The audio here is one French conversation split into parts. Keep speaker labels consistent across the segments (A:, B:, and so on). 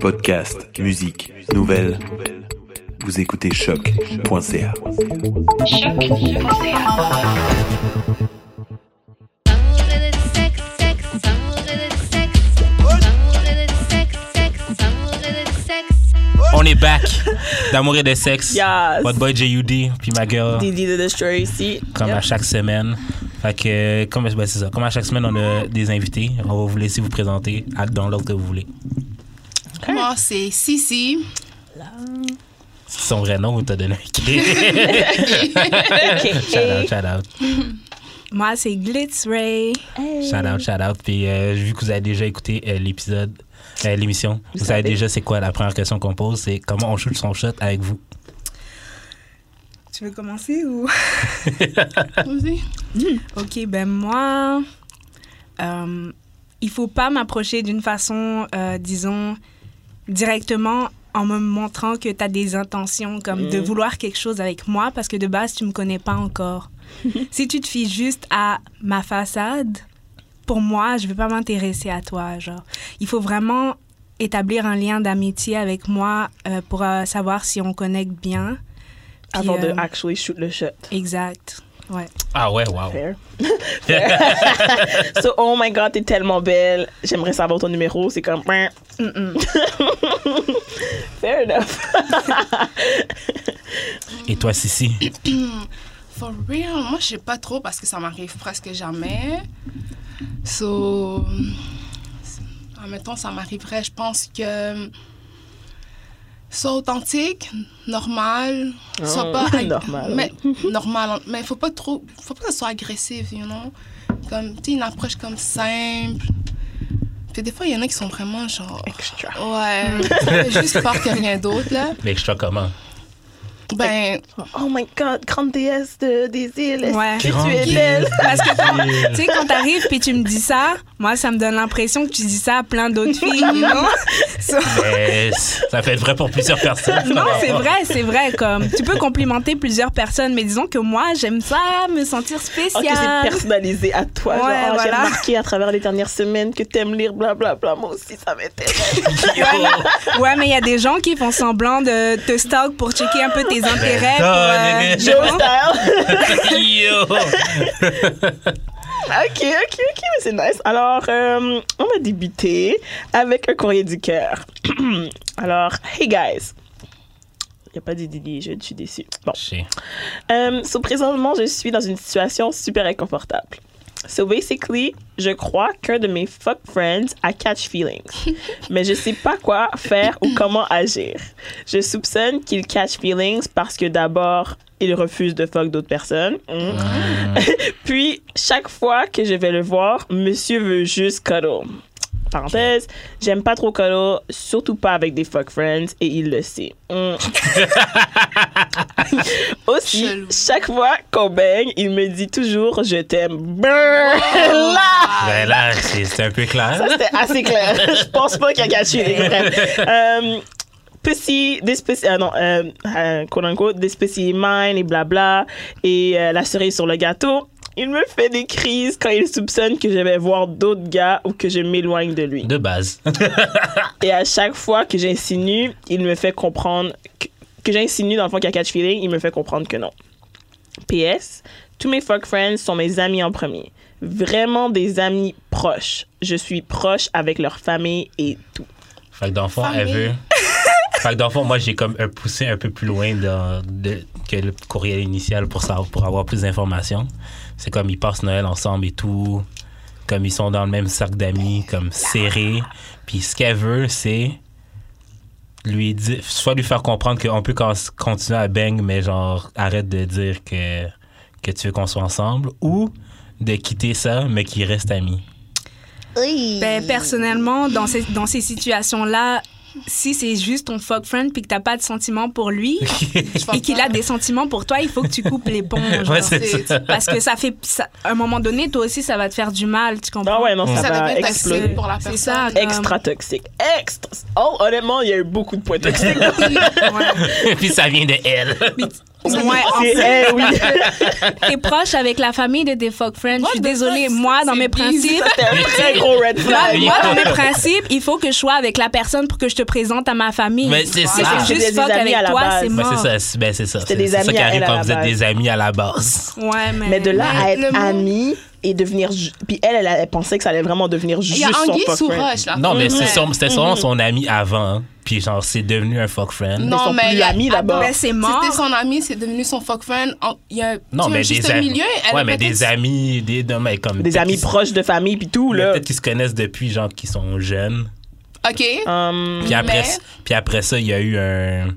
A: Podcast, musique, nouvelles. Vous écoutez choc.ca.
B: On est back d'amour et de sexe.
C: Yes.
B: Votre boy JUD, puis ma girl,
C: Didi the Destroyer ici.
B: comme à
C: Yep.
B: chaque semaine. Fait que, comme, ben, c'est ça. comme à chaque semaine, on a des invités. On va vous laisser vous présenter à- dans l'ordre que vous voulez.
D: Moi, c'est Sissi.
B: C'est son vrai nom ou t'as donné un cri? shout out, shout out.
E: Moi, c'est Glitz Ray.
B: Shout out, shout out. Puis, euh, vu que vous avez déjà écouté euh, l'épisode, euh, l'émission, vous, savez
C: savez.
B: déjà c'est quoi la première question qu'on pose c'est comment on shoot son shot avec vous.
E: Tu veux commencer ou...
D: Vas-y.
E: Ok, ben moi, euh, il faut pas m'approcher d'une façon, euh, disons, directement en me montrant que tu as des intentions, comme
C: Mm.
E: de vouloir quelque chose avec moi, parce que de base, tu me connais pas encore. si tu te fies juste à ma façade, pour moi, je vais pas m'intéresser à toi. Genre. Il faut vraiment établir un lien d'amitié avec moi euh, pour euh, savoir si on connecte bien. Puis,
C: Avant de
E: euh,
C: actually shoot le shot.
E: Exact. Ouais.
B: Ah ouais, wow.
C: Fair. so, oh my god, t'es tellement belle. J'aimerais savoir ton numéro. C'est comme.
E: Mm-mm.
C: Fair enough.
B: Et toi, Sissi?
D: For real, moi, je sais pas trop parce que ça m'arrive presque jamais. So, euh, admettons, ça m'arriverait. Je pense que sois authentique, normal, sois
C: Oh,
D: pas ag-
C: normal.
D: Mais normal, mais faut pas trop, faut pas que ce soit agressif, you know. Comme, tu sais, une approche comme simple. Puis des fois, il y en a qui sont vraiment genre.
C: Extra.
D: Ouais, juste peur que rien d'autre, là.
B: L'extra comment?
D: Ben,
C: Oh my god, grande déesse de- des îles. est-ce
E: Ouais.
C: que tu
B: Grande
C: es belle.
E: Parce que tu sais, quand t'arrives puis tu me dis ça, moi, ça me donne l'impression que tu dis ça à plein d'autres filles, non?
B: Yes. Ça fait vrai pour plusieurs personnes. je
E: Non,
B: comprends
E: c'est
B: pas.
E: vrai, c'est vrai. Comme tu peux complimenter plusieurs personnes, mais disons que moi, j'aime ça, me sentir
C: Ok, c'est
E: spéciale.
C: personnalisé à toi.
E: Ouais,
C: genre, ah, J'ai
E: voilà.
C: remarqué à travers les dernières semaines que t'aimes lire, blablabla. Moi aussi, ça m'intéresse.
E: ouais, mais il y a des gens qui font semblant de te stalk pour checker un peu tes intérêts. pour, euh,
B: donne,
E: tu vois?
C: Joe style.
B: Yo!
C: Ok, ok, ok, mais c'est nice. Alors, euh, on va débuter avec un courrier du cœur. Alors, hey guys. Il n'y a pas de Didi, je suis déçue. Bon.
B: Shit.
C: Euh, so, présentement, je suis dans une situation super inconfortable. So basically, je crois qu'un de mes fuck friends a catch feelings, mais je sais pas quoi faire ou comment agir. Je soupçonne qu'il catch feelings parce que d'abord, il refuse de fuck d'autres personnes. Mm. Puis, chaque fois que je vais le voir, monsieur veut juste cuddle. Parenthèse, j'aime pas trop cuddle, surtout pas avec des fuck friends, et il le sait. Mm. Aussi,
D: Chelou.
C: chaque fois qu'on baigne, il me dit toujours je t'aime. Brrr, Là,
E: Ah,
B: Ben là, c'est c'est un peu clair.
C: ça, c'était assez clair. Je pense pas qu'il a gâché les frères. Euh, Pussy, this pussy, ah non, euh, euh, quote unquote, this pussy is mine et blabla, et euh, la cerise sur le gâteau. Il me fait des crises quand il soupçonne que je vais voir d'autres gars ou que je m'éloigne de lui.
B: De base.
C: Et à chaque fois que j'insinue, il me fait comprendre que, que j'insinue dans le fond qu'il y a catch feeling, il me fait comprendre que non. PS, tous mes fuck friends sont mes amis en premier. Vraiment des amis proches. Je suis proche avec leur famille et tout.
B: Fait que dans le fond, elle
D: Famille.
B: veut. Fait que dans le fond, moi, j'ai comme un poussé un peu plus loin dans- de- que le courriel initial pour, savoir- pour avoir plus d'informations. C'est comme ils passent Noël ensemble et tout. Comme ils sont dans le même cercle d'amis, comme serrés. Puis ce qu'elle veut, c'est lui dire, soit lui faire comprendre qu'on peut con- continuer à bang, mais genre arrête de dire que, que tu veux qu'on soit ensemble, ou de quitter ça, mais qu'ils restent amis.
E: Ben, personnellement, dans ces, dans ces situations-là, si c'est juste ton fuck friend puis que t'as pas de sentiments pour lui
D: je pense
E: et qu'il
D: pas.
E: a des sentiments pour toi, il faut que tu coupes les ponts. genre.
B: Ouais, c'est
D: c'est-
B: ça.
E: Parce que ça fait. ça- à un moment donné, toi aussi, ça va te faire du mal, tu comprends?
C: Ah ouais, non, ça,
D: ça
C: va
D: devient Euh,
C: exploser.
D: toxique pour la
E: C'est
D: personne.
E: ça.
C: Extra toxique. Extra. Oh, honnêtement, il y a eu beaucoup de points toxiques.
B: Puis ça vient de elle.
E: Ouais, en
C: C'est elle, oui.
E: T'es proche avec la famille de des fuck friends.
D: Moi,
E: je suis
D: des
E: désolée.
D: fuck,
E: Moi,
D: c'est-
E: dans
D: c'est
E: mes
D: bizarre.
E: principes,
C: C'était un très gros red
E: moi,
C: flag.
E: moi, dans mes principes, il faut que je sois avec la personne pour que je te présente à ma famille.
B: Mais c'est
E: Si
B: ça.
E: c'est
C: C'était
E: juste
C: des
E: fuck
C: amis à
E: avec
C: la
E: toi,
C: base.
E: c'est
B: Ben,
E: mort.
B: c'est ça, c'est- ben, c'est ça.
C: Ah. C'était des
B: C'est ça
C: amis
B: qui
C: à
B: arrive
C: elle à
B: quand
C: la
B: vous êtes
C: base.
B: des amis à la base.
E: Ouais, mais.
C: Mais de là à
D: le
C: être
D: mot-
C: amie et devenir. ju- Puis elle, elle, elle pensait que ça allait vraiment devenir
D: Il
C: juste
D: y a
C: son
D: Anguille
C: fuck
D: sous
C: friend.
D: roche, là.
B: Non, mais c'est
D: Ouais.
B: son- c'était sûrement
C: Mm-hmm.
B: son ami avant. hein. Puis genre, c'est devenu un fuck friend.
C: Ils
D: Non,
C: sont
D: mais il
C: plus
D: y a-
C: amis d'abord.
E: Ben, c'est mort.
D: C'était son ami, c'est devenu son fuck friend. En- Il y a un-
B: Non,
D: tu
B: mais
D: sais, juste
B: des
D: un
B: amis.
D: milieu. elle
B: ouais,
D: a
B: mais
D: peut-être-
B: des amis, des, non, mais comme
C: Des
B: peut-être
C: amis
B: qu'ils-
C: proches de famille, puis tout,
B: mais
C: là.
B: Peut-être qu'ils se connaissent depuis, genre, qu'ils sont jeunes.
D: OK.
C: Hum,
B: Puis après,
D: Mm-hmm. Mais-
B: puis après ça, il y a eu un.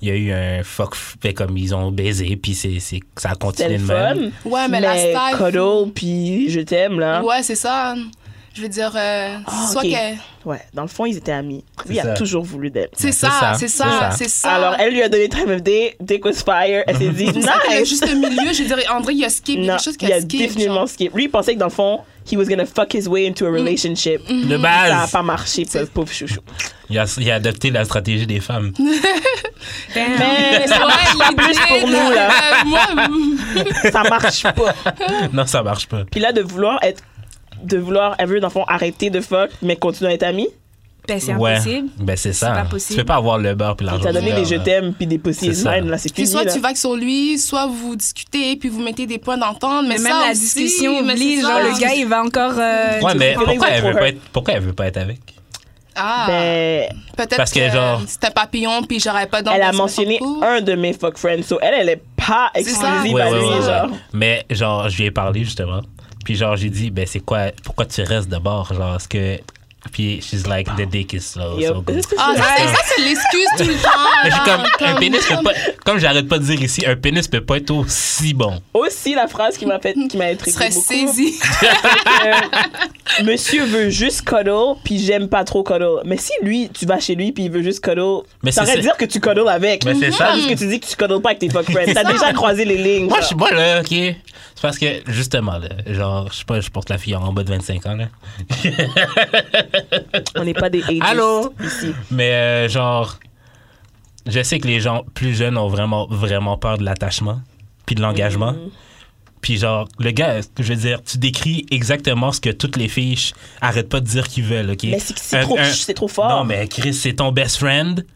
B: Il y a eu un fuck. Fait comme ils ont baisé, puis c'est, c'est, ça a
C: C'était
B: continué
C: le
B: de même.
C: fun.
D: Ouais, mais, la style.
C: cuddle, puis je t'aime, là.
D: Ouais, c'est ça. Je veux dire, euh,
C: Ah,
D: soit
C: ok.
D: que.
C: Ouais, dans le fond, ils étaient amis. Lui, il
B: ça.
C: a toujours voulu d'elle.
D: C'est
B: Ouais,
D: ça, c'est ça, c'est ça.
C: Alors, elle lui a donné très MFD, Dick was fire. Elle s'est dit,
D: C'est ça qu'elle a
C: nice!
D: juste le milieu. Je veux dire, André, il y a skip, il y a
C: Non,
D: quelque chose qui
C: il
D: a
C: a
D: skip.
C: définitivement
D: genre. Mm.
C: skip. Lui, il pensait que dans le fond, he was gonna fuck his way into a relationship.
D: Mm-hmm.
B: De
C: Ça n'a
B: base,
C: pas marché, pauvre, pauvre chouchou.
B: il a, il a adopté la stratégie des femmes.
E: Damn.
C: Mais ça marche
D: Ouais,
C: pas plus
D: l'idée,
C: pour nous, là.
D: euh, moi, mm,
C: Ça marche pas.
B: non, ça marche pas.
C: Puis là, de vouloir être. De vouloir, elle veut, dans le fond, arrêter de fuck, mais continuer à être amie.
E: Ben, c'est
B: ouais.
E: impossible.
B: Ben, c'est
E: C'est
B: ça.
E: pas possible.
B: Tu peux pas avoir le beurre puis
C: Il
B: l'argent.
C: t'a donné
B: du
C: des
B: beurre,
C: je
B: là.
C: t'aime, puis des pussy
B: C'est
C: is
B: ça.
C: mine, là, c'est
D: Puis
C: fini.
D: soit
C: là.
D: tu vagues sur lui, soit vous discutez, puis vous mettez des points d'entente. Mais,
E: Mais même
D: ça
E: la
D: aussi,
E: discussion
D: mais c'est
E: oublie,
D: ça.
E: genre, le gars, il va encore. euh,
B: Ouais, mais
C: feelings
B: pourquoi
C: are
B: elle,
C: for
B: veut
C: her.
B: pas être, pourquoi elle veut pas être avec
D: Ah,
C: Ben,
D: peut-être
B: Parce que,
D: euh,
B: genre-
D: C'était papillon, puis j'aurais pas d'envie
C: elle
D: de
C: a
D: se mettre en
C: mentionné
D: couple.
C: un de mes fuck friends, so elle, elle est pas
D: ça.
C: exclusive
D: Ouais,
C: à
D: ouais,
C: lui,
D: ouais, ouais.
C: genre.
B: Mais genre, je lui ai parlé justement. Puis genre, j'ai dit, ben c'est quoi, pourquoi tu restes de bord? Genre, est-ce que. Puis she's like, the dick is slow.
C: Yup.
B: So go.
D: Ah, ça, c'est- ça, c'est l'excuse tout le temps.
B: Mais je suis
D: là,
B: comme, un pénis peut pas. Comme j'arrête pas de dire ici, un pénis peut pas être aussi bon.
C: Aussi, la phrase qui m'a fait, qui m'a
D: Tu
C: intriguée
D: serais
C: beaucoup.
D: saisi.
C: Euh, Monsieur veut juste cuddle, puis j'aime pas trop cuddle. Mais si lui, tu vas chez lui, puis il veut juste cuddle,
B: Mais
C: ça
B: c'est-
C: aurait
B: c'est-
C: dire que tu cuddles avec.
B: Mais c'est ça.
C: Pas juste que tu dis que tu cuddles pas avec tes fuck friends. T'as
D: ça.
C: déjà croisé les lignes.
B: Moi, je
C: genre.
B: suis moi là, ok? C'est parce que, justement, là, genre, je sais pas, je porte la fille en bas de 25 ans, là.
C: On n'est pas des ageistes
B: Allô?
C: ici.
B: Mais, euh, genre, je sais que les gens plus jeunes ont vraiment, vraiment peur de l'attachement, puis de l'engagement.
C: Mm.
B: Puis, genre, le gars, je veux dire, tu décris exactement ce que toutes les filles ch- arrêtent pas de dire qu'ils veulent, ok?
C: Mais c'est que c'est
B: Un-
C: trop,
B: un-
C: c'est trop fort.
B: Non, mais Chris, c'est ton best friend.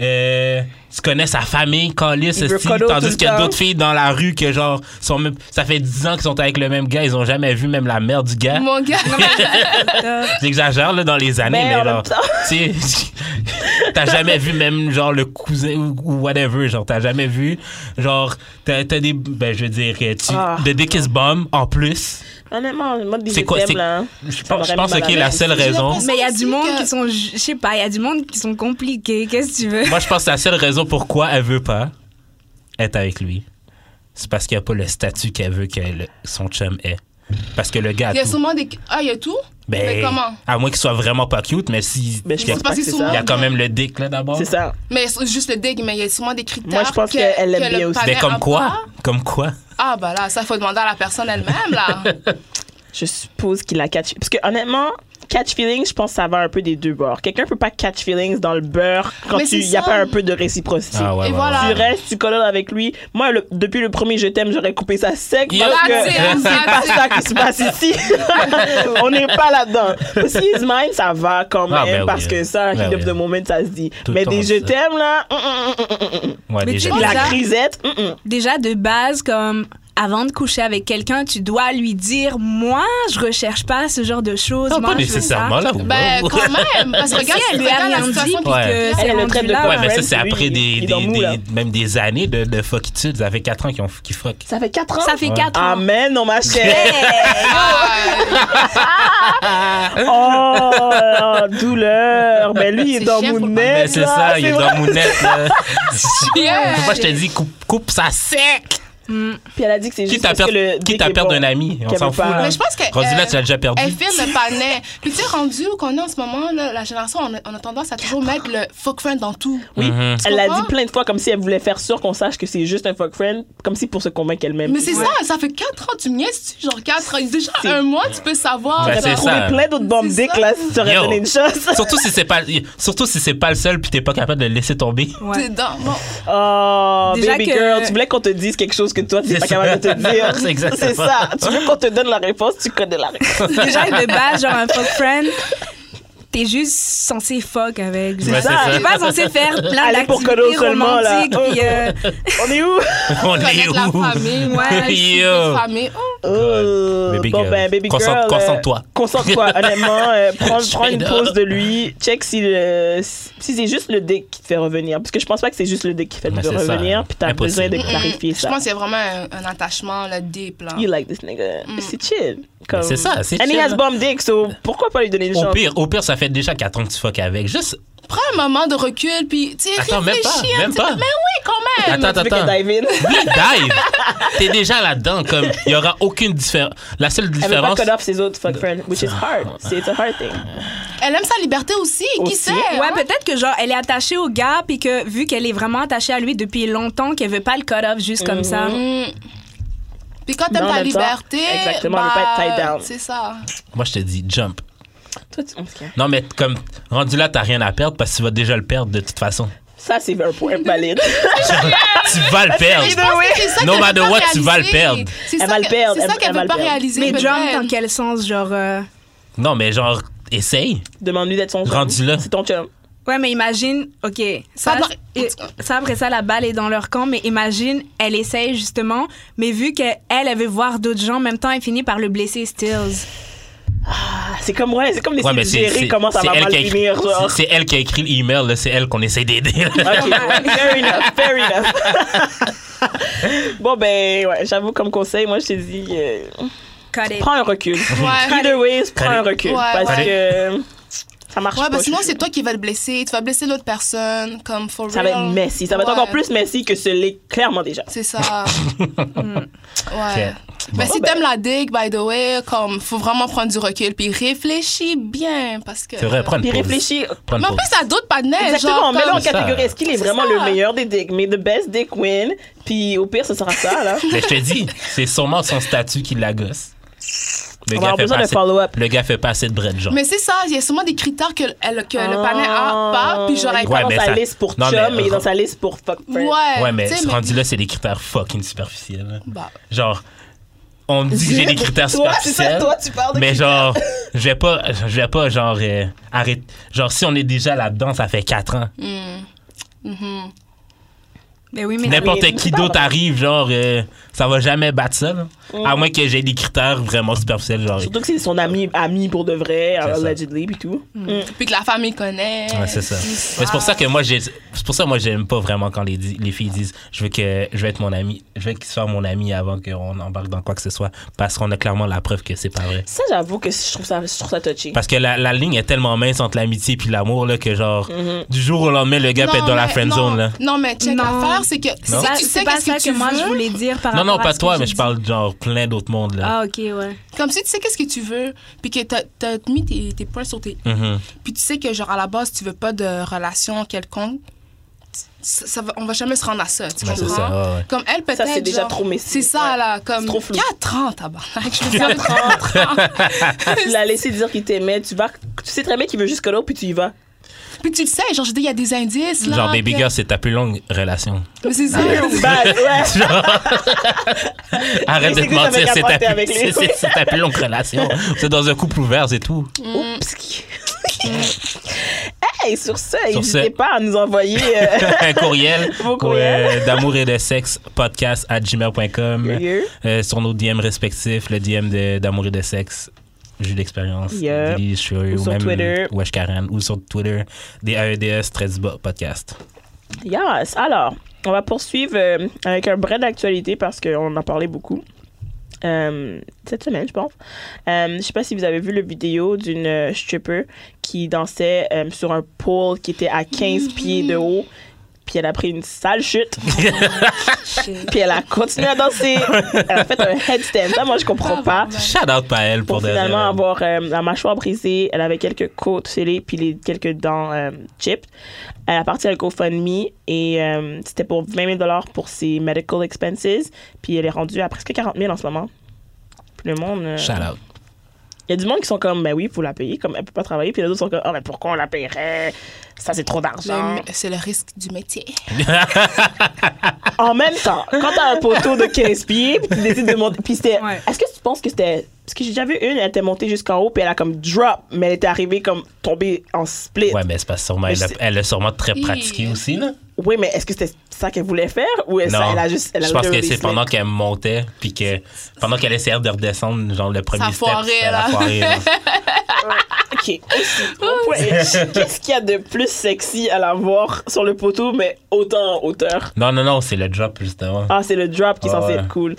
B: Euh, tu connais sa famille, Calis,
C: Il veut
B: style,
C: cuddle tout
B: tandis
C: le
B: qu'il y a
C: temps.
B: d'autres filles dans la rue que genre sont même- ça fait 10 ans qu'ils sont avec le même gars, ils ont jamais vu même la mère du gars.
D: Mon gars,
B: J'exagère là dans les années,
C: Mais
B: mais,
C: Ben, en même
B: genre,
C: temps-
B: tu sais, t'as jamais vu même genre le cousin ou, ou whatever, genre t'as jamais vu, genre t'as t'as des, ben je veux dire, tu,
C: Ah.
B: de Dick is Bomb en plus.
C: Honnêtement, le mode des
B: C'est
C: je
B: quoi,
C: t'aime,
B: c'est-
C: là. hein.
B: Je
C: Ça
B: pense, je
C: m'aurait
B: pense
C: mis mal
B: que
C: à
B: la
C: l'aise.
B: seule
D: J'ai
B: raison.
D: l'impression-
E: Mais il y a du
D: Aussi
E: monde
D: que-
E: qui sont. Je sais pas, il y a du monde qui sont compliqués. Qu'est-ce que tu veux?
B: Moi, je pense que la seule raison pourquoi elle veut pas être avec lui, c'est parce qu'il n'y a pas le statut qu'elle veut que le- son chum ait. Parce que le gars. a
D: il y a
B: tout.
D: sûrement des. Ah, il y a tout?
B: Ben,
D: Mais comment?
B: À moins qu'il soit vraiment pas cute, mais si.
C: Mais je pense pas
D: C'est parce
C: que
D: que
C: c'est
D: souvent-
B: Il y
C: ça.
B: a quand même le dick, là, d'abord.
C: C'est ça.
D: Mais c'est juste le dig, mais il y a sûrement des critères.
C: Moi, je pense qu'elle l'aime
D: le
C: bien aussi.
B: Mais
D: panel
B: Ben, comme
D: a
B: quoi
D: pas.
B: Comme quoi
D: Ah, bah là, ça, faut demander à la personne elle-même, là.
C: Je suppose qu'il a catch. Parce que honnêtement, catch feelings, je pense que ça va un peu des deux bords. Quelqu'un peut pas catch feelings dans le beurre quand
D: Mais
C: il
D: c'est
C: n'y a
D: ça.
C: pas un peu de réciprocité.
B: Ah ouais,
D: Et
B: ouais,
D: voilà.
B: ouais.
C: Tu restes, tu colles avec lui. Moi, le- depuis le premier je t'aime, j'aurais coupé ça sec
B: Yo.
C: parce que
D: That's it,
C: c'est pas
D: that's it.
C: ça qui se passe ici. On n'est pas là-dedans. Si is mine, ça va quand même
B: Ah, ben oui.
C: parce que ça,
B: Ben
C: heat of
B: oui.
C: the moment, ça se dit.
B: Tout
C: Mais
B: le
C: des
B: temps,
C: je
B: ça.
C: t'aime là, hum, hum, hum, hum, hum, hum.
B: Ouais,
E: Mais
B: déjà.
E: tu sais,
C: la
E: Ça.
C: grisette. hum, hum.
E: déjà de base comme avant de coucher avec quelqu'un, tu dois lui dire moi je recherche pas ce genre de choses.
B: Non,
E: moi,
B: pas
E: je veux
B: nécessairement,
E: ça.
B: là.
D: ben,
B: ouais.
D: quand même. Parce que
E: Si
D: regarde,
E: elle lui a
D: regarde la
E: rien dit,
D: situation.
E: puis
B: Ouais.
E: que
C: Elle,
E: c'est
C: elle le
E: rendu
C: traite de
E: là.
B: Ouais, mais ça,
C: Friends,
B: c'est après
C: lui,
B: des,
C: il est dans
B: des-
C: le mou,
B: des-
C: là.
B: même des années de, de fuckitude. Ça fait 4 ans qu'ils ont- qu'ils fuck.
C: Ça fait 4 ans.
E: Ça fait
B: Ouais.
E: quatre ans.
C: Amen, on m'a
D: Ah,
C: Oh, douleur. Ben lui, il est,
D: C'est
C: dans
D: chiant
C: mon
D: pour-
C: net.
B: Ben, c'est
C: là.
B: ça, il
C: C'est
B: est
C: vrai.
B: dans mon net, là.
D: yeah.
B: Moi, je te dis, coupe, coupe ça sec.
E: Mm.
C: Puis elle a dit que c'est juste
B: Quitte à
C: parce que le
B: perdre, quitte à
C: dick est
B: perdre
C: bon.
B: un ami, on
C: qu'elle
B: s'en
C: veut
B: fout.
C: pas.
B: Là.
D: Mais je pense que.
B: Rendu là,
D: euh,
B: tu l'as déjà perdu.
D: Elle filme le panais. Puis tu sais, rendu qu'on est en ce moment, là, la génération, on a, on a tendance à toujours mettre le fuck friend dans tout.
C: Oui,
B: Mhm.
C: elle l'a dit
D: comprends?
C: plein de fois comme si elle voulait faire sûr qu'on sache que c'est juste un fuck friend, comme si pour se convaincre elle-même.
D: Mais c'est ça, ça fait 4 ans, tu me niaises, tu- genre 4 ans. Déjà
C: C'est-
D: un mois, tu peux savoir.
B: Ben,
C: T'aurais
B: c'est
D: genre,
C: pu
B: ça.
C: trouver plein d'autres bombes
D: C'est
C: dick
D: ça.
C: là si t'aurais
B: Yo.
C: donné une chance.
B: Surtout si c'est pas, surtout si c'est pas le seul, puis t'es pas capable de le laisser tomber.
E: Ouais.
D: t'es dans- bon,
C: Oh,
E: Déjà
C: baby
E: que-
C: girl, tu voulais qu'on te dise quelque chose que toi, tu
B: C'est
C: n'es pas
B: ça.
C: capable de te dire.
B: C'est exactement
C: C'est ça. Tu veux qu'on te donne la réponse, tu connais la réponse.
E: Déjà, de base, genre un fuck friend, t'es juste censé fuck avec. genre.
B: Ouais,
C: ça.
E: T'es pas censé faire plein
C: Aller pour Colo
E: d'activités
C: seulement, là.
E: romantiques. Puis, euh,
D: Eh,
C: On est où?
B: On est
D: connaître la
B: où?
D: famille, ouais,
B: Yo.
D: la famille. Oh,
C: Euh,
B: Baby
C: bon,
B: girl.
C: ben, baby
B: Concentre-
C: girl. euh,
B: concentre-toi.
C: Concentre-toi, honnêtement. euh, prends, prends une
B: Straight
C: pause
B: up.
C: de lui. Check si, le- si c'est juste le dick qui te fait revenir. Parce que je pense pas que c'est juste le dick qui fait te
B: Mais c'est ça.
C: revenir. Puis t'as besoin
B: Impossible.
C: de
B: Mm-mm.
C: clarifier
D: Je
C: ça.
D: pense qu'il y a vraiment un, un attachement, le deep, là.
C: You like this nigga. C'est chill. Comme-
B: c'est ça, c'est
C: And he
B: chill. hein.
C: has bomb dick, so pourquoi pas lui donner une
B: Au
C: chance?
B: pire, au pire, ça fait déjà 4 ans que tu fuck avec. Juste,
D: Prends un moment de recul, puis tu sais,
B: Attends, même pas,
D: réfléchis un
B: même
D: petit peu.
B: pas.
D: Mais oui, quand même.
B: attends, attends,
C: Tu veux qu'elle
B: attends.
C: dive in?
B: Oui, dive. T'es déjà là-dedans, comme, il y aura aucune différence. La seule
C: Elle veut pas
B: différence.
C: cut off ses autres fuck friends, which is hard. C'est it's a hard thing.
D: Elle aime sa liberté aussi,
C: Aussi.
D: qui sait?
E: Ouais,
D: hein?
E: peut-être que genre elle est attachée au gars puis que vu qu'elle est vraiment attachée à lui depuis longtemps, qu'elle veut pas le cut off juste comme ça.
D: Mm. Puis quand
C: Mais
D: t'aimes
C: en
D: ta
C: même temps,
D: liberté. bah,
C: exactement, on veut pas être tied down.
D: C'est ça.
B: Moi, je te dis, jump.
C: Toi, tu- ok.
B: Non, mais comme, rendu là, t'as rien à perdre parce que tu vas déjà le perdre de toute façon.
C: Ça, c'est un point valide.
B: tu vas le
D: Je
B: perdre.
D: pense que c'est ça
B: No
D: qu'elle
B: matter
D: veut pas
B: what, tu vas le
D: réaliser.
B: perdre.
D: C'est
C: Elle
D: ça
C: va le
D: que-
C: perdre,
D: C'est ça
C: elle-
D: qu'elle
C: elle va
D: veut pas
C: le perdre.
D: réaliser.
E: Mais
D: peut-être.
E: jump dans quel sens genre euh,
B: Non, mais genre, essaye.
C: Demande-lui d'être son chum.
B: Rendu là.
C: C'est ton chum.
E: Ouais, mais imagine, OK, ça,
D: Ça doit-
E: et- ça, après ça la balle est dans leur camp, mais imagine elle essaye justement, mais vu qu'elle elle veut voir d'autres gens en même temps, elle finit par le blesser Stills.
C: Ah, C'est comme, ouais, c'est comme
B: Ouais,
C: essayer
B: mais
C: de
B: c'est
C: gérer
B: c'est-
C: comment ça
B: c'est
C: va
B: elle,
C: mal
B: qui a écrit-
C: finir, genre.
B: c'est- c'est elle qui a écrit l'email, là, c'est elle qu'on essaie d'aider.
C: Ok, ouais, fair enough, fair enough. bon, ben, ouais, j'avoue, comme conseil, moi, je t'ai dit, euh,
E: Cut it.
C: prends un recul.
D: Ouais.
C: Either ways, prends un recul.
D: Ouais,
C: parce
D: ouais.
C: que ça marche
D: Ouais,
C: pas.
D: parce que sinon,
C: je-
D: c'est toi qui vas le blesser. Tu vas blesser l'autre personne, comme for
C: Ça va être
D: real.
C: messy. Ça va être
D: Ouais.
C: encore plus messy que ce l'est clairement déjà.
D: C'est ça. Mm. ouais.
B: Ok.
D: Mais
C: Bon,
D: si
C: ben.
D: t'aimes la digue, by the way, comme, faut vraiment prendre du recul, puis réfléchis bien, parce que...
B: C'est vrai, prends une
C: Puis
B: pause.
C: réfléchis.
B: Prends une
D: Mais en
B: pause.
D: plus, t'as d'autres panels,
C: Exactement,
D: genre,
C: mets-le en
D: comme...
B: C'est ça.
C: catégorie. Est-ce qu'il est
D: C'est
C: vraiment
D: ça.
C: le meilleur des dicks? Mais the best dick win. Puis au pire, ce sera ça, là.
B: Mais je te dis, c'est sûrement son statut qui la gosse. Le
C: On va avoir besoin
B: pas
C: de
B: assez-
C: follow-up.
B: Le gars fait pas assez de bread, genre.
D: Mais c'est ça, il y a sûrement des critères que, elle- que le
C: Ah.
D: panel a pas, puis genre,
C: Il
D: elle-
C: est pas
B: Ouais,
C: dans
B: mais
C: sa
B: ça-
C: liste pour
B: Non, mais-
C: chum, mais il est dans sa liste pour fuck friend.
D: Ouais,
B: ouais, mais
D: euh, tu sais,
B: ce rendu là, c'est des critères fucking superficiels. là.
D: Bah,
B: Genre, on me dit que j'ai des critères
C: Toi, c'est ça,
B: superficiels.
C: toi, tu parles de
B: mais genre, je vais pas, je vais pas, genre, euh, arrête. Genre, si on est déjà là-dedans, ça fait 4 ans.
D: mm-hmm.
E: Mais oui, mais
B: N'importe
C: mais-
B: qui d'autre arrive, genre, euh, ça va jamais battre ça, là. À moins que j'ai des critères vraiment superficiels, genre.
C: Mm. Surtout que c'est son ami, ami pour de vrai,
B: C'est ça.
C: allegedly, puis tout. Mm.
D: puis que la famille connaît.
B: Ouais, c'est ça. Mais c'est pour ça que moi, j'ai, c'est pour ça que moi, j'aime pas vraiment quand les, di- les filles disent, je veux que, je veux être mon ami, je veux qu'il soit mon ami avant qu'on embarque dans quoi que ce soit, parce qu'on a clairement la preuve que c'est pas vrai.
C: Ça, j'avoue que je trouve ça, je trouve ça touchy.
B: Parce que la, la ligne est tellement mince entre l'amitié puis l'amour, là, que genre, du jour au lendemain, le gars peut être dans la friend zone,
D: non,
B: là.
D: Non, mais check
E: Non.
D: l'affaire, c'est que
B: Non.
E: Ça,
D: si tu sais
E: c'est pas
D: qu'est-ce
E: ça
D: que,
E: que,
D: tu
E: moi
D: veux,
E: je voulais dire par
B: Non, non,
E: rapport à
B: pas
E: ce
B: toi,
E: que
B: mais
E: j'ai
B: je parle, genre, plein d'autres mondes,
E: dit.
B: là.
E: Ah, OK, ouais.
D: comme si tu sais qu'est-ce que tu veux, puis que t'as t'as mis tes, tes points sur tes...
B: Mhm.
D: Puis tu sais que, genre, à la base, tu veux pas de relation quelconque, ça, ça va- on va jamais se rendre à ça, tu
B: Ouais, c'est
D: comprends?
B: ça, ouais, ouais.
D: Comme elle, peut-être,
C: c'est déjà
D: genre,
C: trop messy,
D: C'est ça,
C: ouais.
D: là, comme...
C: C'est trop flou.
D: 4 ans, tabarnak, je veux dire, 4 ans.
B: Ben,
C: tu l'as laissé dire qu'il t'aimait, tu vas, tu sais très bien qu'il veut jusque là, puis tu y vas.
D: Puis tu le sais, genre, je dis, il y a des indices, là.
B: Genre, baby
D: que-
B: girl, c'est ta plus longue relation.
D: Mais c'est ça.
C: Bad, ouais.
B: Genre, arrête
C: Mais
B: de
C: c'est
B: te
C: que ça
B: mentir,
C: va
B: c'est ta,
C: capoter
B: plus,
C: avec
B: c'est,
C: les-
B: c'est- c'est ta plus longue relation. C'est dans un couple ouvert, c'est tout.
C: Oups. hey, sur ça,
B: Sur
C: n'hésitez
B: ce-
C: pas à nous envoyer. euh,
B: un courriel
C: Vos courriels.
B: euh, d'amour et de sexe podcast à gmail.com
C: Yeah.
B: Euh, sur nos DM respectifs le DM de- d'amour et de sexe j'ai d'expérience
C: Yeah.
B: Lily, je suis-
C: Ou sur
B: même
C: Twitter.
B: Wesh Karen ou sur Twitter E DAEDS stress bas podcast
C: Yes. Alors, on va poursuivre euh, avec un brin d'actualité parce qu'on en a parlé beaucoup. euh, cette semaine, je pense. Euh, je sais pas si vous avez vu la vidéo d'une euh, stripper qui dansait euh, sur un pôle qui était à 15 pieds de haut. puis elle a pris une sale chute, puis elle a continué à danser. Elle a fait un headstand. Ça, moi, je comprends pas.
B: Shout out Paël pour,
C: Pour
B: de
C: finalement
B: vrai.
C: avoir euh, la mâchoire brisée, elle avait quelques côtes scellées, puis les, quelques dents euh, chipped. Elle a parti à GoFundMe et euh, c'était pour 20 000 pour ses medical expenses, puis elle est rendue à presque 40 000 en ce moment. Puis le monde. euh,
B: Shout out.
C: il y a du monde qui sont comme, ben oui, faut la payer, comme elle peut pas travailler. Puis les autres sont comme, oh, mais pourquoi on la paierait Ça, c'est trop d'argent.
D: Le- C'est le risque du métier.
C: En même temps, quand t'as un poteau de 15 pieds, puis tu décides de monter. Puis c'était.
E: Ouais.
C: Est-ce que tu penses que c'était. Parce que j'ai déjà vu une, elle était montée jusqu'en haut, puis elle a comme drop, mais elle était arrivée comme tombée en split.
B: Ouais, mais c'est parce que sûrement,
C: Mais
B: elle a-
C: c'est-
B: elle l'a sûrement très
D: Hi.
B: pratiqué aussi, là.
C: Oui, mais est-ce que c'était ça qu'elle voulait faire ou est-ce
B: Non.
C: qu'elle a juste. Elle a
B: je pense que
C: literally
B: c'est
C: slid?
B: pendant qu'elle montait, puis que pendant qu'elle essayait de redescendre, genre le premier
D: Ça a
B: step,
D: foiré,
B: elle a
D: là.
B: foiré, là.
C: Ok, aussi, on pourrait- Qu'est-ce qu'il y a de plus sexy à la voir sur le poteau, mais autant en hauteur
B: Non, non, non, c'est le drop, justement.
C: Ah, c'est le drop qui est
B: Ah
C: censé
B: ouais.
C: être cool.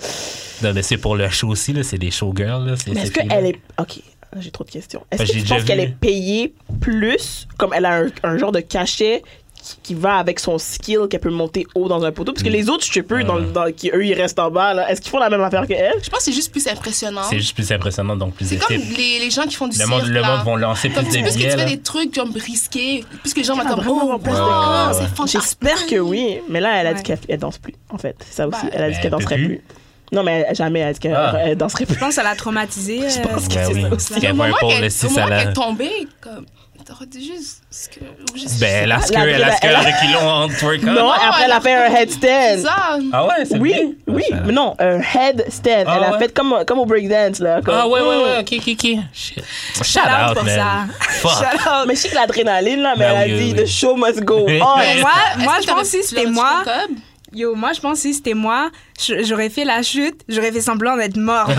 B: Non, mais c'est pour le show aussi, là. C'est des showgirls, là. c'est-
C: Mais est-ce
B: ces filles-là.
C: qu'elle est. Ok, j'ai trop de questions. Est-ce
B: Bah,
C: que
B: j'ai
C: tu
B: déjà
C: penses qu'elle
B: vu.
C: est payée plus, comme elle a un, un genre de cachet qui, qui va avec son skill qu'elle peut monter haut dans un poteau? Parce que
B: Mm.
C: les autres strippers, dans, le- dans- qui, eux, ils restent en bas, là, est-ce qu'ils font la même affaire que elle?
D: Je pense que c'est juste plus impressionnant.
B: C'est juste plus impressionnant, donc plus
D: C'est comme
B: effectif.
D: les, les gens qui font du
B: Le monde,
D: cirque,
B: le
D: là.
B: monde vont lancer
D: Comme
B: plus
D: tu,
B: de
D: plus que tu
B: billets,
D: fais
B: là.
D: des trucs comme risqués, plus que les gens vont
C: Elle va
D: comme
C: Ah, vraiment
D: oh,
C: remplacer
B: le
D: oh,
B: corps.
D: c'est fantastique.
C: J'espère que oui, mais là, elle a dit
E: Ouais.
C: qu'elle elle danse plus, en fait. C'est ça aussi,
D: Bah,
C: elle a dit
B: mais
C: qu'elle
B: elle peut
C: danserait plus.
B: plus.
C: Non, mais elle- jamais elle a dit qu'elle
B: Ah.
C: elle danserait plus.
E: Je pense qu'elle a traumatisé. euh,
C: pense
E: ce
C: que
E: qui
B: Ouais,
E: s'est
B: oui.
E: passé.
B: Parce qu'il y avait
D: Au
B: un
D: moment
B: pôle,
D: qu'elle-
B: le
D: au
B: 6
D: moment
B: à la.
D: qu'elle est tombée, comme t'aurais dit juste ce que ou juste-
B: Ben, la
C: La-
B: skewer, la
C: la-
B: skewer avec qui l'ont en twerk. hein.
C: Non, après, elle a fait un
D: C'est
C: headstand.
D: ça.
B: Ah ouais, c'est vrai?
C: Oui, oui,
B: Ah,
C: mais non, un headstand.
B: Ah
C: elle a
B: ouais?
C: fait comme, comme au breakdance, là. comme-
B: Ah ouais, ouais, ouais, ok, ok, ok. Shit. Shout
E: out
B: out,
E: pour
B: man. Fuck.
C: Mais je sais que l'adrénaline, là, mais
B: Ben
C: elle a
B: oui,
C: dit
B: oui.
C: The show must go
E: Mais
C: on.
E: moi,
D: Est-ce que
E: moi,
D: t'aurais-
E: je pense
D: tu
E: que si c'était
D: l'aurais-tu
E: moi,
D: fait comme?
E: Yo, moi, je pense que si c'était moi, je- j'aurais fait la chute, j'aurais fait semblant d'être mort.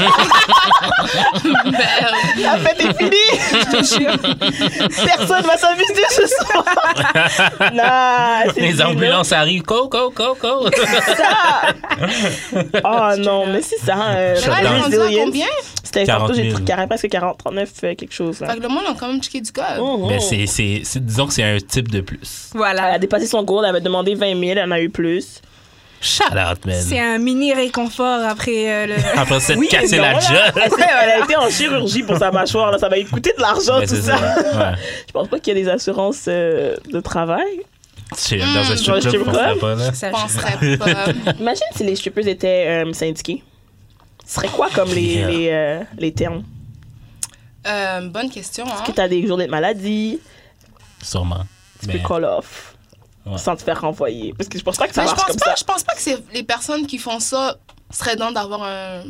D: Ben,
C: La fête est finie. Personne va s'amuser ce soir. non, c'est
B: Les
C: fini,
B: ambulances arrivent. Go, go, go, go.
C: là. Ça. Oh non, mais c'est ça. euh,
D: là, elle est rendue à
C: Resilience.
D: combien?
C: C'était tantôt,
B: 40 000.
C: j'ai pris carré- presque 40, 39, euh, quelque chose. Là.
D: Fait que le monde a quand même checké du code.
C: Oh, oh.
B: Mais Ben, c'est, c'est, c'est- disons que c'est un type de plus.
C: Elle a
E: voilà.
C: dépassé son goal, elle avait demandé 20 000, elle en a eu plus.
B: Shout out, man.
E: C'est un mini réconfort après euh, le.
B: Après ça, de casser
C: mais
B: la
C: voilà.
B: gueule.
C: Elle, s'est- elle a été en chirurgie pour sa mâchoire, là. ça va lui coûter de l'argent,
B: Mais
C: tout
B: Ben, c'est
C: ça.
B: ça. Ouais.
C: Je pense pas qu'il y a des assurances euh, de travail.
B: C'est- Dans un
D: Mm.
B: strip
C: Je sais
B: club, on
C: pas.
B: serait pas là.
D: Je penserais pas.
C: Imagine si les strippers étaient euh, syndiqués. Ce serait quoi comme les,
B: Yeah.
C: les, euh, les termes?
D: Euh, bonne question. Hein.
C: Que t'as des journées de maladie,
B: Sûrement.
C: tu
B: Mais-
C: peux call off
B: Ouais.
C: sans te faire renvoyer. Parce que je pense pas que ça
D: Mais Ben, je
C: marche
D: pense
C: comme
D: pas.
C: ça.
D: Je pense pas que c'est les personnes qui font ça seraient dans d'avoir un.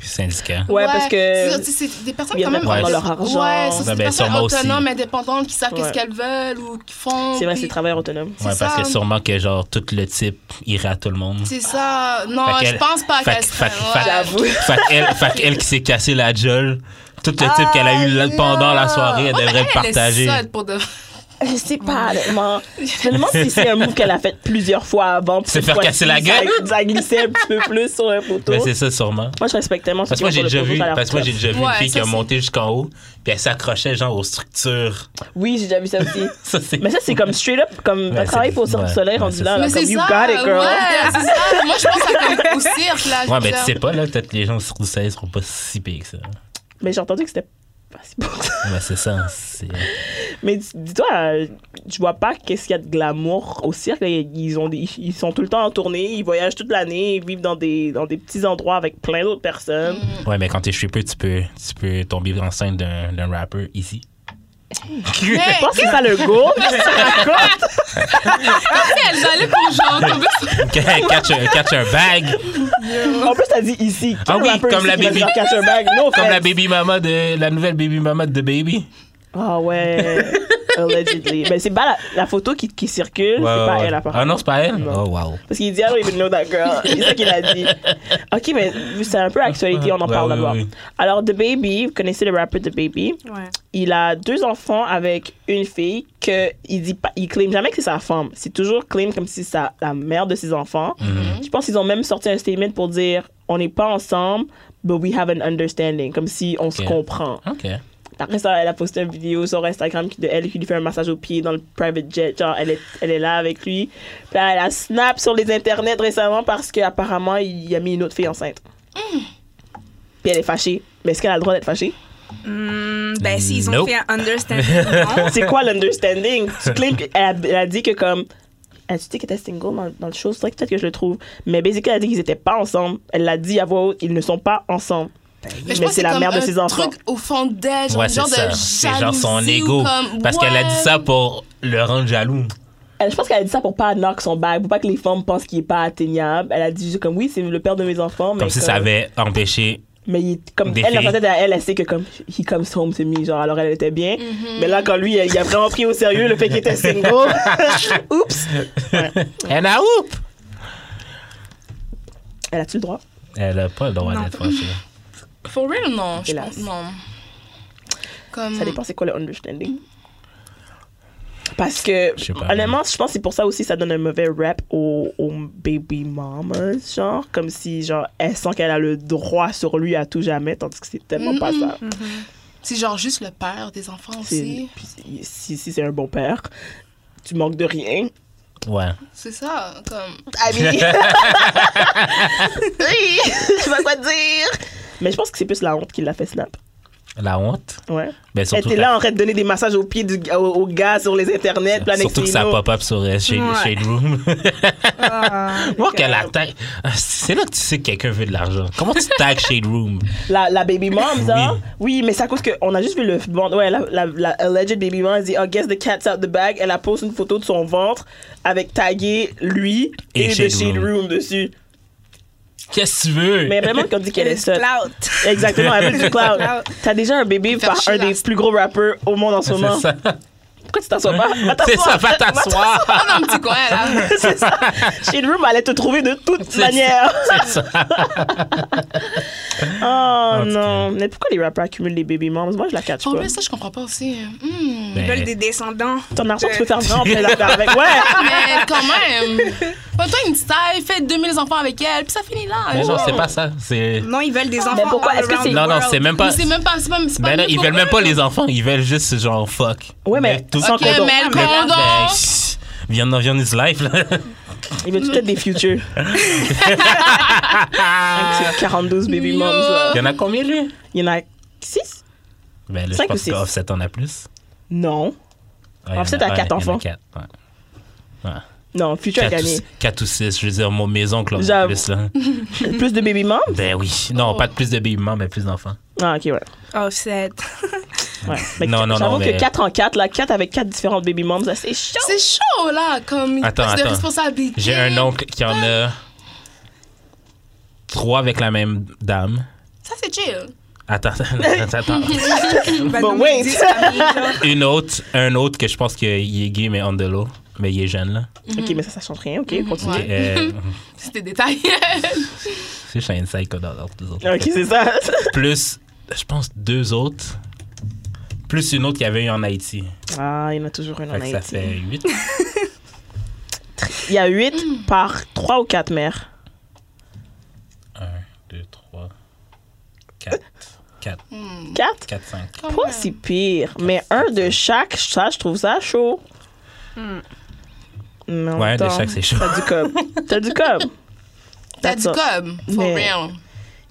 B: Syndicat.
C: Ouais, parce que-
D: c'est- c'est des personnes
C: Ils
D: quand même
C: aimeraient
B: prendre
D: Ouais,
B: leur
C: argent.
D: Ouais, ça, c'est
B: Ouais,
D: des
B: ben,
D: personnes
B: sûrement aussi.
D: autonomes, indépendantes, qui savent
C: Ouais.
D: qu'est-ce qu'elles veulent ou qui font.
C: C'est vrai,
D: puis-
C: c'est travailleur autonome.
B: Ouais, parce
D: C'est ça. hein.
B: que sûrement que genre tout le type irait à tout le monde.
D: C'est ça. Non,
B: Fait
D: je
B: qu'elle-
D: pense pas
B: fait-
D: qu'elles
B: fait-
D: seraient.
B: fait-
D: ouais.
C: J'avoue.
B: Fait qu'elle, fait qu'elle qui s'est cassé la gueule, tout le type qu'elle a eu là- pendant la soirée, elle
D: ah. Ouais, mais
B: devrait le
D: elle, elle est
B: partager.
D: solide pour de-
C: Je sais pas, honnêtement. Je me demande si c'est un move qu'elle a fait plusieurs fois avant. puis
B: Se
C: cette
B: faire
C: fois-ci,
B: casser la
C: ça-
B: gueule.
C: Ça glissait un petit peu plus sur un poteau.
B: Mais c'est ça sûrement.
C: Moi, je respecte tellement ceux
B: Parce
C: qui
B: que moi
C: vont
B: j'ai
C: sur le
B: déjà
C: poteau,
B: vu,
C: ça a l'air
B: parce que moi j'ai
C: tough.
B: déjà vu une
D: Ouais,
B: fille qui
D: ça,
B: a
D: c'est-
B: monté jusqu'en haut, puis elle s'accrochait genre aux structures.
C: Oui, j'ai déjà vu ça aussi.
B: Ça c'est.
C: Mais ça, c'est comme straight up, comme
B: Ouais,
C: un travail
B: c'est-
C: pour le centre
B: ouais,
C: solaire
B: ouais,
C: en
B: c'est
C: disant,
B: ça.
C: là,
D: Mais
C: comme
D: c'est
C: you
D: ça.
C: got it, girl.
D: Ouais, c'est ça. Moi, je pense à comme au cirque, là.
B: Ouais, mais
D: genre.
B: tu sais pas, là, peut-être les gens sur du 16 seront pas si pires que ça.
C: Mais j'ai entendu que c'était pas si bon que ça.
B: Ouais, c'est ça. C'est...
C: Mais dis- dis-toi, euh, je vois pas qu'est-ce qu'il y a de glamour au cirque. là. Ils, ont des- ils sont tout le temps en tournée, ils voyagent toute l'année, ils vivent dans des, dans des petits endroits avec plein d'autres personnes.
B: Ouais, mais quand t'es stripper, tu peux, tu peux tomber enceinte d'un, d'un rapper ici.
C: Je pense que c'est ça le goal.
D: Elle allait pour genre tomber sur
B: catch, un, catch un bag,
C: en plus, t'as dit ici.
B: Ah
C: Quel
B: oui,
C: rappeur
B: comme
C: ici
B: la
C: qui va
B: baby.
C: dire catch a bag? No
B: comme la
C: offense.
B: baby mama de, la nouvelle baby mama de The Baby.
C: Ah ouais. Allegedly. Mais c'est pas la, la photo qui, qui circule,
B: Ouais,
C: c'est pas
B: ouais, ouais.
C: elle, apparemment.
B: Ah non, c'est pas elle?
C: Non.
B: Oh, wow.
C: Parce qu'il dit, I don't even know that girl. C'est ça qu'il a dit. OK, mais c'est un peu actualité, on en
B: Ouais,
C: parle
B: ouais,
C: d'abord.
B: ouais.
C: Alors, The Baby, vous connaissez le rappeur The Baby.
E: Ouais.
C: Il a deux enfants avec une fille que il dit pas, il claim jamais que c'est sa femme. C'est toujours claim comme si c'est sa- la mère de ses enfants.
B: Mm-hmm.
C: Je pense qu'ils ont même sorti un statement pour dire, on n'est pas ensemble, but we have an understanding, comme si on se
B: Ok.
C: comprend.
B: OK.
C: Après ça, elle a posté une vidéo sur Instagram qui- de elle qui lui fait un massage au pied dans le private jet. Genre, elle est, elle est là avec lui. Puis là, elle a snap sur les internets récemment parce qu'apparemment, il a mis une autre fille enceinte. Puis elle est fâchée. Mais est-ce qu'elle a le droit d'être fâchée?
E: Hmm, ben, s'ils ont
B: Nope.
E: fait un understanding, non.
C: C'est quoi l'understanding? Tu claims que- elle, a, elle a dit que comme. Elle a dit qu'elle était single dans, dans le show. C'est vrai que peut-être que je le trouve. Mais basically, elle a dit qu'ils étaient pas ensemble. Elle l'a dit à voix haute, ils ne sont pas ensemble.
D: Mais, je
C: Mais
D: pense que
C: c'est la
D: comme
C: mère de
D: un
C: ses enfants.
D: truc au fond d'elle, genre,
B: Ouais,
D: une
B: c'est
D: genre
B: ça.
D: de
B: C'est genre son
D: jalousie ou
B: ego.
D: comme,
B: Parce qu'elle a dit
D: ouais.
B: ça pour le rendre jaloux.
C: Elle, je pense qu'elle a dit ça pour pas knock son bag, pour pas que les femmes pensent qu'il est pas atteignable. Elle a dit juste comme oui, c'est le père de mes enfants. Mais
B: Comme si ça avait empêché.
C: Mais il, comme
B: Des
C: elle, dans
B: filles.
C: sa tête, elle, elle sait que comme he comes home to me, genre alors elle était bien. Mais là, quand lui, il a vraiment pris au sérieux le fait qu'il était single. Oups!
B: Elle a oup!
C: Elle a-tu le droit?
B: Elle a pas le droit
E: Non.
B: d'être fâchée.
D: For real, non. Je
C: Hélas.
D: pense, non. Comme,
C: Ça dépend c'est quoi le understanding. Parce que,
B: Je sais pas.
C: honnêtement, je pense que c'est pour ça aussi ça donne un mauvais rap aux, aux baby mamas, genre, comme si, genre, elle sent qu'elle a le droit sur lui à tout jamais, tandis que c'est tellement pas ça.
D: c'est genre juste le père des enfants
C: C'est-
D: aussi.
C: puis si- si si c'est un bon père, tu manques de rien.
B: Ouais.
D: C'est ça, comme...
C: Ami. oui, je sais pas quoi dire. Mais je pense que c'est plus la honte qui l'a fait snap.
B: La honte.
C: Ouais.
B: Ben,
C: Elle
B: surtout
C: était là en train de donner des massages aux pieds du- au, au gars sur les internets.
B: que, surtout que ça pop-up sur euh, Shade,
E: Ouais.
B: Shade Room.
E: Ah.
B: Moi, qu'elle attaque. Ah, C'est là que tu sais que quelqu'un veut de l'argent. Comment tu tags Shade Room?
C: La, la baby mom, ça.
B: Oui.
C: Oui, mais c'est à cause qu'on a juste vu le ventre. Ouais, la, la, la alleged baby mom, elle dit Oh, guess the cat's out the bag. Elle a posté une photo de son ventre avec tagué lui
B: Et
C: et, de
B: Shade
C: Shade
B: Room.
C: Room. dessus.
B: Qu'est-ce que tu veux?
C: Mais ben, vraiment, qu'on dit qu'elle est seule.
E: Clout.
C: Exactement, elle veut du cloud. T'as déjà un bébé
D: Faire
C: par un
D: chier
C: des
D: la-
C: plus gros rappeurs au monde en ce moment.
B: C'est ça.
C: Pourquoi tu t'assois pas? Va
B: C'est ça,
C: t'asseoir.
B: va t'asseoir.
D: Pas dans le Ah, petit coin, là.
C: C'est ça. Shade Room allait te trouver de toute
B: C'est
C: manière.
B: C'est ça.
C: Oh
B: tout
C: non. Mais pourquoi les rappeurs accumulent les baby moms? Moi, je la catch
D: En
C: pas.
D: plus, ça, je comprends pas aussi. Hmm.
E: Ils veulent
B: Ben,
E: des descendants.
C: Ton argent, tu peux faire vraiment plein d'affaires avec. Ouais!
D: Ah, Mais quand même, prends-toi une petite taille, fais 2000 enfants avec elle, puis ça finit là.
B: Mais non,
D: genre.
B: c'est pas ça. C'est.
E: Non, ils veulent des enfants.
C: Ben, pourquoi?
E: all
C: Est-ce que
E: around
C: c'est-
E: the
B: Non, non,
E: world.
B: c'est même
D: Mais
B: pas.
D: c'est même pas. C'est pas, c'est pas
B: Mais non,
D: mieux
B: ils
D: pour
B: veulent même
D: eux.
B: pas les enfants, ils veulent juste genre fuck.
C: Ouais, mais
B: tout
C: sans
D: Ok,
C: condom.
D: mais le
E: Mais là,
D: condom.
B: Ben, chut, viens de viens de this life là.
C: Il veut peut-être des futures. Avec ses 42 baby moms, là.
B: Il y en a combien lui
C: Il y en a 6?
B: Ben là, je
C: Cinq ou
B: pense
C: six?
B: qu'Offset en a plus.
C: Non.
B: Ouais, il y en
C: Offset a
B: ouais,
C: quatre
B: il y en
C: enfants.
B: quatre, ouais.
C: Non, future a
B: Quatre
C: gagné.
B: ou- quatre ou six, je veux dire, mon maison club
C: J'avoue.
B: plus là.
C: Plus de baby moms?
B: Ben oui. Non,
D: Oh.
B: pas de plus de bébés, mais plus d'enfants.
C: Ah, ok, ouais.
E: Offset.
C: ouais. Mais
B: Non, non,
C: j'avoue
B: non, mais-
C: que 4 en 4, là, 4 avec 4 différentes baby moms, là, c'est chaud.
D: C'est chaud, là, comme
B: ben, Attends,
D: plus de
B: attends.
D: responsabilité.
B: J'ai un oncle qui en a trois avec la même dame.
D: Ça, c'est chill.
B: Attends, attends, attends.
E: Bah,
C: Bon,
E: non,
C: wait.
E: ils disent famille, genre.
B: Une autre, un autre que je pense qu'il est gay mais on the low, mais il est jeune là.
C: Ok, mais ça, ça change rien. Ok, continue.
D: Mhm. Ouais.
B: Euh,
D: C'est des détails.
B: c'est juste un psycho dans dans deux autres.
C: Ok, c'est ça.
B: Plus, je pense, deux autres. Plus une autre qu'il y avait eu en Haïti.
C: Ah, il y en a toujours une en
B: Fait que ça
C: Haïti.
B: fait huit.
C: Il y a 8
D: Mm.
C: par 3 ou 4 mères.
B: Un, deux, trois, quatre. Quatre.
C: 4
B: Quatre, cinq.
D: Quand
C: Pas
D: même.
C: si pire. Mais un de chaque, ça, je trouve ça chaud. Mais en
B: Mm. Ouais, un
C: même
B: de
C: temps,
B: chaque, c'est chaud.
C: T'as du cob. T'as du cob.
D: T'as du
C: ça.
D: cob, for
C: Mais-
D: real.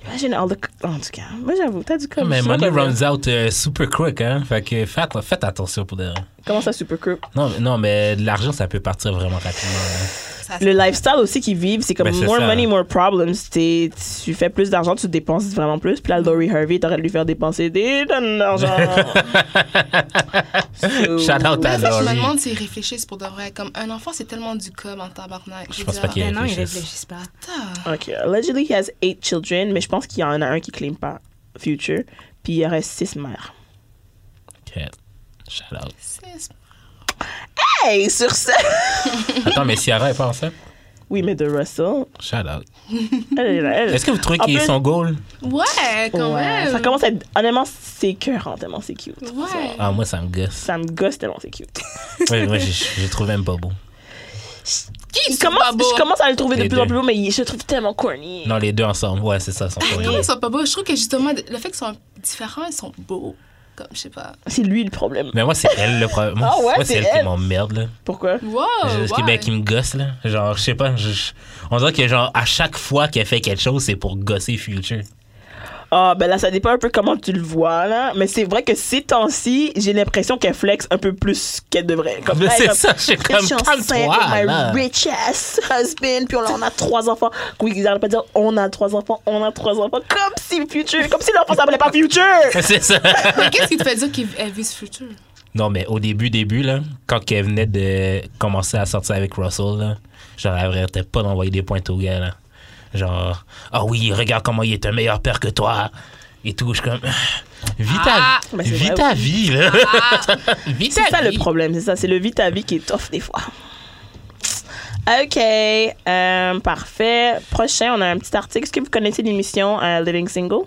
C: Imagine all the. En tout cas, moi j'avoue, t'as du cob.
B: Mais
C: Sinon,
B: money
C: t'as rien.
B: runs out euh, super quick, hein. Fait que faites, faites attention pour des.
C: Comment ça, super cool?
B: Non, mais- non, mais de l'argent, ça peut partir vraiment rapidement. hein.
D: Ça,
C: Le lifestyle aussi qu'ils vivent, c'est comme
B: Ben, c'est
C: more
B: ça.
C: money, more problems. T'es- tu fais plus d'argent, tu dépenses vraiment plus. Puis là, Lori Harvey, t'aurais de lui faire dépenser des tonnes d'argent. So-
B: Shout out à
D: Mais ça, je me
B: Laurie.
D: demande s'ils réfléchissent pour de vrai. Comme un enfant, c'est tellement du cob en tabarnak. ah,
B: Je pense pas qu'il y
E: Mais
B: ait
E: non, ils réfléchissent pas.
C: Ok, allegedly he has eight children, mais je pense qu'il y en a un qui claim pas Future, puis il y aurait six mères.
B: Shout out.
C: Hey, sur ça!
B: Attends, mais Ciara est pas enceinte?
C: Oui, mais de Russell,
B: Shout out.
C: elle est là, elle.
B: Est-ce que vous trouvez
C: En
B: qu'il est
C: plus-
B: son goal?
D: Ouais, quand
C: Ouais,
D: même.
C: Ça commence à être. Honnêtement, c'est écœurant tellement c'est cute.
D: Ouais.
B: Ah, moi, ça me gosse.
C: Ça me gosse tellement c'est cute.
B: Oui, moi, j'ai- j'ai trouvé même pas beau.
D: Qui
C: Je
D: sont
C: commence,
D: pas beaux?
C: je commence à le trouver de
B: Les
C: plus en
B: deux.
C: plus beau, mais il- je le trouve tellement corny. Ah,
B: Non, les deux ensemble. Ouais, c'est ça, son
D: Comment
B: goal.
D: ils sont pas beaux? Je trouve que justement, le fait qu'ils sont différents, ils sont beaux. Comme, je sais pas.
C: C'est lui le problème.
B: Mais moi, c'est elle le problème. Moi,
C: Ah ouais,
B: moi, c'est
C: c'est
B: elle, qui est
C: elle. Oh,
B: mon merde, là.
C: Pourquoi?
D: Wow!
B: Je- qui, ben,
D: why?
B: qui me gosse, là. Genre, je sais pas. je- je- on dirait que, genre, à chaque fois qu'elle fait quelque chose, c'est pour gosser Future.
C: Ah, ben là, ça dépend un peu comment tu le vois, là. Mais c'est vrai que ces temps-ci, j'ai l'impression qu'elle flex un peu plus qu'elle devrait. Comme
B: Mais
C: là,
B: c'est
C: comme,
B: ça, je suis
C: Je
B: comme,
C: suis enceinte
B: calme-toi,
C: avec
B: là.
C: my rich ass husband, puis on, on a trois enfants. Oui, ils n'arrêtent pas de dire on a trois enfants, on a trois enfants, comme si Future, comme si l'enfant s'appelait pas Future.
B: C'est ça.
D: Mais qu'est-ce qui te fait dire qu'elle vise futur?
B: Non, mais au début, début, là, quand elle venait de commencer à sortir avec Russell, là, genre, elle arrêtait pas d'envoyer des points au gars, là. Genre, ah oui, regarde comment il est un meilleur père que toi. Et tout, je suis comme, vis ta,
D: Ah,
C: ben c'est
B: vis
C: vrai, Ah.
B: ta vie, là. vis ta
C: C'est ça
B: vie.
C: le problème, c'est ça, c'est le vite à vie qui est tough des fois. Ok, euh, parfait. Prochain, on a un petit article. Est-ce que vous connaissez l'émission euh, Living Single?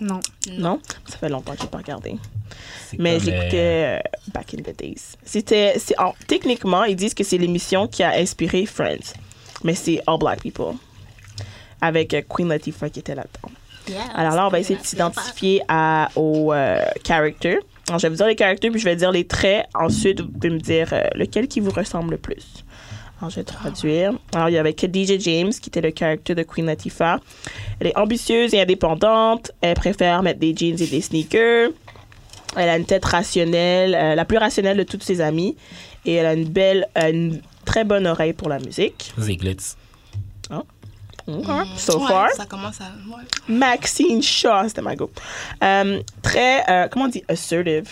E: Non.
C: Non? Ça fait longtemps que je n'ai pas regardé.
B: C'est
C: Mais
B: comme, euh,
C: j'écoutais euh, Back in the Days. C'était, c'est, en- techniquement, ils disent que c'est l'émission qui a inspiré Friends. Mais c'est All Black People. Avec euh, Queen Latifah qui était là-dedans. Alors là, on va essayer de s'identifier à, au euh, character. Alors, je vais vous dire les caractères, puis je vais dire les traits. Ensuite, vous pouvez me dire euh, lequel qui vous ressemble le plus. Alors, je vais traduire. Alors, il y avait DJ James, qui était le caractère de Queen Latifah. Elle est ambitieuse et indépendante. Elle préfère mettre des jeans et des sneakers. Elle a une tête rationnelle, euh, la plus rationnelle de toutes ses amies. Et elle a une belle, euh, une très bonne oreille pour la musique.
B: euh, Ziglitz.
C: Ok,
D: Mm,
C: So
D: ouais,
C: far.
D: Ça commence à. ouais.
C: Maxine Shaw, c'était ma go. Euh, très, euh, comment on dit, assertive,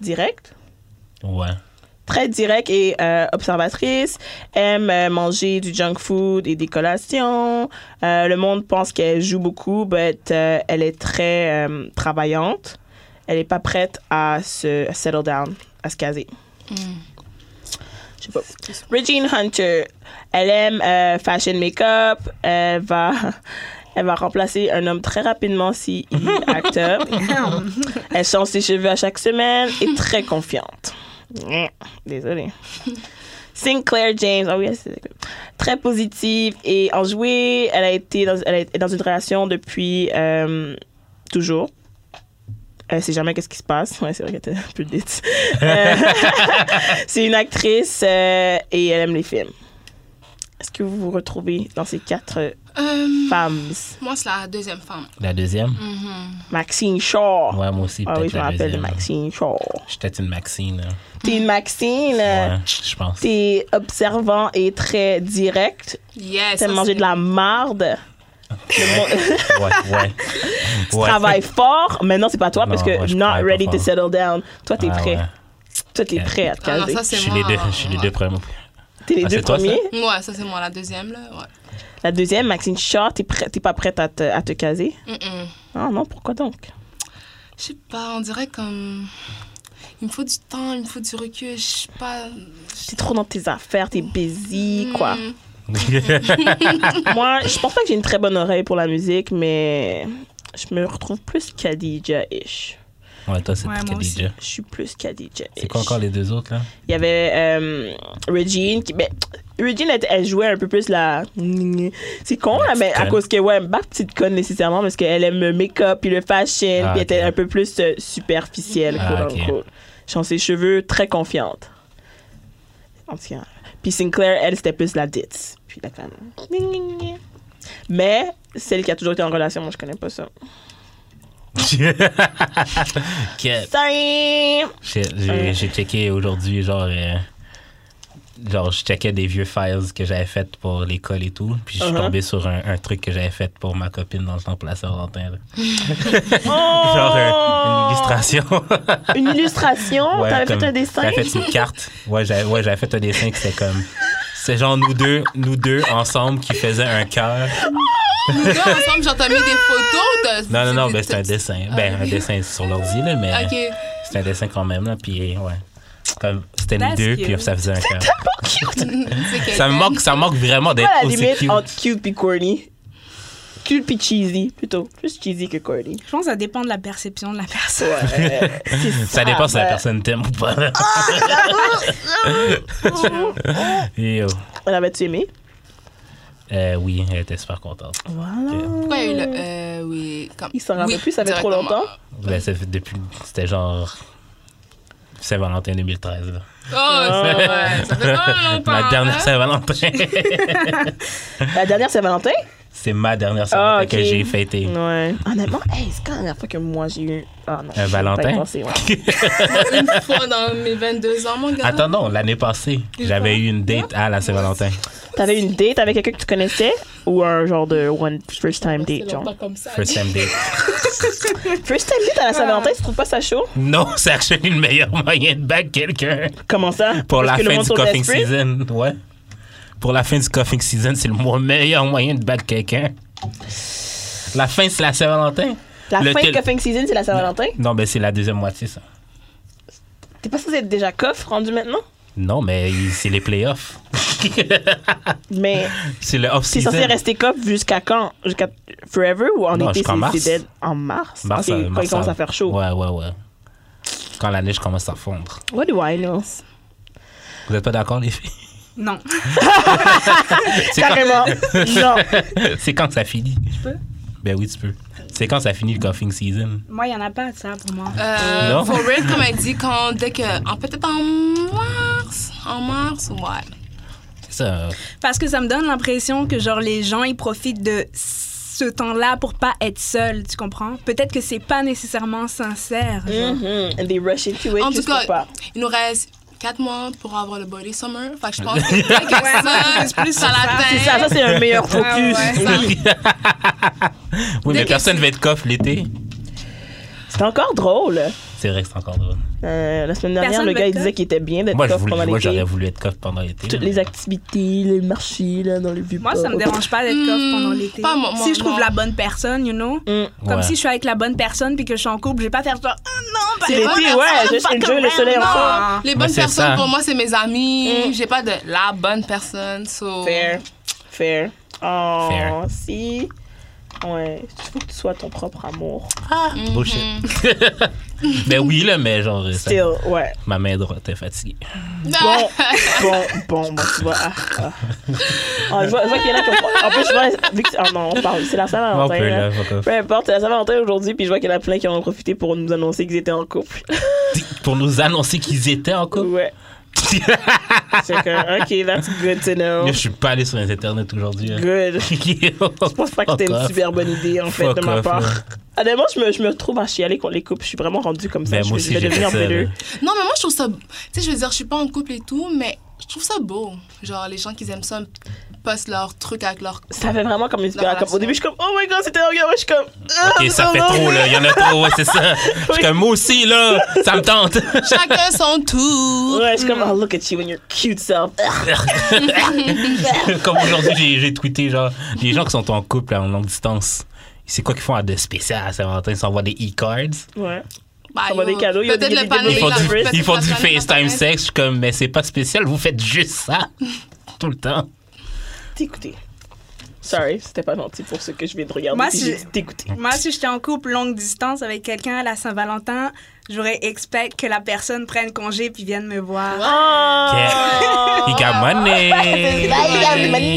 C: direct.
B: Ouais.
C: Très direct et euh, observatrice. Aime euh, manger du junk food et des collations. Euh, le monde pense qu'elle joue beaucoup, mais elle est très euh, travaillante. Elle n'est pas prête à se à settle down, à se caser.
D: Mm.
C: Je sais pas. Regine Hunter, elle aime euh, fashion make-up. Elle va, elle va remplacer un homme très rapidement si il act up. Elle change ses cheveux à chaque semaine et très confiante. Désolée. Sinclair James, ah oui, elle, c'est très positive et enjouée. Elle a été dans, elle est dans une relation depuis euh, toujours. Elle sait jamais qu'est-ce qui se passe. Ouais, c'est vrai qu'elle était un peu dite. Euh, c'est une actrice euh, et elle aime les films. Est-ce que vous vous retrouvez dans ces quatre
D: Euh,
C: femmes?
D: moi, c'est la deuxième femme.
B: La deuxième.
D: Mhm.
C: Maxine Shaw.
B: Ouais, moi aussi,
C: Mm. ah
B: peut-être
C: oui, je me
B: la
C: rappelle de
B: deuxième.
C: Maxine Shaw.
B: J'étais une Maxine, là.
C: T'es une Maxine. euh,
B: Ouais, je pense.
C: T'es observant et très direct.
D: Yes.
C: T'aimes
D: ça,
C: manger
D: c'est-
C: de la marde.
B: Ouais, ouais.
C: Tu
B: Ouais.
C: travailles fort. Mais non, c'est pas toi
B: Non,
C: parce que
B: ouais, je
C: not
B: travaille pas
C: ready to
B: fort.
C: settle down. Toi, t'es
B: Ah,
C: prêt.
B: ouais.
C: Toi, t'es prêt à te
D: Ah non,
C: caser.
D: ça,
B: Je
D: c'est
B: suis
D: moi.
B: les deux, je suis les
D: ouais.
B: deux premiers.
C: t'es les
B: Ah,
C: deux
B: c'est toi, ça?
C: premiers.
D: Ouais, ça, c'est moi, la deuxième, là. Ouais.
C: La deuxième, Maxine Shaw, t'es prêt- t'es pas prête à te, à te caser.
D: Mm-mm.
C: Ah non, pourquoi donc?
D: Je sais pas, on dirait comme. Il me faut du temps, il me faut du recul. Je sais pas.
C: T'es trop dans tes affaires, t'es busy, quoi.
D: Mm.
C: Moi, je pense pas que j'ai une très bonne oreille pour la musique, mais je me retrouve plus Khadija-ish.
B: Ouais, toi, c'est
E: Ouais, moi aussi.
B: Khadija.
C: Je suis plus Khadija-ish.
B: C'est quoi encore les deux autres, là?
C: Il y avait euh, Regine qui. Ben, Regine, elle, elle jouait un peu plus la. C'est con, là,
B: petite
C: mais à
B: conne.
C: cause que, ouais, pas petite conne nécessairement, parce qu'elle aime le make-up, puis le fashion,
B: Ah,
C: puis elle était
B: ok.
C: un peu plus euh, superficielle,
B: Ah,
C: quote
B: ok.
C: unquote. Chante ses cheveux, très confiante. En tout cas. Puis Sinclair, elle, c'était plus la dite. Puis la femme. Mais celle qui a toujours été en relation, moi, je connais pas ça.
B: Que-
C: Sorry!
B: J'ai-
C: Euh.
B: J'ai j'ai checké aujourd'hui, genre. euh, genre, je checkais des vieux files que j'avais faites pour l'école et tout. Puis je suis
C: Uh-huh.
B: tombé sur un, un truc que j'avais fait pour ma copine dans le temps placé Saint-Valentin. là.
C: Oh!
B: Genre euh, une illustration.
C: Une illustration?
B: Ouais,
C: T'avais
B: comme-
C: fait un dessin?
B: J'avais fait une carte. Ouais, j'avais ouais, j'avais fait un dessin qui c'était comme. C'est genre nous deux, nous deux ensemble qui faisaient un cœur.
D: Nous deux ensemble, j'ai entamé des photos de.
B: Non, non, non,
D: de-
B: ben, c'est un
D: de-
B: dessin. Ben,
C: Ah
B: un dessin sur l'ordi, là, mais
D: Ok.
B: c'est un dessin quand même, là. Puis, ouais. Comme, c'était nous
E: That's
B: deux,
E: cute.
B: puis ça faisait un cœur.
D: C'est
B: Ça me
D: quelqu'un.
B: manque, ça me manque vraiment d'être
C: Pas la
B: aussi
C: limite
B: cute.
C: entre cute et corny. Cute puis cheesy, plutôt. Plus cheesy que corny.
E: Je pense que ça dépend de la perception de la personne.
C: Ouais. c'est
B: Ça dépend si la
C: ouais.
B: personne t'aime ou pas.
C: Ah,
B: Yo.
C: ben, On avait-tu aimé?
B: Euh, oui, elle était super contente.
C: Voilà.
D: Pourquoi il y a eu le. euh, oui. Comme,
C: Il s'en rappelle
D: oui,
C: plus, ça fait trop
D: directement.
C: longtemps.
B: Ben, ça fait depuis. C'était genre. Saint-Valentin 2013. là.
D: Oh, c'est vrai, ça fait vraiment longtemps.
C: Ah,
B: Ma dernière
D: hein.
B: Saint-Valentin.
C: La dernière, c'est Valentin?
B: C'est ma dernière
C: Ah,
B: Saint-Valentin
C: ok.
B: que j'ai fêtée.
C: Ouais. Honnêtement, hey, c'est quand la dernière fois que moi j'ai eu. Ah non.
B: Un
C: je
B: Valentin?
C: vais pas y penser, ouais.
D: Une fois dans mes 22 ans, mon gars.
B: Attends, non, l'année passée, j'avais eu une date à la Saint-Valentin.
C: T'avais une date avec quelqu'un que tu connaissais ou un genre de one first time
D: C'est
C: date, genre?
D: longtemps comme ça.
B: First time date.
C: First time date à la Saint-Valentin, tu trouves pas ça chaud?
B: Non, c'est actually le meilleur moyen de back quelqu'un.
C: Comment ça?
B: Pour
C: Parce
B: la
C: que le
B: fin
C: monde
B: du
C: tourne
B: coughing
C: l'esprit?
B: season, ouais. Pour la fin du coughing season, c'est le mo- meilleur moyen de battre quelqu'un. La fin, c'est la Saint-Valentin?
C: La
B: Le
C: fin
B: tel-
C: du coughing season, c'est la Saint-Valentin?
B: Non, ben c'est la deuxième moitié, ça.
C: T'es pas censé être déjà coff rendu maintenant?
B: Non, mais il- c'est les playoffs.
C: Mais
B: C'est le
C: t'es
B: off-season.
C: censé rester coff jusqu'à quand? Jusqu'à forever ou en
B: Non,
C: été?
B: jusqu'en
C: c'est-
B: mars.
C: C'est dead en mars.
B: Mars,
C: Ok,
B: euh,
C: quand
B: mars,
C: il commence
B: ça-
C: à faire chaud.
B: Ouais, ouais, ouais. Quand la neige commence à fondre.
C: What do I know?
B: Vous êtes pas d'accord, les filles?
E: Non.
B: C'est quand-
C: Carrément. non.
B: c'est quand ça finit. Je
E: peux?
B: Ben oui, tu peux. C'est quand ça finit le coughing season.
E: Moi, il n'y en a pas de ça pour moi.
D: Euh,
B: Non.
D: For real, comme elle dit, quand, dès que. en- Peut-être en mars. En mars, ouais.
B: C'est ça. euh,
E: Parce que ça me donne l'impression que, genre, les gens, ils profitent de ce temps-là pour pas être seuls, tu comprends? Peut-être que c'est pas nécessairement sincère. genre.
C: Mhm. And they rush into it
D: En tout
C: juste
D: cas,
C: pour pas.
D: il nous reste 4 mois pour avoir le body summer. Fait que je pense que dès que ça,
E: c'est plus
D: ça
E: ça.
D: l'atteint.
C: C'est ça, ça c'est un meilleur focus.
E: Ah ouais.
B: Oui,
D: Dès
B: mais
D: que
B: personne ne va être coff l'été.
C: C'est encore drôle.
B: C'est vrai que c'est encore drôle.
C: Euh, la semaine dernière,
E: Personne
C: le
E: veut
C: gars il
E: être
C: disait
E: coff.
C: qu'il était bien d'être
B: Moi, je
C: coff
B: voulais-
C: pendant
B: moi, j'aurais
C: l'été.
B: voulu être coff pendant l'été.
C: Toutes les activités, les marchés là, dans le vieux
E: Moi, ça me
C: port.
E: dérange pas d'être coffre
D: Hmm,
E: pendant l'été.
D: pas moi, moi,
E: si je trouve
D: non.
E: la bonne personne, you know?
C: Mm.
E: Comme
B: Ouais.
E: si je suis avec la bonne personne puis que je suis en couple, je vais pas faire genre, ah non, pas
C: C'est
E: les
C: l'été,
E: bonnes
C: ouais,
E: personnes,
C: juste
E: pas
C: enjoy
E: quand
C: le
E: même,
C: soleil
E: non.
C: ensemble.
D: Les bonnes
B: c'est
D: personnes
B: ça.
D: pour moi, c'est mes amis.
C: Mm.
D: J'ai pas de la bonne personne. So...
C: Fair. Fair.
B: Oh.
C: Oh,
B: Fair.
C: si. Ouais, il faut que tu sois ton propre amour.
B: Bullshit.
C: Mm.
B: ben oui, là, mais genre, ça-
C: Still, ouais.
B: ma main droite est fatiguée.
C: Bon, bon, bon, bon, tu vois. Ah, ah. Ah, je vois, je vois qu'il y en a qui ont- En plus, je vois. vu que- Ah hein. non, on parle. C'est la
B: On
C: Saint-Valentin.
B: peut,
C: là.
B: là, fuck off.
C: Peu importe, c'est la Saint-Valentin aujourd'hui, puis je vois qu'il y en a plein qui en ont profité pour nous annoncer qu'ils étaient en couple.
B: Pour nous annoncer qu'ils étaient en couple.
C: Ouais. C'est que, ok, that's good to know.
B: Yo, je suis pas allé sur les internet aujourd'hui. hein. là.
C: Good.
B: Yo,
C: Je pense pas que c'était une
B: fuck
C: super bonne idée, en fait,
B: Fuck
C: de ma
B: off,
C: part.
B: là.
C: Honnêtement, je me, je me trouve à chialer contre les couples. Je suis vraiment rendue comme ça.
B: Ben,
C: je,
B: moi
C: je
B: aussi,
C: vais
B: j'ai fait
C: devenir
B: ça.
C: véleux.
B: là.
D: Non, mais moi, je trouve ça. Tu sais, je veux dire, je suis pas en couple et tout, mais je trouve ça beau. Genre, les gens qui aiment ça postent leurs trucs avec leur.
C: Ça fait vraiment comme une
D: La
C: super. Comme, au
D: relation.
C: début, je suis comme, oh my god, c'était un gars. Ouais, je suis comme, ah,
B: Ok, ça
C: c'est
B: fait
C: un
B: trop,
C: homme.
B: là. Il y en a trop, ouais, c'est ça. Je suis comme, moi aussi, là, ça me tente.
D: Chacun son tour.
C: Ouais, je suis comme, oh, look at you and your cute self.
B: Comme aujourd'hui, j'ai- j'ai tweeté, genre, les gens qui sont en couple en longue distance, c'est quoi qu'ils font à de spécial à Saint-Valentin? Ils s'envoient des e-cards.
C: Ouais.
D: Bah,
C: On va
D: yo,
C: des cadeaux, il y a
D: peut-être
C: des-
D: le
C: il y a des
D: panneau
B: Ils font
D: est là,
B: du,
D: peut-être
B: ils font
D: le
B: du
D: panneau est là,
B: FaceTime
D: peut-être.
B: sexe. Je suis comme, mais c'est pas spécial, vous faites juste ça. Tout le temps.
C: T'écouter. Sorry, c'était pas gentil pour ceux que je viens de regarder.
E: Moi,
C: puis
E: si
C: j'ai
E: j'ai-
C: dit t'écouter.
E: Moi, si j'étais en couple longue distance avec quelqu'un à la Saint-Valentin, j'aurais expect que la personne prenne congé puis vienne me voir.
C: Oh. Ah!
B: He got money.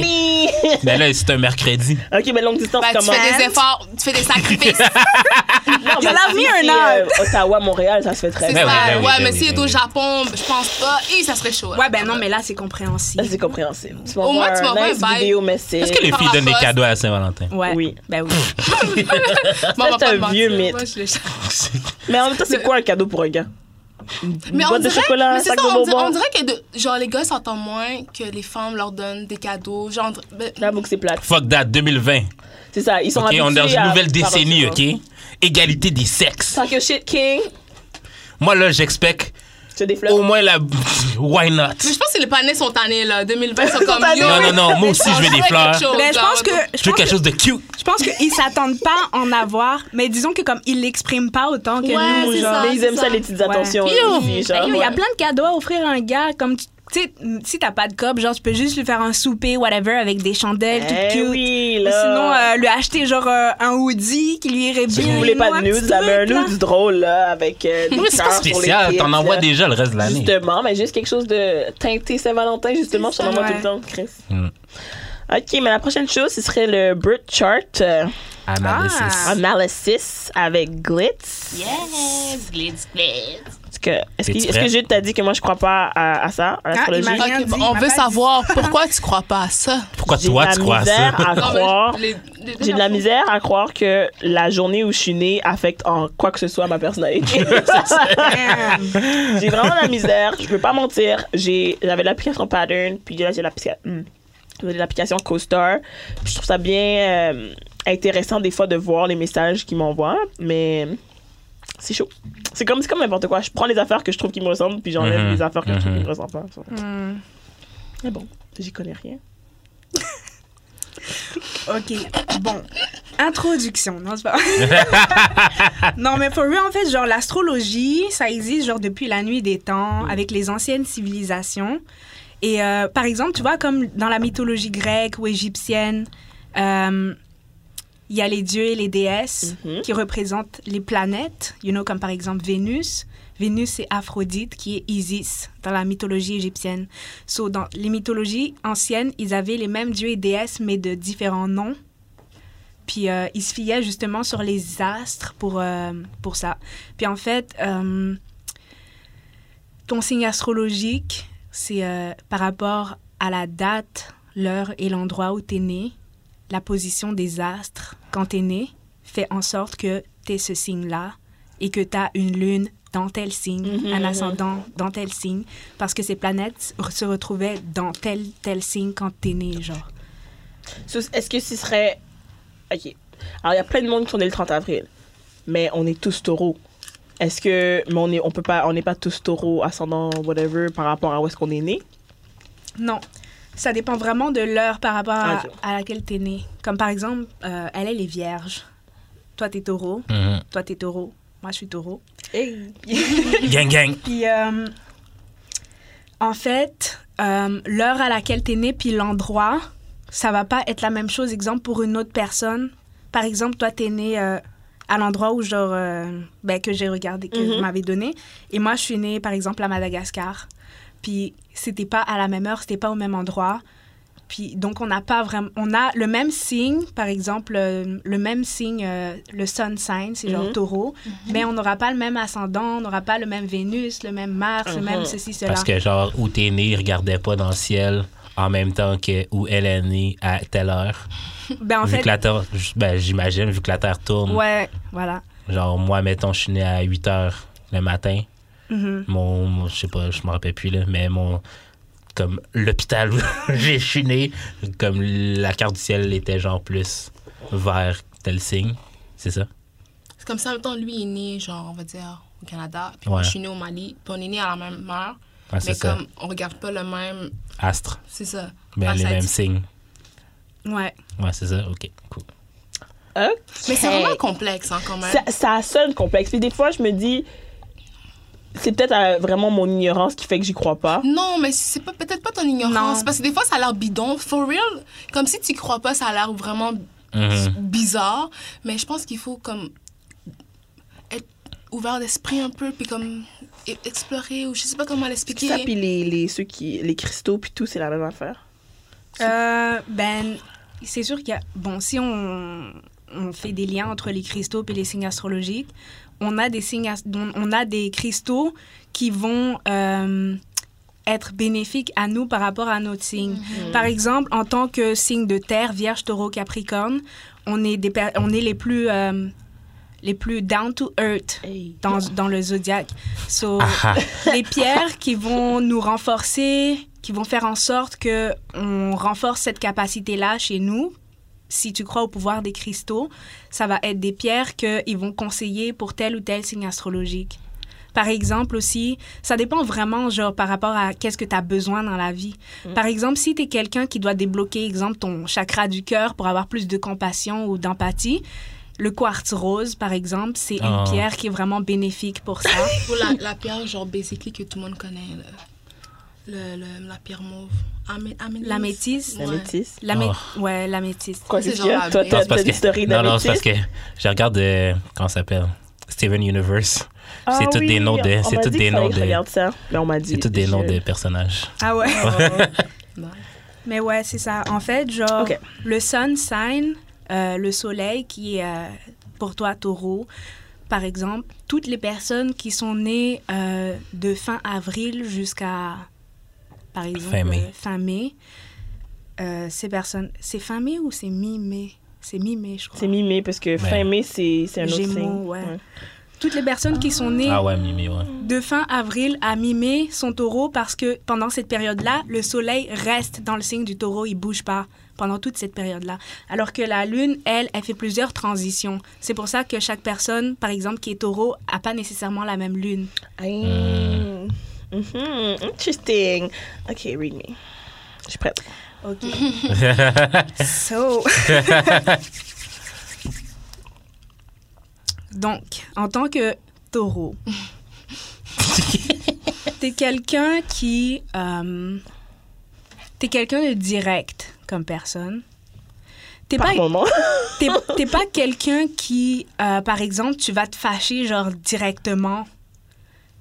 B: Mais là, c'est un mercredi.
C: Ok, mais longue distance,
D: Bah, tu
C: comment
D: fais des efforts, tu fais des sacrifices.
B: Ben,
C: Non,
E: Il
C: mais
E: l'a
C: si
E: mis
C: c'est,
E: un an.
C: euh, Ottawa, Montréal, ça se fait très
D: C'est
C: bien.
B: Ben
D: ça.
B: oui, ben oui,
D: ouais,
B: ben
D: mais
B: oui,
D: s'il est
B: ben
D: au
B: oui.
D: Japon, je pense pas. Et ça serait chaud.
E: Ouais, ben non, mais là, c'est compréhensible.
C: Ça, c'est compréhensible. Tu
D: Au moins, tu m'envoies
C: un nice
D: un vibe.
C: vidéo message.
B: Est-ce que les
D: Par
B: filles
D: la
B: donnent des
D: poste.
B: cadeaux à Saint-Valentin?
E: Ouais.
C: Oui.
E: Ben oui.
D: Bon, on va
C: c'est
D: pas
C: un
D: te mentir.
C: vieux mythe.
D: Moi, je l'ai-
C: Mais en même temps, c'est quoi un cadeau pour un gars? Une
D: Mais on
C: boîte de
D: dirait,
C: chocolat,
D: mais
C: un
D: c'est ça,
C: sac de
D: on dirait, on
C: bonbons.
D: dirait que de- genre les gars s'entendent moins que les femmes leur donnent des cadeaux. Genre, ben,
C: J'avoue que c'est plate.
B: Fuck that, 2020.
C: C'est ça, ils sont
B: OK,
C: habitués
B: on est dans
C: à-
B: une nouvelle
C: par-
B: décennie, OK? Égalité des sexes.
C: Talk your shit, king.
B: Moi, là, j'expecte
C: Tu as des fleurs.
B: au moins la... Why not?
D: mais je pense que les panais sont tannés là. 2020 sont comme
C: tannés,
D: yo,
B: Non, non, non, moi aussi, je veux des
D: quelque
B: fleurs.
D: chose,
E: Ben, je
D: genre,
E: pense que.
B: Je veux
E: pense
B: quelque chose de cute.
E: Je pense qu'ils s'attendent pas à en avoir, mais disons que comme ils l'expriment pas autant que
D: Ouais,
E: nous,
D: c'est
E: genre.
D: ça.
C: Mais ils aiment ça, les petites attentions.
E: Yo,
C: les filles, genre.
E: Ben, yo, Il y a
D: Ouais.
E: plein de cadeaux à offrir à un gars, comme tu tu sais, si t'as pas de cop, genre tu peux juste lui faire un souper, whatever, avec des chandelles, tout
C: Eh
E: cute.
C: oui,
E: Ou
C: là.
E: sinon, euh, lui acheter genre euh, un hoodie qui lui irait
C: Si
E: bien.
C: vous voulez pas de
E: un petit
C: nudes, avez un
E: truc, là.
C: nudes drôle, là, avec euh, des
B: Oui, c'est pas
C: cœurs pour les
B: spécial.
C: kids,
B: T'en envoies
C: là.
B: déjà le reste de l'année.
C: Justement, mais juste quelque chose de teinté Saint-Valentin, justement, je
E: C'est
C: t'en envoie
E: ça,
C: tout le temps, Chris.
B: Mm.
C: OK, mais la prochaine chose, ce serait le Brit Chart euh,
B: Analysis.
E: Ah.
C: Analysis avec Glitz.
F: Yes, glitz, glitz.
C: Est-ce que, est
B: Es-tu
C: que, est-ce que
B: prête?
C: Jude t'a dit que moi, je crois pas à, à ça, à l'astrologie?
E: Ah, il m'a rien
D: Ok,
E: dit,
D: bon,
E: il
D: on
E: m'a
D: veut
E: pas
D: savoir pourquoi tu crois pas à ça.
B: Pourquoi
C: J'ai
B: toi,
C: de la
B: tu crois à ça?
C: misère à croire- J'ai de la misère à croire que la journée où je suis née affecte en quoi que ce soit ma personnalité.
E: Damn.
C: j'ai vraiment de la misère, je peux pas mentir. J'ai, j'avais l'application Pattern, puis là j'ai l'applica- hmm. J'ai l'application CoStar. Puis je trouve ça bien euh, intéressant des fois de voir les messages qu'ils m'envoient, mais c'est chaud. C'est comme, c'est comme n'importe quoi. Je prends les affaires que je trouve qui me ressemblent, puis j'enlève
B: Mhm.
C: les affaires que je trouve qui
B: Mhm.
C: me ressemblent pas.
E: Hmm.
C: Mais bon, j'y connais rien.
E: OK, bon. Introduction, non, c'est pas... non, mais for real, en fait, genre, l'astrologie, ça existe, genre, depuis la nuit des temps, avec les anciennes civilisations. Et, euh, par exemple, tu vois, comme dans la mythologie grecque ou égyptienne, euh, il y a les dieux et les déesses
C: Mhm.
E: qui représentent les planètes, you know, comme par exemple Vénus. Vénus, c'est Aphrodite, qui est Isis dans la mythologie égyptienne. So, dans les mythologies anciennes, ils avaient les mêmes dieux et déesses, mais de différents noms. Puis euh, ils se fiaient justement sur les astres pour, euh, pour ça. Puis en fait, euh, ton signe astrologique, c'est euh, par rapport à la date, l'heure et l'endroit où tu es né, la position des astres quand tu es né, fait en sorte que tu es ce signe-là et que tu as une lune dans tel signe,
C: Mhm,
E: un
C: mhm.
E: ascendant dans tel signe, parce que ces planètes re- se retrouvaient dans tel, tel signe quand tu es né, genre.
C: So, Est-ce que ce serait. Ok. Alors, il y a plein de monde qui sont nés le 30 avril, mais on est tous taureaux. Est-ce que. Mais on n'est on peut pas, on n'est pas tous taureaux, ascendant, whatever, par rapport à où est-ce qu'on est né.
E: Non. Ça dépend vraiment de l'heure par rapport à,
C: Ah, ok.
E: à laquelle t'es né. Comme par exemple, euh, elle, elle est vierge. Toi, t'es taureau.
B: Mhm.
E: Toi, t'es taureau. Moi, je suis taureau.
B: Gang, gang.
E: Puis, euh, en fait, euh, l'heure à laquelle t'es né, puis l'endroit, ça va pas être la même chose, exemple, pour une autre personne. Par exemple, toi, t'es né euh, à l'endroit où, genre, euh, ben, que j'ai regardé, que
C: Mhm.
E: vous m'avez donné. Et moi, je suis née, par exemple, à Madagascar. Puis, c'était pas à la même heure, c'était pas au même endroit. Puis, donc, on n'a pas vraiment. On a le même signe, par exemple, euh, le même signe, euh, le sun sign, c'est genre
C: Mhm.
E: taureau. Mais on n'aura pas le même ascendant, on n'aura pas le même Vénus, le même Mars, le même
C: Mhm.
E: ceci, cela.
B: Parce que, genre, où t'es né, il regardait pas dans le ciel en même temps que où elle est née à telle heure.
E: Ben, en
B: vu
E: fait,
B: que la Terre, ben, j'imagine, vu que la Terre tourne.
E: ouais, voilà.
B: Genre, moi, mettons, je suis né à 8 h le matin.
E: Mhm.
B: Mon, mon- je sais pas, je me rappelle plus, là, mais mon. Comme l'hôpital où j'ai je suis né, comme la carte du ciel était genre plus vers tel signe. C'est ça?
D: C'est comme ça, en même temps, lui est né, genre, on va dire, au Canada, puis
B: Ouais.
D: moi, je suis née au Mali, puis on est né à la même heure,
B: Ah, c'est
D: mais
B: ça.
D: comme on regarde pas le même,
B: Astre.
D: c'est ça.
B: Ben,
D: Ah,
B: les
D: ça
B: mêmes
D: dit-
B: signes.
E: Ouais.
B: Ouais, c'est ça? Ok, cool.
D: Mais c'est vraiment complexe, hein, quand même.
C: Ça, ça sonne complexe. Puis des fois, je me dis. C'est peut-être euh, vraiment mon ignorance qui fait que j'y crois pas.
D: Non, mais c'est pas peut-être pas ton ignorance,
E: Non.
D: parce que des fois, ça a l'air bidon, for real. Comme si tu y crois pas, ça a l'air vraiment
B: Mhm.
D: bizarre, mais je pense qu'il faut comme être ouvert d'esprit un peu, puis comme e- explorer, ou je sais pas comment l'expliquer.
C: Ça, puis les, les, ceux qui, les cristaux, puis tout, c'est la même affaire.
E: Euh, ben, c'est sûr qu'il y a. Bon, si on, on fait des liens entre les cristaux et les signes astrologiques, on a des, signes, as- on on a des cristaux qui vont euh, être bénéfiques à nous par rapport à notre signe. Par exemple, en tant que signe de terre, Vierge, Taureau, Capricorne, on est, des, per- on est les plus. euh, les plus down to earth
C: Hey.
E: dans, dans le zodiaque. So,
B: Ah, ah.
E: les pierres qui vont nous renforcer, qui vont faire en sorte que on renforce cette capacité-là chez nous. Si tu crois au pouvoir des cristaux, ça va être des pierres qu'ils vont conseiller pour tel ou tel signe astrologique. Par exemple aussi, ça dépend vraiment genre par rapport à qu'est-ce que tu as besoin dans la vie. Par exemple, si tu es quelqu'un qui doit débloquer exemple ton chakra du cœur pour avoir plus de compassion ou d'empathie, le quartz rose par exemple, c'est
B: Ah.
E: une pierre qui est vraiment bénéfique pour ça.
D: Pour la, la pierre, genre, basically, que tout le monde connaît, le, le- le- la pierre mauve. Amé- améthyste.
C: La
E: La métisse
D: Ouais.
C: métisse.
E: La mé-
B: Oh.
E: Ouais, la métisse.
C: Quoi,
D: C'est
C: c'est
D: genre
C: ça?
D: la
C: Toi,
D: mé-
B: Non,
C: t'as
B: c'est parce
C: t'as
B: que-
C: des stories de
B: non,
C: la
B: non, c'est parce
C: métisse?
B: que je regarde, euh, comment ça s'appelle? Steven Universe.
C: Ah
B: c'est tous
C: oui,
B: des noms de-
C: on
B: c'est
C: m'a
B: tous
C: dit
B: des
C: qu'il fallait
B: noms
C: que je
B: de-
C: regarde ça. Mais on m'a dit.
B: C'est tous des noms
C: je-
B: de personnages.
E: Ah ouais.
D: Non.
E: Mais ouais, c'est ça. En fait, genre,
C: Ok.
E: le sun sign, euh, le soleil qui est euh, pour toi taureau, par exemple, toutes les personnes qui sont nées euh, de fin avril jusqu'à, par exemple,
B: Fin mai.
E: euh, fin mai, euh, ces personnes, c'est fin mai ou c'est mi-mai C'est mi-mai, je crois.
C: C'est mi-mai parce que fin
B: Ouais.
C: mai, c'est c'est un autre
E: Gémeaux,
C: signe.
E: ouais. Toutes les personnes qui sont nées
B: Ah ouais, Mimi, ouais.
E: de fin avril à mi-mai sont taureaux parce que pendant cette période-là, le soleil reste dans le signe du taureau, il bouge pas pendant toute cette période-là. Alors que la lune, elle, elle fait plusieurs transitions. C'est pour ça que chaque personne, par exemple, qui est taureau, a pas nécessairement la même lune.
C: Mm. Mhm, Interesting. OK, read me. Je suis prête.
E: Eh OK.
C: So.
E: Donc, en tant que taureau, t'es quelqu'un qui. euh, t'es quelqu'un de direct comme personne. T'es
C: Par
E: pas
C: moment.
E: T'es t'es pas quelqu'un qui, euh, par exemple, tu vas te fâcher genre directement.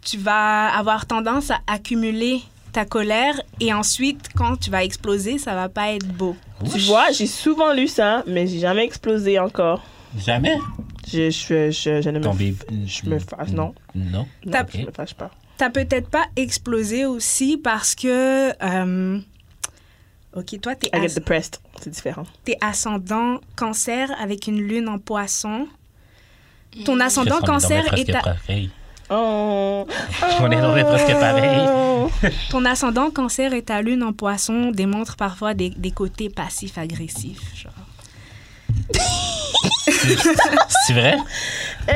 E: Tu vas avoir tendance à accumuler ta colère et ensuite, quand tu vas exploser, ça va pas être beau.
C: tu vois, j'ai souvent lu ça, mais j'ai jamais explosé encore.
B: Jamais
C: Je, je, je, je ne me
B: tombé.
C: Je me fâche, non.
B: Non.
C: non,
E: T'as-
C: je me fâche pas.
E: T'as peut-être pas explosé aussi parce que, euh, ok, toi t'es
C: I
E: as-
C: get depressed. C'est différent.
E: t'es ascendant Cancer avec une lune en Poisson. Ton ascendant
B: Parce qu'on est
E: Cancer
B: presque
E: est à-
B: pareil.
C: Oh.
B: On est tombé presque pareil.
E: Oh. Ton ascendant cancer et ta lune en poisson démontrent parfois des, des côtés passifs-agressifs. genre.
B: C'est vrai
C: Euh,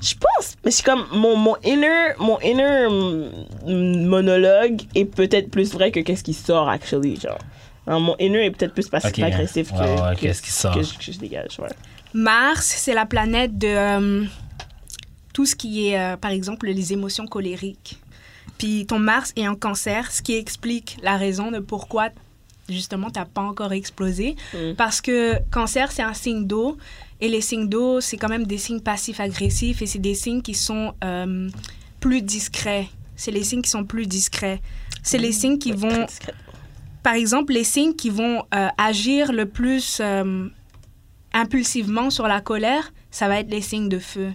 C: je pense, mais c'est comme mon, mon inner, mon inner mm, monologue est peut-être plus vrai que qu'est-ce qui sort actually, genre. Hein, mon inner est peut-être plus passif agressif
B: hein. Ouais,
C: que,
B: ouais,
C: que-
B: qu'est-ce qui sort?
C: que je, que je dégage. Ouais.
E: Mars, c'est la planète de euh, tout ce qui est, euh, par exemple, les émotions colériques. Puis ton Mars est en cancer, ce qui explique la raison de pourquoi, justement, t'as pas encore explosé.
C: Mm.
E: Parce que cancer, c'est un signe d'eau. Et les signes d'eau, c'est quand même des signes passifs-agressifs et c'est des signes qui sont euh, plus discrets. C'est les signes qui sont plus discrets. C'est les signes qui
C: Très
E: vont
C: discrète.
E: par exemple, les signes qui vont euh, agir le plus euh, impulsivement sur la colère, ça va être les signes de feu.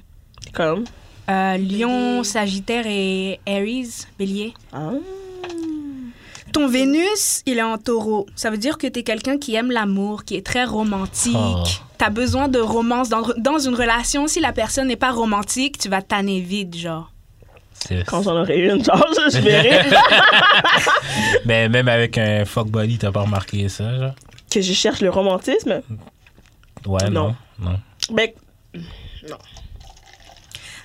C: Comme.
E: Euh, Lion, Sagittaire et Aries, Bélier.
C: Ah.
E: Ton Vénus, il est en taureau. Ça veut dire que tu es quelqu'un qui aime l'amour, qui est très romantique.
B: Oh.
E: Tu as besoin de romance. Dans, dans une relation, si la personne n'est pas romantique, tu vas tanner vite, genre.
B: C'est-
C: Quand j'en aurai une, genre, je verrai
B: Ben, même avec un fuck buddy, t'as pas remarqué ça, genre?
C: que je cherche le romantisme.
B: Ouais,
C: Non.
B: non. Non.
C: Ben,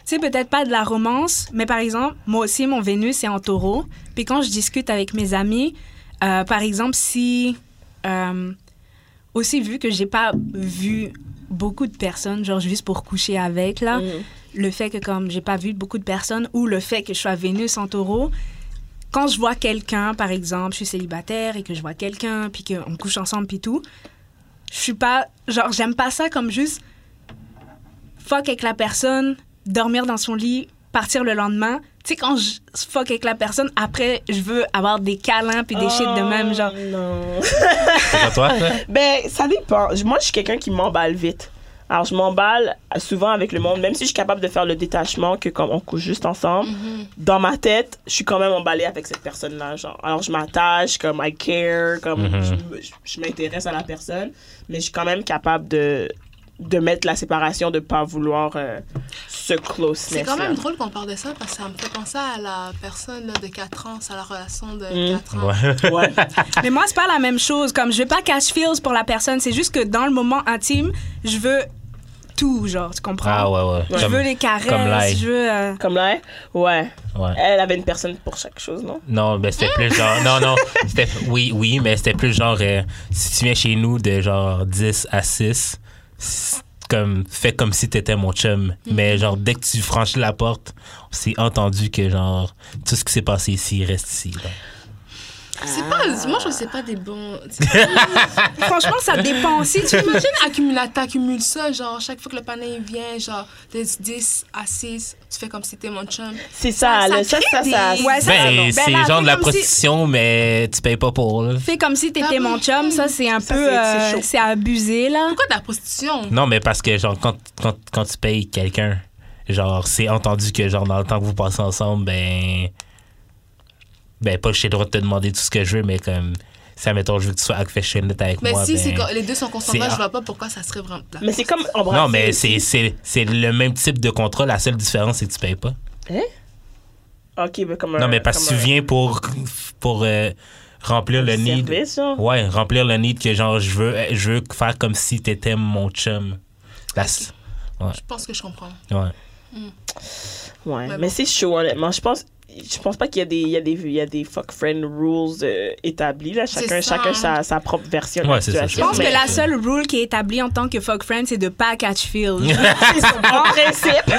E: C'est peut-être pas de la romance, mais par exemple, moi aussi, mon Vénus est en taureau. Puis quand je discute avec mes amis, euh, par exemple, si. euh, aussi, vu que j'ai pas vu beaucoup de personnes, genre juste pour coucher avec, là,
C: Mhm.
E: le fait que comme j'ai pas vu beaucoup de personnes ou le fait que je sois Vénus en taureau, quand je vois quelqu'un, par exemple, je suis célibataire et que je vois quelqu'un, puis qu'on couche ensemble, puis tout, je suis pas. Genre, j'aime pas ça comme juste fuck avec la personne, dormir dans son lit, partir le lendemain. Tu sais, quand je fuck avec la personne, après, je veux avoir des câlins puis des shit de même, genre.
C: Oh, Non.
B: C'est pas toi, ça?
C: Ben, ça dépend. Je- Moi, je suis quelqu'un qui m'emballe vite. Alors, je m'emballe souvent avec le monde, même si je suis capable de faire le détachement, que comme on couche juste ensemble,
D: Mm-hmm.
C: dans ma tête, je suis quand même emballée avec cette personne-là. Genre. Alors, je m'attache, comme I care, comme
B: Mhm.
C: je me- je, je m'intéresse à la personne, mais je suis quand même capable de, de mettre la séparation, de pas vouloir euh, ce
D: C'est
C: closeness.
D: quand même drôle qu'on parle de ça parce que ça me fait penser à la personne là, de 4 ans, à la relation de
C: Mm.
D: 4
B: Ouais.
D: ans.
C: Ouais.
E: Mais moi, c'est pas la même chose. Comme je veux pas catch feels pour la personne, c'est juste que dans le moment intime, je veux tout, genre, tu comprends?
B: Ah, ouais, ouais.
E: Je
B: Comme-
E: veux les
B: comme l'ail.
E: caresses, je veux. euh,
C: Comme là, ouais.
B: ouais.
C: Elle avait une personne pour chaque chose, non?
B: Non, mais c'était plus genre. Non, non. C'était, oui, oui, mais c'était plus genre. euh, si tu viens chez nous de genre 10 à 6, c'est comme, fais comme si t'étais mon chum. Mais genre, dès que tu franchis la porte, c'est entendu que genre, tout ce qui s'est passé ici reste ici. là.
D: C'est pas.
E: Ah.
D: Moi, je sais pas des bons.
E: Franchement, ça dépend aussi. Tu
D: Imagine, accumuler, t'accumules ça, genre, chaque fois que le panier il vient, genre, des 10 à 6, tu fais comme si t'étais mon chum.
C: C'est ça,
D: Ça-
C: là,
D: ça
C: ça, ça,
D: crée
C: ça.
D: des-
E: Ouais, ça, non.
B: Ben,
E: Ben,
B: c'est
E: là,
B: genre de la
E: fais comme si-
B: prostitution, mais tu payes pas pour. là.
E: Fais comme si t'étais mon chum, ça c'est un
C: Ah Ça,
E: peu.
C: c'est- c'est
E: euh,
C: chaud.
E: c'est abusé, là.
D: Pourquoi de la prostitution?
B: Non, mais parce que, genre, quand, quand, quand tu payes quelqu'un, genre, c'est entendu que, genre, dans le temps que vous passez ensemble, ben. Ben, pas que j'ai le droit de te demander tout ce que je veux, mais comme. Ça, mettons, je veux que tu sois affectionnate avec
D: Mais
B: moi.
D: si
B: ben-
D: c'est quand les deux sont consentants,
B: c'est- ah.
D: je vois pas pourquoi ça serait vraiment plat.
C: Mais c'est comme embrasser.
B: Non, mais c'est- c'est c'est le même type de contrat. La seule différence, c'est que tu payes pas.
C: Hein? Ok, ben, comme un.
B: Non, mais parce que tu
C: comme un
B: viens pour, pour euh, remplir le need.
C: service, genre.
B: Ouais, remplir le need que genre je veux, je veux faire comme si t'étais mon chum. La s-
D: Je pense que je comprends.
B: ouais.
C: Ouais,
D: Ouais,
C: mais,
D: bon.
C: c'est chaud, honnêtement. Je pense, je pense pas qu'il y a des, il y a des, il y a des fuck friend rules euh, établis, là. Chacun,
D: C'est ça.
C: chacun sa, sa propre version de
B: Ouais,
C: la
B: c'est ça,
E: Je
C: situation.
E: pense que
C: mais-
E: la seule rule qui est établie en tant que fuck friend, c'est de pas catch feel. tu
C: En principe.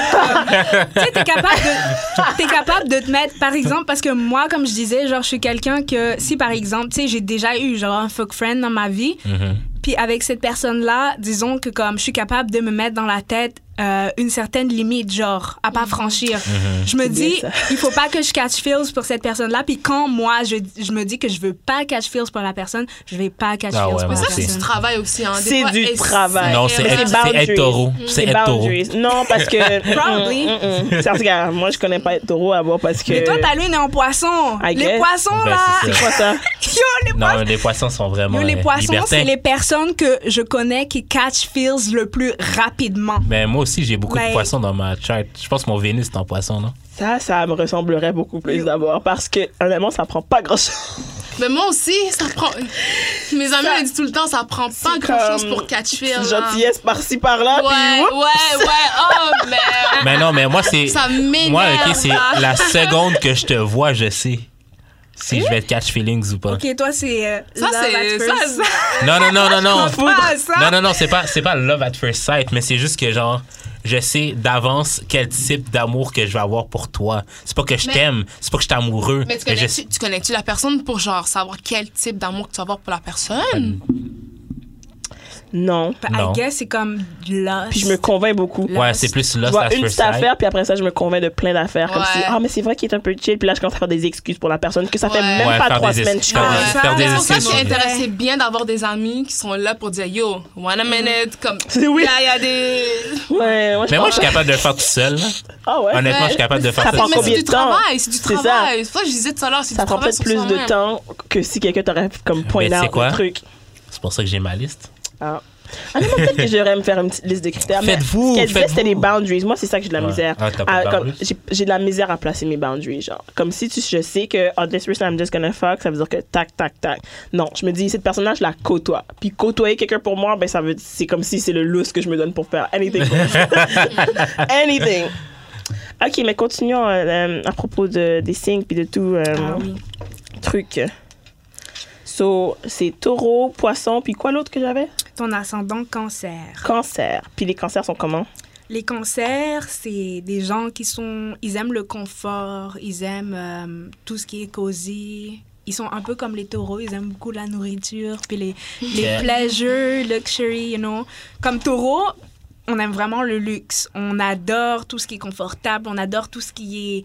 E: sais, t'es capable, de- t'es capable de te mettre, par exemple, parce que moi, comme je disais, genre, je suis quelqu'un que, si par exemple, tu sais, j'ai déjà eu, genre, un fuck friend dans ma vie,
B: Mhm.
E: puis avec cette personne-là, disons que, comme, je suis capable de me mettre dans la tête euh, une certaine limite, genre, à pas franchir.
B: Mhm.
E: Je me
C: Mhm. C'est bien
E: dis,
C: ça.
E: il faut pas que je catch feels pour cette personne-là, puis quand moi, je, je me dis que je veux pas catch feels pour la personne, je vais pas catch
B: Ah
E: feels
B: ouais,
E: pour
B: moi
E: la
D: Ça,
B: aussi.
D: c'est du
E: personne.
D: travail aussi. Hein. Des
C: C'est
D: fois,
C: du
D: et-
C: travail.
B: Non,
D: et-
B: c'est
D: et-
B: être, c'est être taureau. C'est
C: Les
B: être taureau.
C: boundaries. Non, parce que.
E: Probably.
C: Mm, mm, mm. Ça, regarde, moi, je connais pas être taureau à voir parce que.
E: Mais toi, ta lune est en poisson.
C: I
E: Les
C: guess.
E: poissons,
B: Ben,
E: là.
B: c'est
C: C'est quoi ça?
E: Yo, les
B: Non, mais les poissons sont vraiment.
E: Yo, les
B: euh,
E: poissons, c'est
B: libertins.
E: les personnes que je connais qui catch feels le plus rapidement.
B: Mais moi aussi, j'ai beaucoup
E: Ben-
B: de poissons dans ma chart. Je pense que mon Vénus est en poisson, non?
C: Ça, ça me ressemblerait beaucoup plus d'avoir parce que, honnêtement, ça prend pas grand chose.
D: Mais moi aussi, ça prend. Mes amis me disent tout le temps, ça prend pas
C: C'est
D: grand chose
C: comme-
D: pour catch feel. là.
C: euh, Gentillesse par-ci, par-là, puis
D: Ouais,
C: whoop,
D: ouais, ouais. Oh, merde.
B: Mais non, mais moi, c'est.
D: Ça m'énerve.
B: Moi, ok, c'est
D: là.
B: la seconde que je te vois, je sais si je vais te catch feelings ou pas.
E: Ok, toi, c'est. euh,
D: Ça,
E: love
D: c'est.
E: at
D: Ça,
E: first
D: c'est-
B: Non, non, non, non, non.
E: Ah, ça.
B: Non, non, non, c'est pas, c'est pas love at first sight, mais c'est juste que genre, je sais d'avance quel type d'amour que je vais avoir pour toi. C'est pas que je
D: Mais-
B: t'aime, c'est pas que je suis amoureux.
D: Mais tu
B: mais je
D: connais-tu tu connais-tu la personne pour genre savoir quel type d'amour que tu vas avoir pour la personne?
B: Ben,
C: Non.
E: Bah,
B: Non.
E: I guess, c'est comme du lust.
C: Puis je me convainc beaucoup.
E: Là,
B: Ouais, c'est plus
C: Je
B: love at
C: vois une
B: first
C: petite
B: sight.
C: affaire, puis après ça, je me convainc de plein d'affaires. Comme
D: Ouais.
C: si, ah, mais c'est vrai qu'il est un peu chill, puis là, je commence à faire des excuses pour la personne, que ça fait
D: Ouais.
C: même
B: Ouais,
C: pas
B: faire
C: trois
B: des
C: semaines que je
B: excuses.
C: suis avec.
B: Ouais. ben, faire des
D: Euh, C'est pour ça que je
B: excuses.
D: suis
B: Ouais.
D: intéressée bien d'avoir des amis qui sont là pour dire yo, one a minute, comme.
C: C'est Mm. oui.
D: Là, il y a des.
C: Ouais, moi, je
B: Mais moi, je
C: pense-
B: suis capable de le faire tout seul. là.
C: Ah ouais?
B: Honnêtement,
D: Ouais.
B: je suis capable de
C: Ça
B: faire
C: prend
B: tout
D: Mais c'est
C: combien
B: seul.
D: du
C: de temps?
D: travail, c'est du
C: C'est ça.
D: travail. C'est pour ça que je disais tout à l'heure, c'est du
C: Ça prend
D: travail.
C: peut-être plus de temps que si quelqu'un t'aurait comme pointé
B: tu sais
C: out
B: quoi?
C: un truc.
B: C'est pour ça que j'ai ma liste.
C: Ah. Honnêtement, peut-être que j'aurais me faire une petite liste de critères. mais
B: Faites-vous,
C: Ce qu'elle disait,
B: faites-vous.
C: c'était les boundaries. Moi, c'est ça que j'ai de la
B: Ouais.
C: misère.
B: Ah, t'as pas de
C: Ah, comme-
B: boundaries?
C: j'ai- J'ai de la misère à placer mes boundaries. Genre, comme si tu, je sais que, oh, this person I'm just gonna fuck, ça veut dire que tac, tac, tac. Non, je me dis, cette personne-là, je la côtoie. Puis côtoyer quelqu'un pour moi, ben, ça veut c'est comme si c'est le loose que je me donne pour faire anything. anything. Ok, mais continuons euh, euh, à propos de, des signes puis de tout euh,
E: Ah oui.
C: truc. So, c'est taureau, poisson, puis quoi l'autre que j'avais?
E: Ton ascendant cancer.
C: cancer. Puis les cancers sont comment?
E: Les cancers, c'est des gens qui sont. Ils aiment le confort, ils aiment euh, tout ce qui est cosy. Ils sont un peu comme les taureaux, ils aiment beaucoup la nourriture, puis les, les
B: Yeah.
E: pleasures, luxury, you know. Comme taureau, on aime vraiment le luxe. On adore tout ce qui est confortable, on adore tout ce qui est.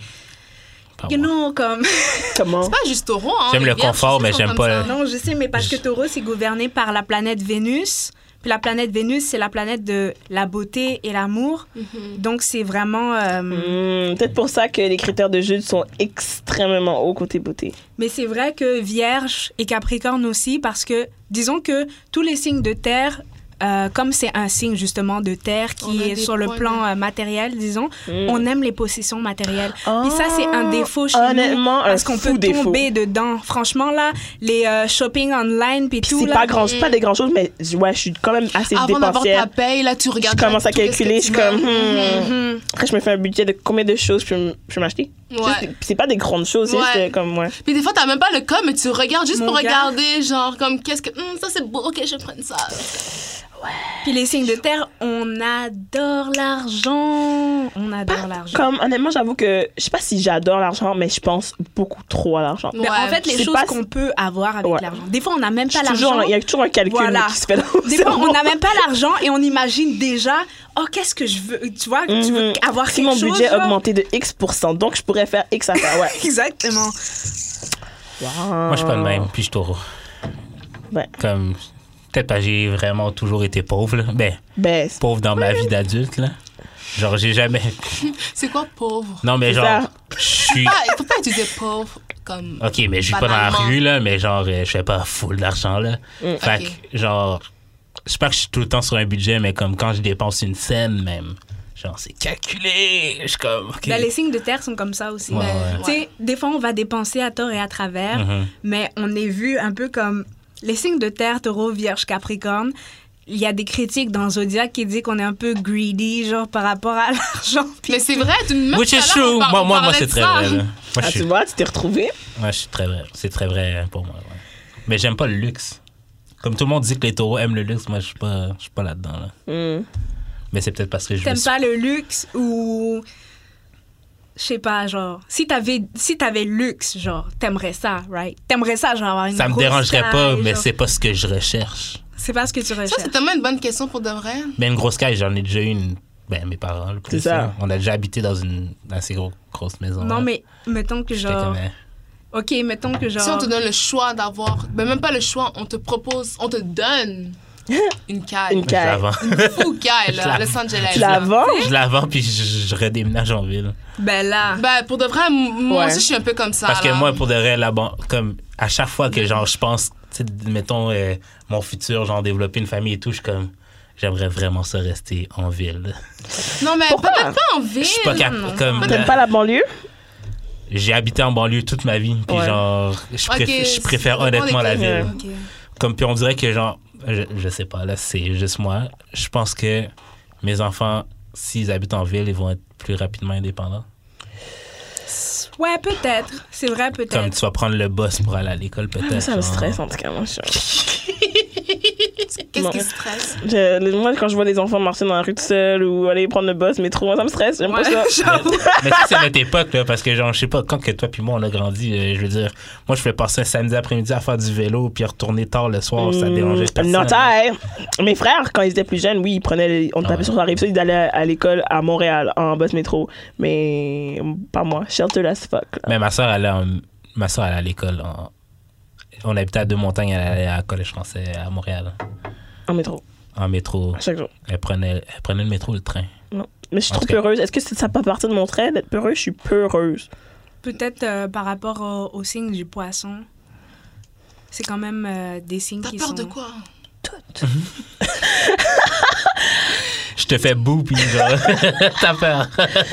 B: Pas
E: You
B: moi.
E: know, comme.
C: Comment?
D: Pas juste taureau, hein.
B: J'aime
D: les
B: le
D: vierges
B: confort,
D: aussi
B: mais
D: sont
B: j'aime
D: comme
B: pas
D: ça.
B: le-
E: Non, je sais, mais parce que Taureau, c'est gouverné par la planète Vénus. Puis la planète Vénus, c'est la planète de la beauté et l'amour. Donc, c'est vraiment... euh,
C: Hmm, Peut-être pour ça que les critères de Jude sont extrêmement hauts côté beauté.
E: Mais c'est vrai que Vierge et Capricorne aussi, parce que, disons que tous les signes de terre, euh, comme c'est un signe justement de terre
D: On
E: qui
D: a
E: est
D: des
E: sur le
D: points
E: plan euh, matériel, disons, on aime les possessions matérielles. Puis ça, c'est
C: Oh,
E: un défaut chez nous.
C: Honnêtement,
E: Parce
C: un
E: qu'on
C: Oh, fou
E: peut
C: défaut.
E: tomber dedans. Franchement, là, les euh, shopping online, puis
C: Puis
E: tout,
C: c'est
E: là,
C: pas grand, c'est pas des grands choses, mais je- ouais, je suis quand même assez
D: Avant d'avoir ta
C: dépensière.
D: paye, là, tu regardes.
C: Je commence à
D: tout, qu'est-ce que
C: calculer, je
D: tu
C: suis
D: veux.
C: comme, hmm.
E: Mhm.
C: Après, je me fais un budget de combien de choses je peux m- je peux m'acheter.
D: Ouais.
C: Juste des- C'est pas des grandes choses, c'est
D: Ouais.
C: juste euh, comme ouais.
D: Puis des fois, t'as même pas le cas, mais tu regardes juste
E: Mon
D: pour
E: gars.
D: hmm, regarder, genre, comme qu'est-ce que. Hum, ça c'est beau, ok, je vais prendre ça.
E: Puis les signes de terre, on adore l'argent. On adore l'argent.
C: Comme, honnêtement, j'avoue que je sais pas si j'adore l'argent, mais je pense beaucoup trop à l'argent.
E: Ben, en
D: Ouais,
E: fait, les
C: c'est
E: choses
C: pas-
E: qu'on peut avoir avec
C: Ouais.
E: l'argent. Des fois, on n'a même
C: Je
E: pas
C: suis toujours-
E: l'argent.
C: Il y a toujours un calcul
E: Voilà.
C: qui se fait dans mon
E: Des fois,
C: cerveau.
E: on n'a même pas l'argent et on imagine déjà, oh, qu'est-ce que je veux, tu vois, tu veux
C: Mhm.
E: avoir
C: Si
E: quelque
C: mon
E: chose.
C: budget
E: genre.
C: a augmenté de X%, donc je pourrais faire X affaires, ouais.
E: Exactement.
B: Moi, je suis pas le même, puis je suis taureau.
C: Ouais.
B: Comme, peut-être pas j'ai vraiment toujours été pauvre, là. Ben,
C: Baisse.
B: pauvre dans ma vie d'adulte, là. Genre, j'ai jamais.
D: C'est quoi pauvre?
B: Non, mais
C: C'est
B: genre,
C: ça.
B: je suis.
D: Ah, il faut pas utiliser pauvre comme.
B: Ok, mais je suis pas dans la
D: Banalement.
B: rue, là, mais genre, euh, je fais pas full d'argent, là.
C: Mm.
B: Fait
D: Ok.
B: que, genre, je pas que je suis tout le temps sur un budget, mais comme quand je dépense une scène, même, genre, c'est calculé. Je suis comme, ok.
E: Ben, les signes de terre sont comme ça aussi.
B: Ouais,
D: Ben,
E: Tu sais, des fois, on va dépenser à tort et à travers,
C: Mm-hmm.
B: Mhm.
E: mais on est vu un peu comme les signes de terre, taureau, vierge, capricorne. Il y a des critiques dans Zodiac qui disent qu'on est un peu greedy, genre par rapport à l'argent.
D: Mais c'est vrai, d'une même
B: Which is true. Moi, moi, moi c'est très vrai, là. Moi, je
C: Ah,
B: suis,
C: tu vois, tu t'es retrouvé.
B: moi, je suis très vrai. C'est très vrai pour moi, ouais. Mais j'aime pas le luxe. Comme tout le monde dit que les taureaux aiment le luxe, moi, je suis pas, je suis pas là-dedans, là.
C: Hmm.
B: Mais c'est peut-être parce que je me
E: T'aimes
B: suis-
E: pas le luxe ou. Je sais pas, genre. Si t'avais si t'avais luxe, genre, t'aimerais ça, right? T'aimerais ça, genre, avoir une
B: Ça me
E: grosse
B: dérangerait
E: taille,
B: pas, mais
E: genre.
B: c'est pas ce que je recherche.
E: C'est pas ce que tu
D: Ça,
E: recherches.
D: c'est tellement une bonne question pour de vrai.
B: Ben, une grosse caille, j'en ai déjà eu une. Ben, mes parents, le plus.
C: C'est ça.
B: là. On a déjà habité dans une assez gros- grosse maison.
E: Non,
B: là.
E: mais mettons que
B: J'étais
E: genre.
B: comme, hein.
E: Ok, mettons que genre.
D: Si on te donne le choix d'avoir. Ben, même pas le choix, on te propose, on te donne une caille.
C: Une
B: Je la vends.
D: Fou caille,
B: Je la-
D: là, Los Angeles.
C: Tu la
D: là.
C: vends?
B: Je la vends, puis je, je redéménage en ville.
E: Ben là.
D: Ben, pour de vrai, m- moi
C: Ouais.
D: aussi, je suis un peu comme ça.
B: Parce que
D: là.
B: moi, pour de vrai, là, bon, comme à chaque fois que genre, je pense, tu sais, mettons, euh, mon futur, genre développer une famille et tout, je suis comme, j'aimerais vraiment ça rester en ville.
D: Non, mais
C: Pourquoi?
D: peut-être pas en ville.
B: Je suis pas capable. Comme,
C: T'aimes
B: euh,
C: Hmm. pas la banlieue?
B: j'ai habité en banlieue toute ma vie, puis
C: Ouais.
B: genre, je,
D: Ok,
B: préfère- je
D: c'est-
B: préfère
D: ça dépend
B: honnêtement la
C: des-
B: ville.
D: euh,
E: Ok.
B: Comme, puis on dirait que genre, je, je sais pas, là, c'est juste moi. Je pense que mes enfants, s'ils habitent en ville, ils vont être plus rapidement indépendants.
E: Ouais, peut-être. C'est vrai,
B: Comme
E: peut-être.
B: tu vas prendre le boss pour aller à l'école,
E: Ben,
B: peut-être.
C: Ah, Ça me
B: genre.
C: stresse, en tout cas. Moi, je-
D: Qu'est-ce
C: Bon.
D: qui stresse?
C: je- moi, quand je vois les enfants marcher dans la rue tout seul ou aller prendre le bus, métro, moi, ça me stresse. J'aime pas ça.
E: Ouais, genre,
B: Mais ça, c'est notre époque, là, parce que, genre, je sais pas, quand que toi puis moi, on a grandi, euh, je veux dire, moi, je pouvais passer un samedi après-midi à faire du vélo, puis retourner tard le
C: Oh,
B: soir, ça
E: Hmm,
B: dérangeait personne.
C: Non, t'as, hein. Mm, Mes frères, quand ils étaient plus jeunes, oui, ils prenaient. les- on tapait
B: ouais.
C: sur la rive sud, ils allaient à l'école à Montréal en bus métro. Mais pas moi. Shelter as fuck. là.
B: Mais ma soeur, allait en- ma soeur, allait à l'école. en- On habitait à Deux-Montagnes, elle allait à Collège français à Montréal,
C: En métro,
B: en métro.
C: à chaque jour.
B: Elle prenait, elle prenait le métro, le train.
C: Non. Mais je suis
B: En
C: trop
B: tout cas.
C: peureuse. Est-ce que c'est- ça peut partir de mon trait d'être peureuse? Je suis peureuse.
E: Peut-être euh, par rapport au, au signe du poisson. C'est quand même euh, des signes
D: T'as
E: qui
D: peur
E: sont.
D: de quoi?
B: Je te fais boue, puis genre, t'as peur.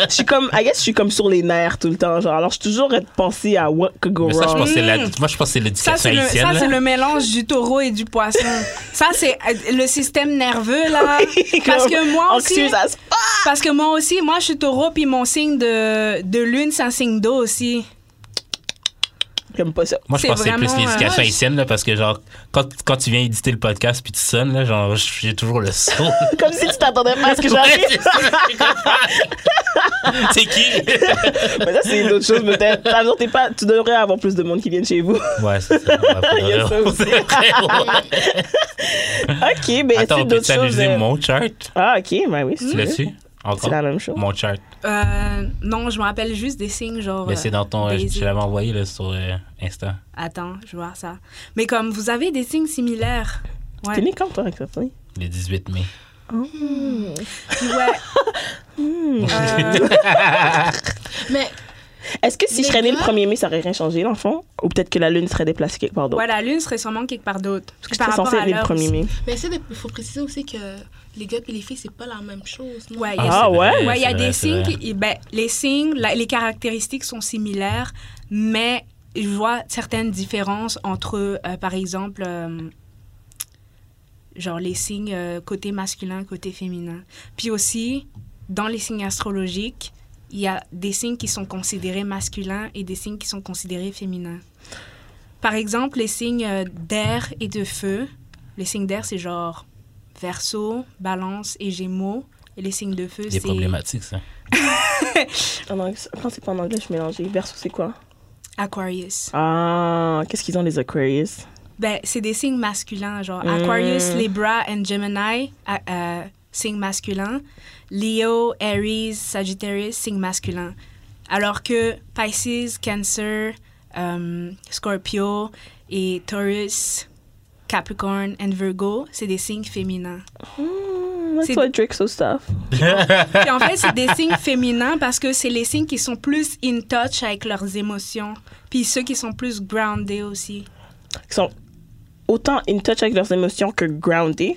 C: je suis comme, I guess, je suis comme sur les nerfs tout le temps. Genre, alors je suis toujours pensée à what could go
B: Mais ça, je
C: wrong.
B: pense que c'est la- moi, je pense que c'est
E: Ça,
B: l'éducation
E: c'est le, ça,
B: haïtienne.
E: c'est
B: là.
E: le mélange du taureau et du poisson. ça, c'est euh, le système nerveux, là. Parce que moi aussi,
C: Anxieuse as-
E: parce que moi aussi, moi, je suis taureau, puis mon signe de, de lune, c'est un signe d'eau aussi.
C: J'aime pas ça.
B: Moi, je
E: C'est
B: pense que c'est plus
E: vraiment,
B: l'éducation
E: euh,
B: haïtienne, là, parce que, genre, quand, quand tu viens éditer le podcast puis tu sonnes, là, genre, j'ai toujours le son.
C: Comme si tu t'attendais pas à ce que
B: Ouais,
C: j'arrive.
B: c'est ça. C'est qui?
C: Mais ça, c'est d'autres choses, peut-être. Par exemple, t'es pas, tu devrais avoir plus de monde qui viennent chez vous.
B: Ouais, c'est ça.
C: Il y a ça aussi. ok, mais
B: Attends,
C: c'est
B: on peut
C: d'autres choses.
B: t'amuser
C: euh,
B: mon chart?
C: Ah, ok, bah oui.
B: Tu
C: c'est-
B: l'as-tu?
C: C'est
B: Encore?
C: la même chose.
B: Mon chart.
E: Euh, non, je me rappelle juste des signes, genre.
B: Mais c'est dans ton.
E: euh,
B: euh,
E: des-
B: Tu l'avais envoyé là, sur euh, Insta.
E: Attends, je vais voir ça. Mais comme vous avez des signes similaires. Ouais.
C: T'es né quand, toi, avec ça? Fanny?
B: Le 18 mai.
E: Ouais. Euh,
D: Mais
C: Est-ce que si
D: Mais
C: je serais né le
D: moi-
C: 1er mai, ça aurait rien changé, l'enfant? Ou peut-être que la lune serait déplacée quelque part d'autre?
E: ouais, la lune serait sûrement quelque part d'autre.
C: Parce que
E: Par
C: j'étais
E: rapport
C: censée
E: à
C: être né le
E: l'heure
C: 1er
E: aussi.
C: mai.
D: Mais c'est de- il faut préciser aussi que les gars et les filles, c'est pas la même chose. non?
E: Ouais, il y a
C: Ah,
B: c'est
C: ouais?
B: vrai,
E: Ouais, il y a
B: c'est vrai,
E: des
B: c'est
E: signes,
B: vrai.
E: qui- ben, les signes, la- les caractéristiques sont similaires, mais je vois certaines différences entre, euh, par exemple, euh, genre les signes euh, côté masculin, côté féminin. Puis aussi, dans les signes astrologiques, il y a des signes qui sont considérés masculins et des signes qui sont considérés féminins. Par exemple, les signes euh, d'air et de feu. Les signes d'air, c'est genre Verseau, Balance et Gémeaux. Et les signes de feu,
B: C'est
E: c'est
B: problématique, ça.
C: En anglais, quand c'est pas en anglais, je suis mélangée. Verso, c'est quoi
E: Aquarius.
C: Ah, qu'est-ce qu'ils ont, les Aquarius
E: Ben, c'est des signes masculins, genre
C: Mm.
E: Aquarius, Libra and Gemini, a- euh, signes masculins. Leo, Aries, Sagittarius, signes masculins. Alors que Pisces, Cancer, euh, Scorpio et Taurus, Capricorn and Virgo, c'est des signes féminins.
C: Hmm, That's
E: C'est-
C: what Drexel stuff.
E: Puis en fait, c'est des signes féminins parce que c'est les signes qui sont plus in touch avec leurs émotions. Puis ceux qui sont plus grounded aussi.
C: Ils sont autant in touch avec leurs émotions que grounded.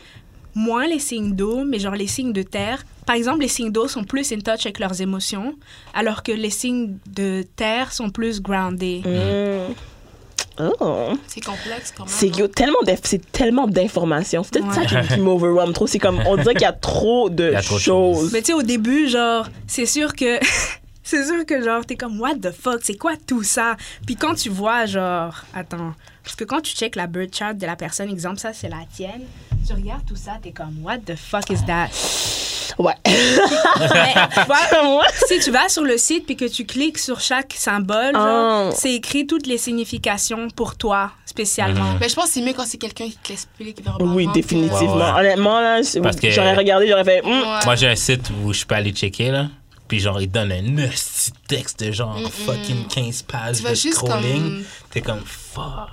E: Moins les signes d'eau, mais genre les signes de terre. Par exemple, les signes d'eau sont plus in touch avec leurs émotions, alors que les signes de terre sont plus grounded.
C: Hmm. Oh.
D: C'est complexe quand même.
C: C'est
D: non?
C: yo, tellement d'inf- c'est tellement d'informations. C'est peut-être
E: Ouais.
C: ça qui, qui m'overwhelm trop. C'est comme, on dirait qu'il y a trop de
B: Il y a trop de
C: choses.
E: Mais tu sais, au début, genre, c'est sûr que. c'est sûr que, genre, t'es comme, what the fuck, c'est quoi tout ça? Puis quand tu vois, genre, attends. Parce que quand tu checkes la birth chart de la personne, exemple, ça, c'est la tienne, tu regardes tout ça, t'es comme, what the fuck is that?
C: Ouais.
E: Mais, tu vois,
C: Moi,
E: si tu vas sur le site puis que tu cliques sur chaque symbole,
C: Oh.
E: genre, c'est écrit toutes les significations pour toi, spécialement.
D: Mais je pense que c'est mieux quand c'est quelqu'un qui te l'explique verbalement.
C: oui,
D: que- euh,
C: définitivement.
B: Ouais, ouais.
C: Honnêtement, là, je-
B: Parce que-
C: j'aurais regardé, j'aurais fait. hmm.
D: Ouais.
B: Moi, j'ai un site où je peux aller checker, là. Puis genre, il donne un petit texte de genre fucking 15 pages
D: Tu vas
B: de
D: juste
B: scrolling.
D: comme-
B: T'es comme fuck.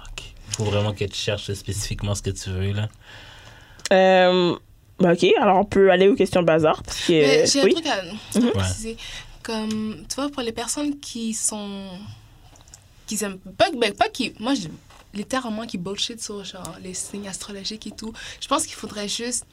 B: Faut vraiment que tu cherches spécifiquement ce que tu veux, là.
C: Euh, bah, ok, alors on peut aller aux questions bazar. Parce que,
D: Mais j'ai un
C: oui.
D: truc à, à préciser. Comme, tu vois, pour les personnes qui sont. qui aiment. Pas, ben, pas qui. Moi, je, littéralement, qui bullshit sur genre, les signes astrologiques et tout. Je pense qu'il faudrait juste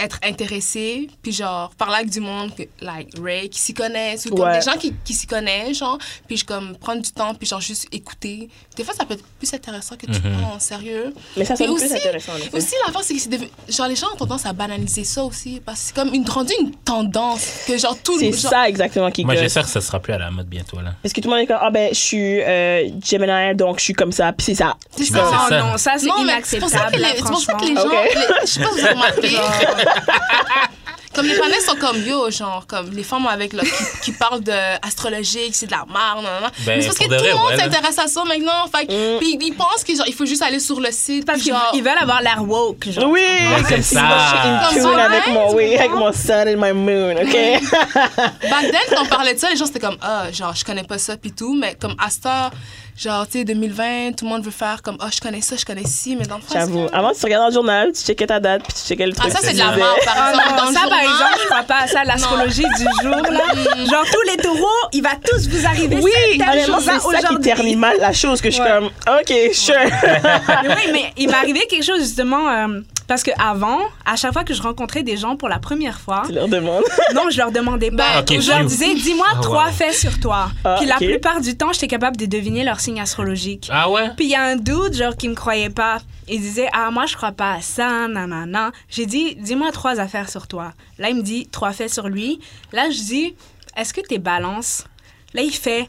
D: être intéressé, puis genre, parler avec du monde, que, like Ray, qui s'y connaissent, ou comme
C: Ouais.
D: des gens qui, qui s'y connaissent, genre, puis je, comme prendre du temps, puis genre, juste écouter. Des fois, ça peut être plus intéressant que tu prends en sérieux.
C: Mais ça, c'est
D: Puis
C: plus
D: aussi-
C: intéressant. en effet.
D: Aussi, l'affaire, c'est que c'est devenu- genre, les gens ont tendance à banaliser ça aussi. Parce que c'est comme une, rendu une tendance que, genre, tout le
C: C'est
D: genre,
C: ça exactement qui
B: Moi,
C: gosse.
B: j'espère que ça sera plus à la mode bientôt, là.
C: Parce que tout le monde est comme, ah ben, je suis euh, Gemini, donc je suis comme ça. Puis c'est ça.
D: C'est
B: Ben,
D: ça.
E: Oh
B: ça.
E: non, ça, c'est
D: Non, mais c'est pour ça
E: inacceptable,
D: que les,
E: là,
D: c'est pour ça
E: franchement.
D: que les gens.
C: Ok.
D: les- je sais pas si vous avez remarqué. comme les panels sont comme yo, genre, comme les femmes avec là, qui, qui parlent d'astrologie, que c'est de la merde, nan, nan, nan.
B: Ben,
D: Mais c'est parce que
B: pour
D: tout
B: de vrai,
D: le monde
B: ouais, là.
D: s'intéresse à ça maintenant. Fait que- puis ils pensent que, genre, il faut juste aller sur le site.
E: Mm. Parce
D: puis
E: qu'ils
D: genre,
E: ils veulent avoir l'air woke, genre.
C: Oui,
B: Ouais, Ben, c'est
C: comme si
B: ça. hein?
C: moi, je
E: Ah.
C: suis in
D: Comme
C: tune
D: ça,
C: avec
D: ouais,
C: mon,
D: tu
C: oui,
D: comprends?
C: avec mon sun and my moon, ok?
D: Back then, quand on parlait de ça, les gens c'était comme, ah, genre, je connais pas ça, puis tout. Mais comme à cette heure, genre, tu sais, 2020, tout le monde veut faire comme, ah, je connais ça, je connais ci, mais dans le fond, c'est
C: J'avoue.
D: comme-
C: Avant, tu regardais le journal, tu checkais ta date, puis tu checkais le
D: Ah,
C: truc.
B: Ben,
D: ça,
C: que
D: c'est
C: tu
D: de la
C: disais.
D: merde, par
E: Ah
D: exemple.
E: non,
D: dans
E: ça
D: le
E: par
D: journal. Mm.
E: exemple, je crois pas à ça, l'astrologie du jour, là. Genre, tous les taureaux, il va tous vous arriver
C: Oui,
E: cette telle
C: honnêtement,
E: chose-là
C: c'est ça qui
E: aujourd'hui.
C: termine mal la chose que je suis
E: Ouais.
C: comme, ok, sure.
E: Mais oui, mais il m'est arrivé quelque chose, justement, euh, parce que avant, à chaque fois que je rencontrais des gens pour la première fois,
C: Tu leur demandes.
E: Non, je leur demandais pas.
B: Ben, ok,
E: je leur
B: phew.
E: disais, dis-moi
B: Ah,
E: trois
B: wow.
E: faits sur toi.
C: Ah,
E: Puis
C: ok.
E: la plupart du temps, j'étais capable de deviner leur signe astrologique.
B: Ah ouais?
E: Puis il y a un dude, genre, qui me croyait pas. Il disait, ah, moi, je crois pas à ça, nanana. J'ai dit, dis-moi trois affaires sur toi. Là, il me dit trois faits sur lui. Là, je dis, est-ce que t'es balance? Là, il fait,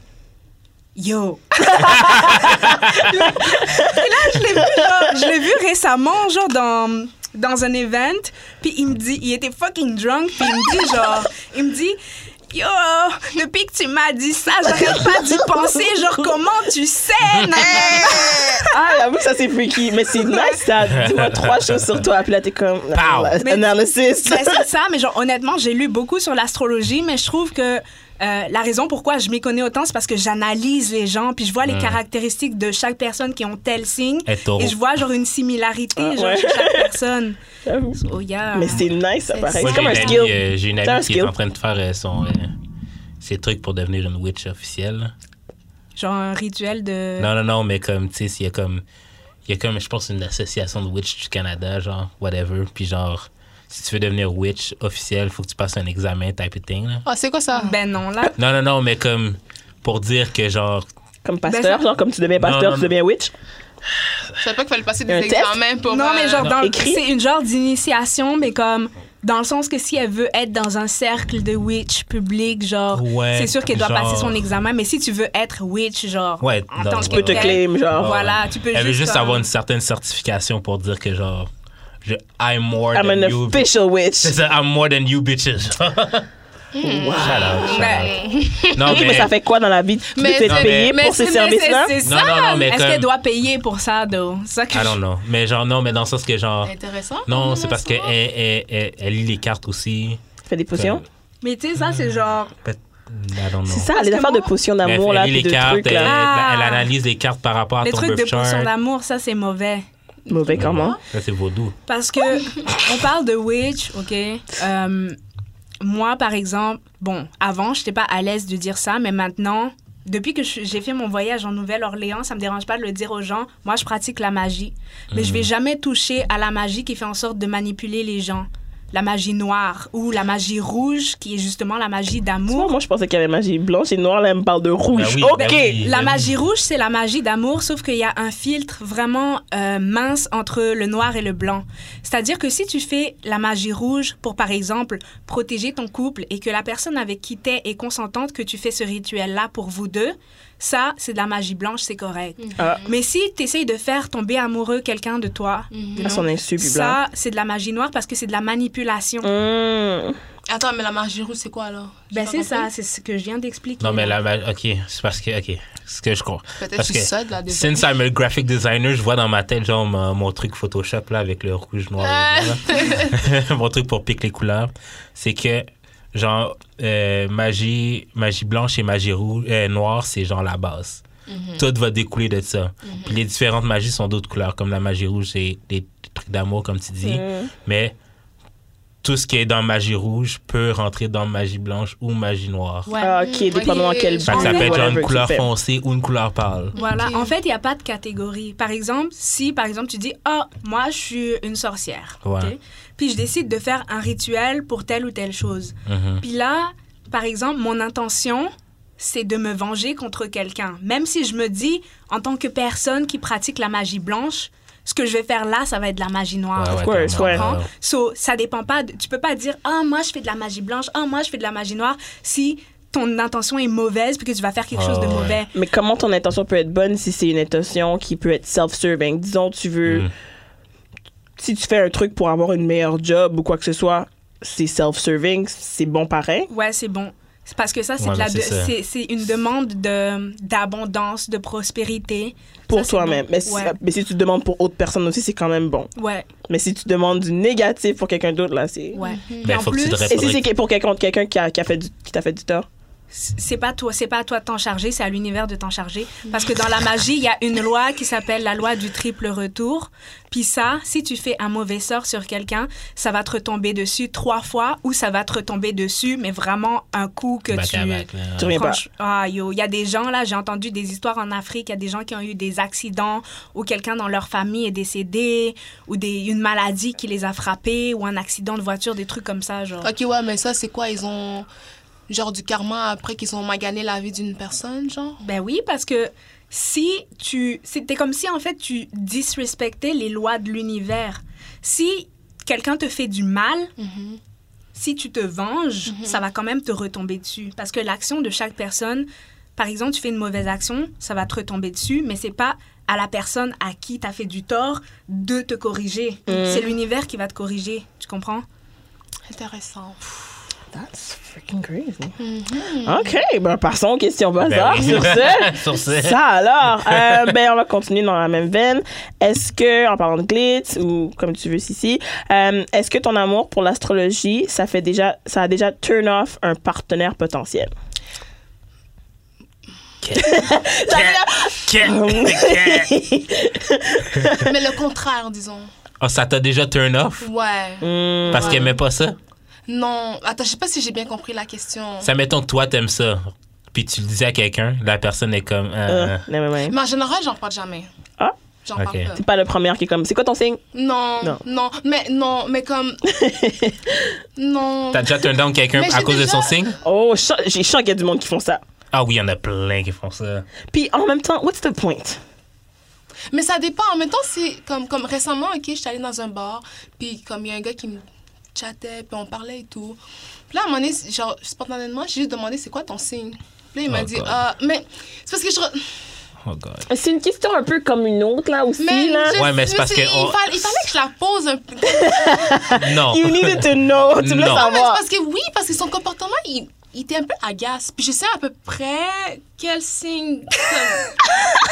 E: yo. Et là, je l'ai vu, genre, je l'ai vu récemment, genre, dans dans un event, puis il me dit, il était fucking drunk, puis il me dit genre, il me dit, yo, depuis que tu m'as dit ça, j'arrête pas d'y penser, genre comment tu sais, nanana.
C: Ah, j'avoue que ça, c'est freaky. Mais c'est nice, ça. Dis-moi trois choses sur toi. Puis là, t'es comme,
B: Pow.
C: analysis.
E: Ben, c'est ça, mais genre, honnêtement, j'ai lu beaucoup sur l'astrologie, mais je trouve que euh, la raison pourquoi je m'y connais autant, c'est parce que j'analyse les gens, puis je vois les caractéristiques de chaque personne qui ont tel signe,
B: Et taureau.
E: et je vois genre une similarité
C: Ah,
E: genre,
C: ouais.
E: chez chaque personne.
C: J'avoue.
E: So, yeah.
C: Mais c'est nice, ça,
E: Ah.
C: pareil.
E: C'est-
B: Moi,
C: C'est comme un
B: j'ai une amie,
C: skill.
B: euh, j'ai une
C: C'est un
B: amie qui est
C: skill.
B: en train de faire euh, son, euh, ses trucs pour devenir une witch officielle. là.
E: Genre un rituel de...
B: Non, non, non, mais comme, tu sais, s'il y a comme. Il y a comme, je pense, une association de witch du Canada, genre, whatever. Puis genre, si tu veux devenir witch officiel, faut que tu passes un examen type of thing, là.
D: Ah, c'est quoi ça?
E: Ben non, là.
B: Non, non, non, mais comme, pour dire que genre.
C: Comme pasteur,
E: ça-
C: genre, comme tu deviens
B: Non,
C: pasteur,
B: non,
C: tu
B: non.
C: deviens witch.
D: Je savais pas qu'il fallait passer des
C: Un test?
D: examens pour.
E: Non,
D: euh,
E: mais genre,
B: non.
E: dans-
C: Écrit.
E: c'est une genre d'initiation, mais comme dans le sens que si elle veut être dans un cercle de witch public, genre,
B: Ouais,
E: c'est sûr qu'elle doit
B: genre-
E: passer son examen, mais si tu veux être witch, genre,
B: Ouais,
E: en
B: dans-
E: tant
B: Tu
E: que
B: peux te
E: tel,
C: claim, genre.
E: Voilà, tu peux
B: oh, Elle veut juste
E: comme-
B: avoir une certaine certification pour dire que genre. je, I'm more
C: I'm an
B: than you. bi-
C: official witch.
B: C'est ça, I'm more than you bitches. Shout
E: Hmm.
B: out, shout
E: Mais-
B: out. Non,
C: Oui, mais ça fait quoi dans la vie de
E: Mais
C: être
B: Ah, c'est-
C: payé
E: mais
C: pour ces
E: c'est-
C: services-là?
E: mais c'est
B: Non,
E: ça.
B: non, non, mais
E: Est-ce
B: comme-
E: qu'elle doit payer pour ça, though? Ça que
B: I don't know. Mais genre, non, mais dans le sens que genre.
D: Intéressant.
B: Non,
D: comme
B: c'est parce
D: ça.
B: qu'elle elle, elle- elle lit les cartes aussi.
C: Fait des potions?
E: je- Mais tu sais, ça, c'est genre.
B: Peut- I don't know.
C: C'est ça,
E: Parce
C: les
E: que
C: affaires
E: moi-
C: de potions
B: Mais
C: d'amour,
B: elle
C: là,
B: lit
C: puis
B: les
C: de
B: cartes,
C: trucs,
B: elle,
C: là.
E: là.
B: elle analyse les cartes par rapport à
E: Ah. Les
B: ton
E: trucs de
B: birth
E: potion
B: chart.
E: d'amour, ça, c'est mauvais.
C: Mauvais comment?
B: Ça, c'est vaudou.
E: Parce que on parle de witch, ok. Euh, moi, par exemple, bon, avant, je n'étais pas à l'aise de dire ça, mais maintenant, depuis que je- j'ai fait mon voyage en Nouvelle-Orléans, ça me dérange pas de le dire aux gens. Moi, je pratique la magie, mais je vais jamais toucher à la magie qui fait en sorte de manipuler les gens. La magie noire ou la magie rouge, qui est justement la magie
C: Tu vois,
E: d'amour.
C: moi, je pensais qu'il y avait magie blanche et noire, là, elle me parle de rouge.
B: Ben oui,
C: OK!
B: ben oui.
E: La magie rouge, c'est la magie d'amour, sauf qu'il y a un filtre vraiment euh, mince entre le noir et le blanc. C'est-à-dire que si tu fais la magie rouge pour, par exemple, protéger ton couple et que la personne avec qui t'es est consentante que tu fais ce rituel-là pour vous deux, ça, c'est de la magie blanche, c'est correct.
C: Ah.
E: Mais si tu essayes de faire tomber amoureux quelqu'un de toi, you
C: À
E: know,
C: Ah, son insu, puis blanc.
E: ça, c'est de la magie noire parce que c'est de la manipulation.
C: Mmh.
D: Attends, mais la magie rouge, c'est quoi alors J'ai
E: Ben,
D: pas
E: c'est ça,
D: compris.
E: c'est ce que je viens d'expliquer.
B: Non, mais
E: là.
B: la ma- OK, c'est parce que... OK, ce que je comprends.
D: Peut-être
B: Parce
D: que
B: que
D: je suis seule là déjà.
B: Since I'm a graphic designer, je vois dans ma tête, genre, mon, mon truc Photoshop, là, avec le rouge, noir,
D: Ah!
B: et blanc, là. mon truc pour piquer les couleurs, c'est que, genre, euh, magie, magie blanche et magie rouge, euh, noire, c'est genre la base.
D: Mhm.
B: Tout va découler de ça. Puis les différentes magies sont d'autres couleurs, comme la magie rouge, c'est des trucs d'amour, comme tu dis. Mais tout ce qui est dans magie rouge peut rentrer dans magie blanche ou magie noire.
E: Ouais.
C: Ah, OK, dépendamment
D: Ok.
C: quel
D: Fait
B: Fait que ça
E: Ouais.
B: peut être genre une
C: whatever
B: couleur
C: tu fais.
B: foncée ou une couleur pâle.
E: Voilà,
D: Ok.
E: en fait, il n'y a pas de catégorie. Par exemple, si par exemple tu dis "Oh, moi je suis une sorcière."
B: Ouais.
E: ok? Puis je décide de faire un rituel pour telle ou telle chose.
B: Mhm.
E: Puis là, par exemple, mon intention c'est de me venger contre quelqu'un. Même si je me dis en tant que personne qui pratique la magie blanche, ce que je vais faire là, ça va être de la magie noire. Hein?
B: Ouais, ouais,
C: course,
B: clairement,
C: ouais.
B: ouais, ouais.
E: So, ça dépend pas. de- tu peux pas dire ah moi je fais de la magie blanche, ah moi je fais de la magie noire si ton intention est mauvaise puis que tu vas faire quelque
B: Ah,
E: chose de
B: ouais.
E: mauvais.
C: Mais comment ton intention peut être bonne si c'est une intention qui peut être self-serving? Ben, Disons, tu veux.
B: Mm.
C: Si tu fais un truc pour avoir une meilleure job ou quoi que ce soit, c'est self-serving, c'est bon pareil.
E: Ouais, c'est bon. C'est parce que ça, c'est
B: Ouais,
E: de la
B: mais c'est
E: de-
B: ça.
E: c'est c'est une demande de d'abondance, de prospérité.
C: Pour
E: Ça, c'est
C: toi-même.
E: bon.
C: Mais, si-
E: Ouais.
C: mais si tu demandes pour autre personne aussi, c'est quand même bon.
E: Ouais,
C: Mais si tu demandes du négatif pour quelqu'un d'autre, là, c'est.
E: ouais.
B: Ben,
E: en
B: faut que tu
E: plus,
B: te ré-
C: Et si c'est que- pour quelqu'un quelqu'un qui a- qui a fait du- qui t'a fait du tort?
E: c'est pas toi, c'est pas à toi de t'en charger, c'est à l'univers de t'en charger. Parce que dans la magie, il y a une loi qui s'appelle la loi du triple retour. Puis ça, si tu fais un mauvais sort sur quelqu'un, ça va te retomber dessus trois fois ou ça va te retomber dessus, mais vraiment un coup que
B: Back
E: tu.
B: à back, là.
C: Tu reviens pas.
E: Franch- Ah, yo, il y a des gens là, j'ai entendu des histoires en Afrique, il y a des gens qui ont eu des accidents ou quelqu'un dans leur famille est décédé ou des, une maladie qui les a frappés ou un accident de voiture, des trucs comme ça, genre.
D: Ok, ouais, mais ça, c'est quoi Ils ont genre du karma après qu'ils ont magané la vie d'une personne, genre
E: Ben oui, parce que si tu. C'était comme si, en fait, tu disrespectais les lois de l'univers. Si quelqu'un te fait du mal, si tu te venges, ça va quand même te retomber dessus. Parce que l'action de chaque personne. Par exemple, tu fais une mauvaise action, ça va te retomber dessus, mais c'est pas à la personne à qui t'as fait du tort de te corriger. C'est l'univers qui va te corriger, tu comprends
D: Intéressant.
C: That's freaking crazy. OK, ben passons aux questions bazar
B: Ben oui.
C: sur ce.
B: Sur ce.
C: Ça alors, euh, ben on va continuer dans la même veine. Est-ce que, en parlant de glitz ou comme tu veux, Sissi, euh, est-ce que ton amour pour l'astrologie, ça fait déjà, ça a déjà turn off un partenaire potentiel? Mm.
D: mais le contraire, disons.
B: Ah, ça t'a déjà turn off
D: Ouais.
C: Hmm,
B: parce
D: Ouais.
B: qu'elle aimait pas ça.
D: Non, attends, je sais pas si j'ai bien compris la question.
B: Ça mettons que toi t'aimes ça, puis tu le dis à quelqu'un, la personne est comme
C: euh,
B: euh,
C: never mind.
D: Mais en général, j'en parle jamais.
C: Ah.
D: J'en
B: Ok.
D: parle pas.
C: C'est pas le premier qui est comme, c'est quoi ton signe?
D: Non,
C: Non.
D: non, mais non, mais comme. non.
B: t'as déjà turn down quelqu'un
D: Mais
B: à
D: j'ai
B: cause de son
D: déjà-
B: signe
C: Oh, je sens- j'ai sens qu'il y a du monde qui font ça.
B: Ah oui, il y en a plein qui font ça.
C: Puis en même temps, what's the point?
D: Mais ça dépend. En même temps, c'est comme, comme récemment, ok, je suis allée dans un bar, puis comme il y a un gars qui me chattait, puis on parlait et tout. Puis là, à un moment donné, c'est- genre, spontanément, j'ai juste demandé c'est quoi ton signe. Puis là, il m'a
B: Oh,
D: dit,
B: God.
D: ah, mais c'est parce que je. re-
B: Oh god.
C: C'est une question un peu comme une autre, là aussi.
D: Mais
C: là.
D: je-
B: Ouais, mais c'est parce que
D: il,
B: on-
D: fallait, il fallait que je la pose un peu. Mais
B: Non.
C: You needed to know. Tu voulais
B: Non.
D: c'est
C: savoir.
D: parce que oui, parce que son comportement, il, il était un peu agace. Puis je sais à peu près quel signe.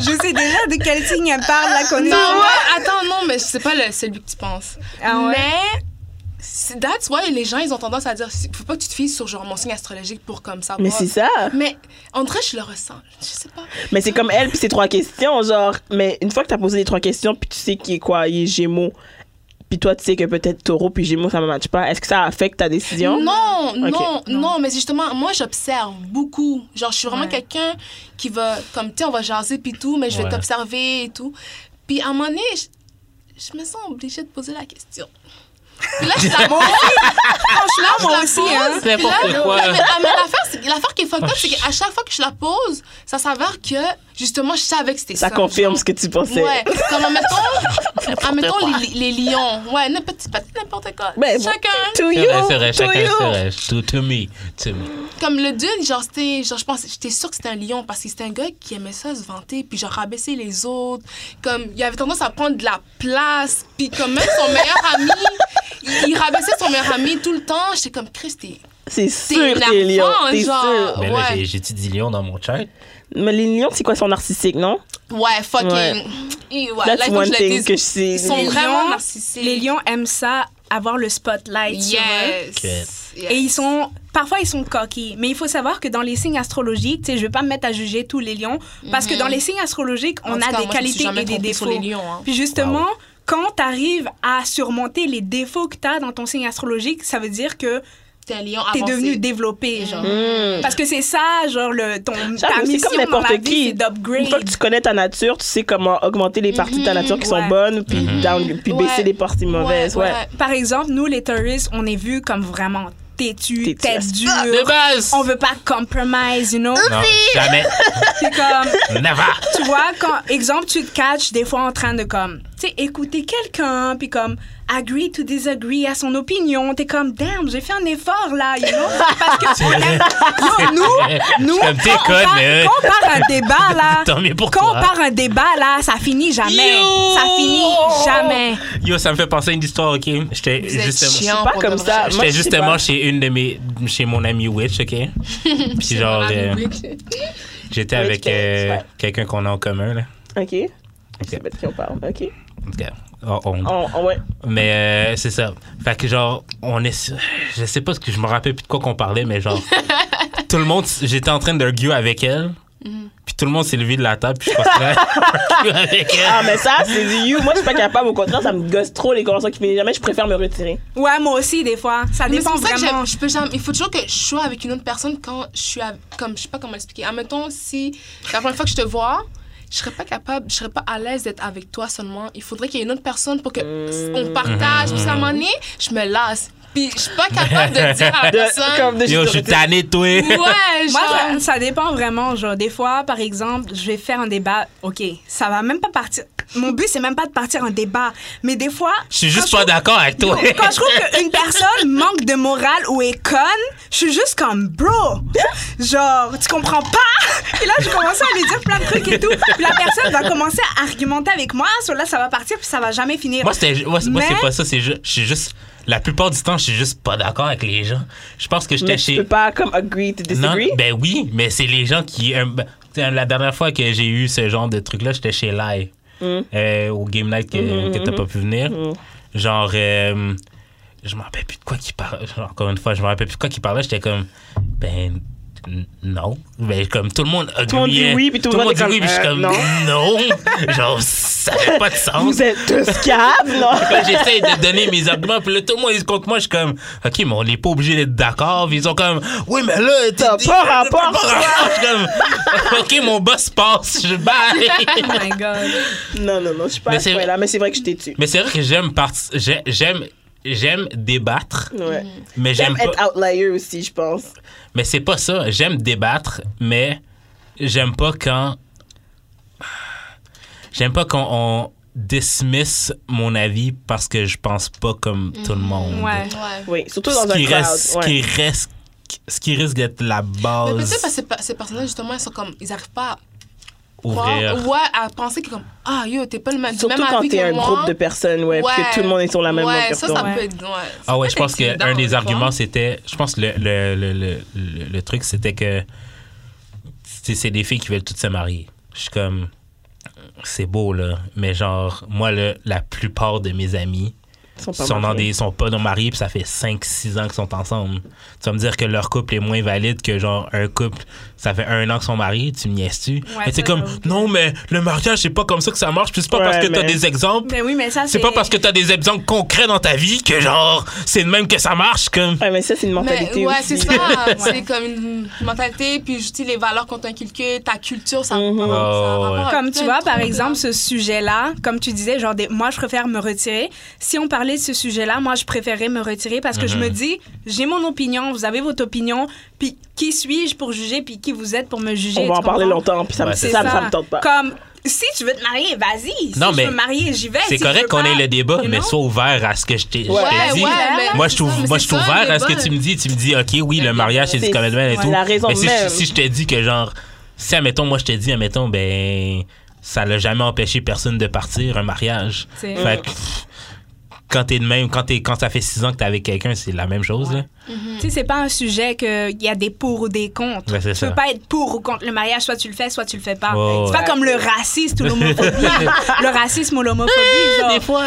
E: Je sais déjà de quel signe elle parle, la
D: non,
E: connaît.
D: ouais, attends, non, mais c'est pas le, celui que tu penses.
E: Ah ouais?
D: Mais. c'est- That's why les gens, ils ont tendance à dire faut pas que tu te fies sur genre mon signe astrologique pour comme ça.
C: Mais c'est ça.
D: Mais en vrai, je le ressens. Je sais pas.
C: Mais c'est comme elle, puis ces trois questions, genre. Mais une fois que t'as posé les trois questions, puis tu sais qui est quoi, il est Gémeaux, puis toi, tu sais que peut-être Taureau, puis Gémeaux, ça ne matche pas, est-ce que ça affecte ta décision?
D: Non,
C: Ok.
D: non, non, mais justement, moi, j'observe beaucoup. Genre, je suis vraiment quelqu'un qui va, comme, tu sais, on va jaser puis tout, mais je vais
B: Ouais.
D: t'observer et tout. Puis à un moment donné, je, je me sens obligée de poser la question. Puis là, je la pose. Franchement, je la
E: aussi,
D: pose,
E: hein.
D: puis là-
B: N'importe quoi.
D: Mais, ah, mais l'affaire, c'est que- l'affaire qui est fucked up, c'est qu'à chaque fois que je la pose, ça s'avère que, justement, je savais que c'était ça.
C: Ça confirme
D: genre.
C: ce que tu pensais.
D: Ouais, comme admettons, admettons les, les lions. Ouais, n'importe peut-être n'importe quoi.
C: Ben,
D: Chacun.
C: To
B: C'est
C: you,
B: vrai, c'est vrai,
C: to
B: chacun,
C: you.
B: c'est vrai. To, to me, to me.
D: comme le dune, genre, c'était, genre, je pense, j'étais sûre que c'était un lion parce que c'était un gars qui aimait ça se vanter, puis genre rabaisser les autres. Comme, il avait tendance à prendre de la place, puis comme même son meilleur ami, il, il rabaissait son meilleur ami tout le temps. J'étais comme, Chris, t'es.
C: C'est sûr,
D: énervant,
C: t'es lion. T'es
D: genre.
C: sûr.
B: Mais là,
D: Ouais.
B: j'ai- j'étudie Lyon dans mon chart.
C: Mais les lions, c'est quoi, son narcissique, non?
D: Ouais, fucking.
C: Ouais.
D: Ih, ouais, là,
C: That's
D: il faut que
C: one
D: je le
C: thing
D: dise.
C: que je sais.
D: Ils sont
E: Les
D: vraiment
E: lions-
D: narcissiques.
E: Les lions aiment ça, avoir le spotlight sur eux.
D: Yes. yes.
E: Et ils sont, parfois ils sont coquilles, mais il faut savoir que dans les signes astrologiques, tu sais, je vais pas me mettre à juger tous les lions, parce que dans les signes astrologiques,
D: Mm-hmm. En
E: on
D: tout
E: a
D: cas,
E: des
D: moi, je me suis
E: qualités
D: jamais
E: et des
D: trompée
E: défauts.
D: sur les lions, hein.
E: Puis justement, quand tu arrives à surmonter les défauts que tu as dans ton signe astrologique, ça veut dire que
D: T'es un lion
E: tu es
D: avancé.
E: devenu développé,
D: Mm-hmm.
E: genre.
C: Hmm.
E: Parce que c'est ça, genre, le, ton, ta
C: c'est
E: mission
C: comme
E: dans la
C: n'importe
E: vie,
C: qui.
E: c'est
C: Une fois que
E: d'upgrade.
C: tu connais ta nature, tu sais comment augmenter les parties de ta
D: Mhm,
C: nature qui sont
E: ouais.
C: bonnes, puis,
B: Mm-hmm.
C: down- puis
D: Ouais.
C: baisser les parties mauvaises. Ouais.
E: Par exemple, nous, les touristes, on est vus comme vraiment têtus,
C: Têtus as
E: tête
B: De
E: dure.
B: base!
E: On veut pas compromise, you know?
D: Ah.
B: Non, jamais.
E: C'est comme...
B: Never!
E: tu vois, quand, exemple, tu te catches des fois en train de comme, tu sais, écouter quelqu'un, puis comme, agree to disagree à son opinion. T'es comme, damn, j'ai fait un effort là, you know? Parce que on aime- Yo, nous,
B: Je
E: nous,
B: suis comme, t'es
E: quand, on
B: conne,
E: part,
B: mais-
E: quand on part un débat là,
B: Tant mieux pour
E: quand on
B: toi.
E: part un débat là, ça finit jamais.
B: Yo!
E: Ça finit jamais.
B: Yo, ça me fait penser à une histoire, ok? J'étais
D: Vous êtes
B: justement.
D: chiant
C: Pas
D: pour
C: comme
D: de
C: ça.
D: vrai.
C: Moi, je
B: J'étais
C: sais
B: justement
C: pas.
B: chez une de mes. chez mon ami Witch, ok? Puis genre,
D: Ah,
B: euh,
D: oui.
B: j'étais
C: Witch
B: avec
C: Cakes,
B: euh,
C: ouais.
B: quelqu'un qu'on a en commun, là.
C: Ok. Je sais pas de qui on parle. Ok.
B: En tout cas, on- on-
C: On- on- ouais.
B: Mais euh, c'est ça. Fait que genre, on est. Je sais pas ce que je me rappelle plus de quoi qu'on parlait, mais genre. tout le monde. J'étais en train d'argue avec elle.
C: Mm-hmm.
B: Puis tout le monde s'est levé de la table, puis je continuais à argue avec elle.
C: Ah, mais ça, c'est du you. Moi, je suis pas capable. Au contraire, ça me gosse trop les conversations qui finissent jamais. Je préfère me retirer.
E: Ouais, moi aussi, des fois. Ça
D: Mais c'est
E: dépend
D: pour ça que
E: vraiment.
D: j'aime- je peux jamais- il faut toujours que je sois avec une autre personne quand je suis avec- comme je sais pas comment expliquer. Admettons si la première fois que je te vois, je serais pas capable, je serais pas à l'aise d'être avec toi seulement. Il faudrait qu'il y ait une autre personne pour que
C: Mm.
D: on partage. Parce qu'à un
C: Mm-hmm.
D: moment donné, je me lasse. Puis je suis pas capable de dire à la
C: De-
D: personne.
C: Euh, comme de
B: Yo, je suis tanné de toi.
D: Ouais,
E: Moi,
D: genre.
E: ça, ça dépend vraiment. Genre, des fois, par exemple, je vais faire un débat. OK, ça va même pas partir. Mon but, c'est même pas de partir en débat. Mais des fois.
B: Je suis juste
E: quand
B: pas d'accord avec toi.
E: je- Quand je trouve qu'une personne manque de morale ou est conne, je suis juste comme, bro, genre, tu comprends pas? Et là, je commence à lui dire plein de trucs et tout. Puis la personne va commencer à argumenter avec moi. So là, ça va partir, puis ça va jamais finir.
B: Moi, c'était, moi, c'est- moi,
E: Mais-
B: c'est pas ça. C'est juste, je suis juste. La plupart du temps, je suis juste pas d'accord avec les gens. Je pense que j'étais
C: Mais tu
B: chez.
C: peux pas, comme, agree to
B: Non,
C: disagree.
B: ben oui, mais c'est les gens qui. euh, ben, t'sais, la dernière fois que j'ai eu ce genre de truc-là, j'étais chez Lai,
C: Mm.
B: euh, au Game Night que,
C: Mm-hmm,
B: que t'as pas pu venir. Genre, euh, je me rappelle plus de quoi qu'il parlait. Encore une fois, je me rappelle plus de quoi qu'il parlait. J'étais comme, ben. n- Non. Ben, comme tout le monde a
C: Tout le monde dit oui, puis tout le monde
B: dit
C: est
B: oui, puis je suis
C: comme, euh,
B: comme, non. Genre, ça fait pas de sens.
C: Vous êtes tous câbles, non?
B: Puis là, j'essaie de donner mes arguments, puis là, tout le monde, ils se contre moi. Je suis comme, OK, mais on n'est pas obligé d'être d'accord. Puis ils sont comme, oui, mais là, t'es-
C: T'as
B: t'es-
C: pas
B: t'as
C: rapport,
B: pas rapport. Je suis comme, OK, mon boss passe, je bye.
E: Oh my God.
C: Non, non, non, je suis pas
B: Mais
C: à ce
B: c'est-
C: point-là, mais c'est vrai que je t'ai tué.
B: Mais c'est vrai que j'aime parti- j'ai- j'aime, j'aime débattre,
C: Ouais.
B: mais j'aime
C: J'aime
B: pas.
C: être outlier aussi, je pense.
B: Mais c'est pas ça. J'aime débattre, mais j'aime pas quand. J'aime pas quand on dismiss mon avis parce que je pense pas comme tout le monde.
E: Ouais.
D: Ouais.
C: Oui, surtout dans
B: ce
C: un
B: qui,
C: crowd.
B: reste, ce
C: ouais.
B: qui reste ce qui risque d'être la
D: Mais
B: base
C: Oh,
D: peut-être parce que ces pe- ces personnes-là, justement, ils sont comme. Ils arrivent pas
B: ouvrir.
D: croire- ouais, à penser que comme, ah, yo, t'es pas le même, du
C: Surtout
D: même
C: quand
D: avis
C: t'es
D: que
C: un
D: moi.
C: groupe de personnes, ouais, parce
D: Ouais.
C: que tout le monde est sur la même
D: ouais,
C: longueur
D: ça,
C: d'onde.
D: ça
E: d'onde.
D: peut être. Ouais, hein.
B: Ah ouais, je pense
D: que
B: qu'un des arguments, c'était. Je pense que le, le, le, le, le- le truc, c'était que. C'est c'est des filles qui veulent toutes se marier. Je suis comme. C'est beau, là. Mais genre, moi, là, la plupart de mes amis
C: Ils sont pas
B: sont, dans
C: mariés.
B: des, sont pas non mariés, puis ça fait 5-6 ans qu'ils sont ensemble. Tu vas me dire que leur couple est moins valide que, genre, un couple, ça fait un an qu'ils sont mariés, tu me niaises-tu? mais
E: ça,
B: c'est comme,
E: j'avoue.
B: non, mais le mariage, c'est pas comme ça que ça marche, puis c'est pas
C: Ouais,
B: parce que t'as
C: mais-
B: des exemples
E: Ben oui, mais ça, c'est.
B: c'est pas parce que t'as des exemples concrets dans ta vie que genre c'est de même que ça marche
E: Ben,
B: comme
C: Ouais, mais ça, c'est une mentalité
D: Mais, ouais,
C: aussi.
D: c'est ça. C'est comme une mentalité, puis je dis les valeurs qu'on t'a inculquées, ta culture, ça. Ah,
C: Mhm.
D: ça
B: Oh,
D: a
B: ouais.
D: rapport à
E: Comme tu
D: plein
E: vois,
D: de
E: par
D: trucs,
E: exemple,
D: là.
E: ce sujet-là, comme tu disais, genre, des- moi, je préfère me retirer. Si on parlait de ce sujet-là, moi, je préférais me retirer parce que je
B: Mhm.
E: me dis, j'ai mon opinion, vous avez votre opinion, puis qui suis-je pour juger, puis qui vous êtes pour me juger.
C: On va
E: tu
C: en parler
E: comprends?
C: longtemps, puis ça, me-
B: Ouais,
C: ça,
B: c'est
C: me- ça me tente pas.
E: Comme, si tu veux te marier, vas-y.
B: Non,
E: si
B: mais
E: tu veux me marier, j'y vais.
B: c'est
E: Si tu veux
B: correct qu'on
E: pas-
B: ait le débat
E: you
B: mais
E: know?
B: sois ouvert à ce que je t'ai je
C: Ouais,
B: t'ai dit
D: ouais, mais-
B: moi je suis
D: c'est ça,
B: moi je suis
D: mais c'est ça,
B: ouvert à ce que
D: le débat.
B: tu me dis tu me dis ok oui le mariage c'est du
C: Ben, C'est-
B: commitment et
C: ouais.
B: tout
C: La raison
B: mais si,
C: même.
B: je- si je te dis que genre si admettons moi je te dis admettons ben ça l'a jamais empêché personne de partir un mariage
E: C'est-
B: fait que, pff, quand t'es de même quand t'es quand ça fait six ans que t'es avec quelqu'un c'est la même chose là
E: Tu sais, c'est pas un sujet qu'il y a des pour ou des contre.
B: Ouais, c'est
E: tu
B: ça.
E: peux pas être pour ou contre le mariage, soit tu le fais, soit tu le fais pas.
B: Ouais,
E: c'est pas
B: ouais.
E: comme le racisme ou l'homophobie. le racisme ou l'homophobie, genre.
B: fois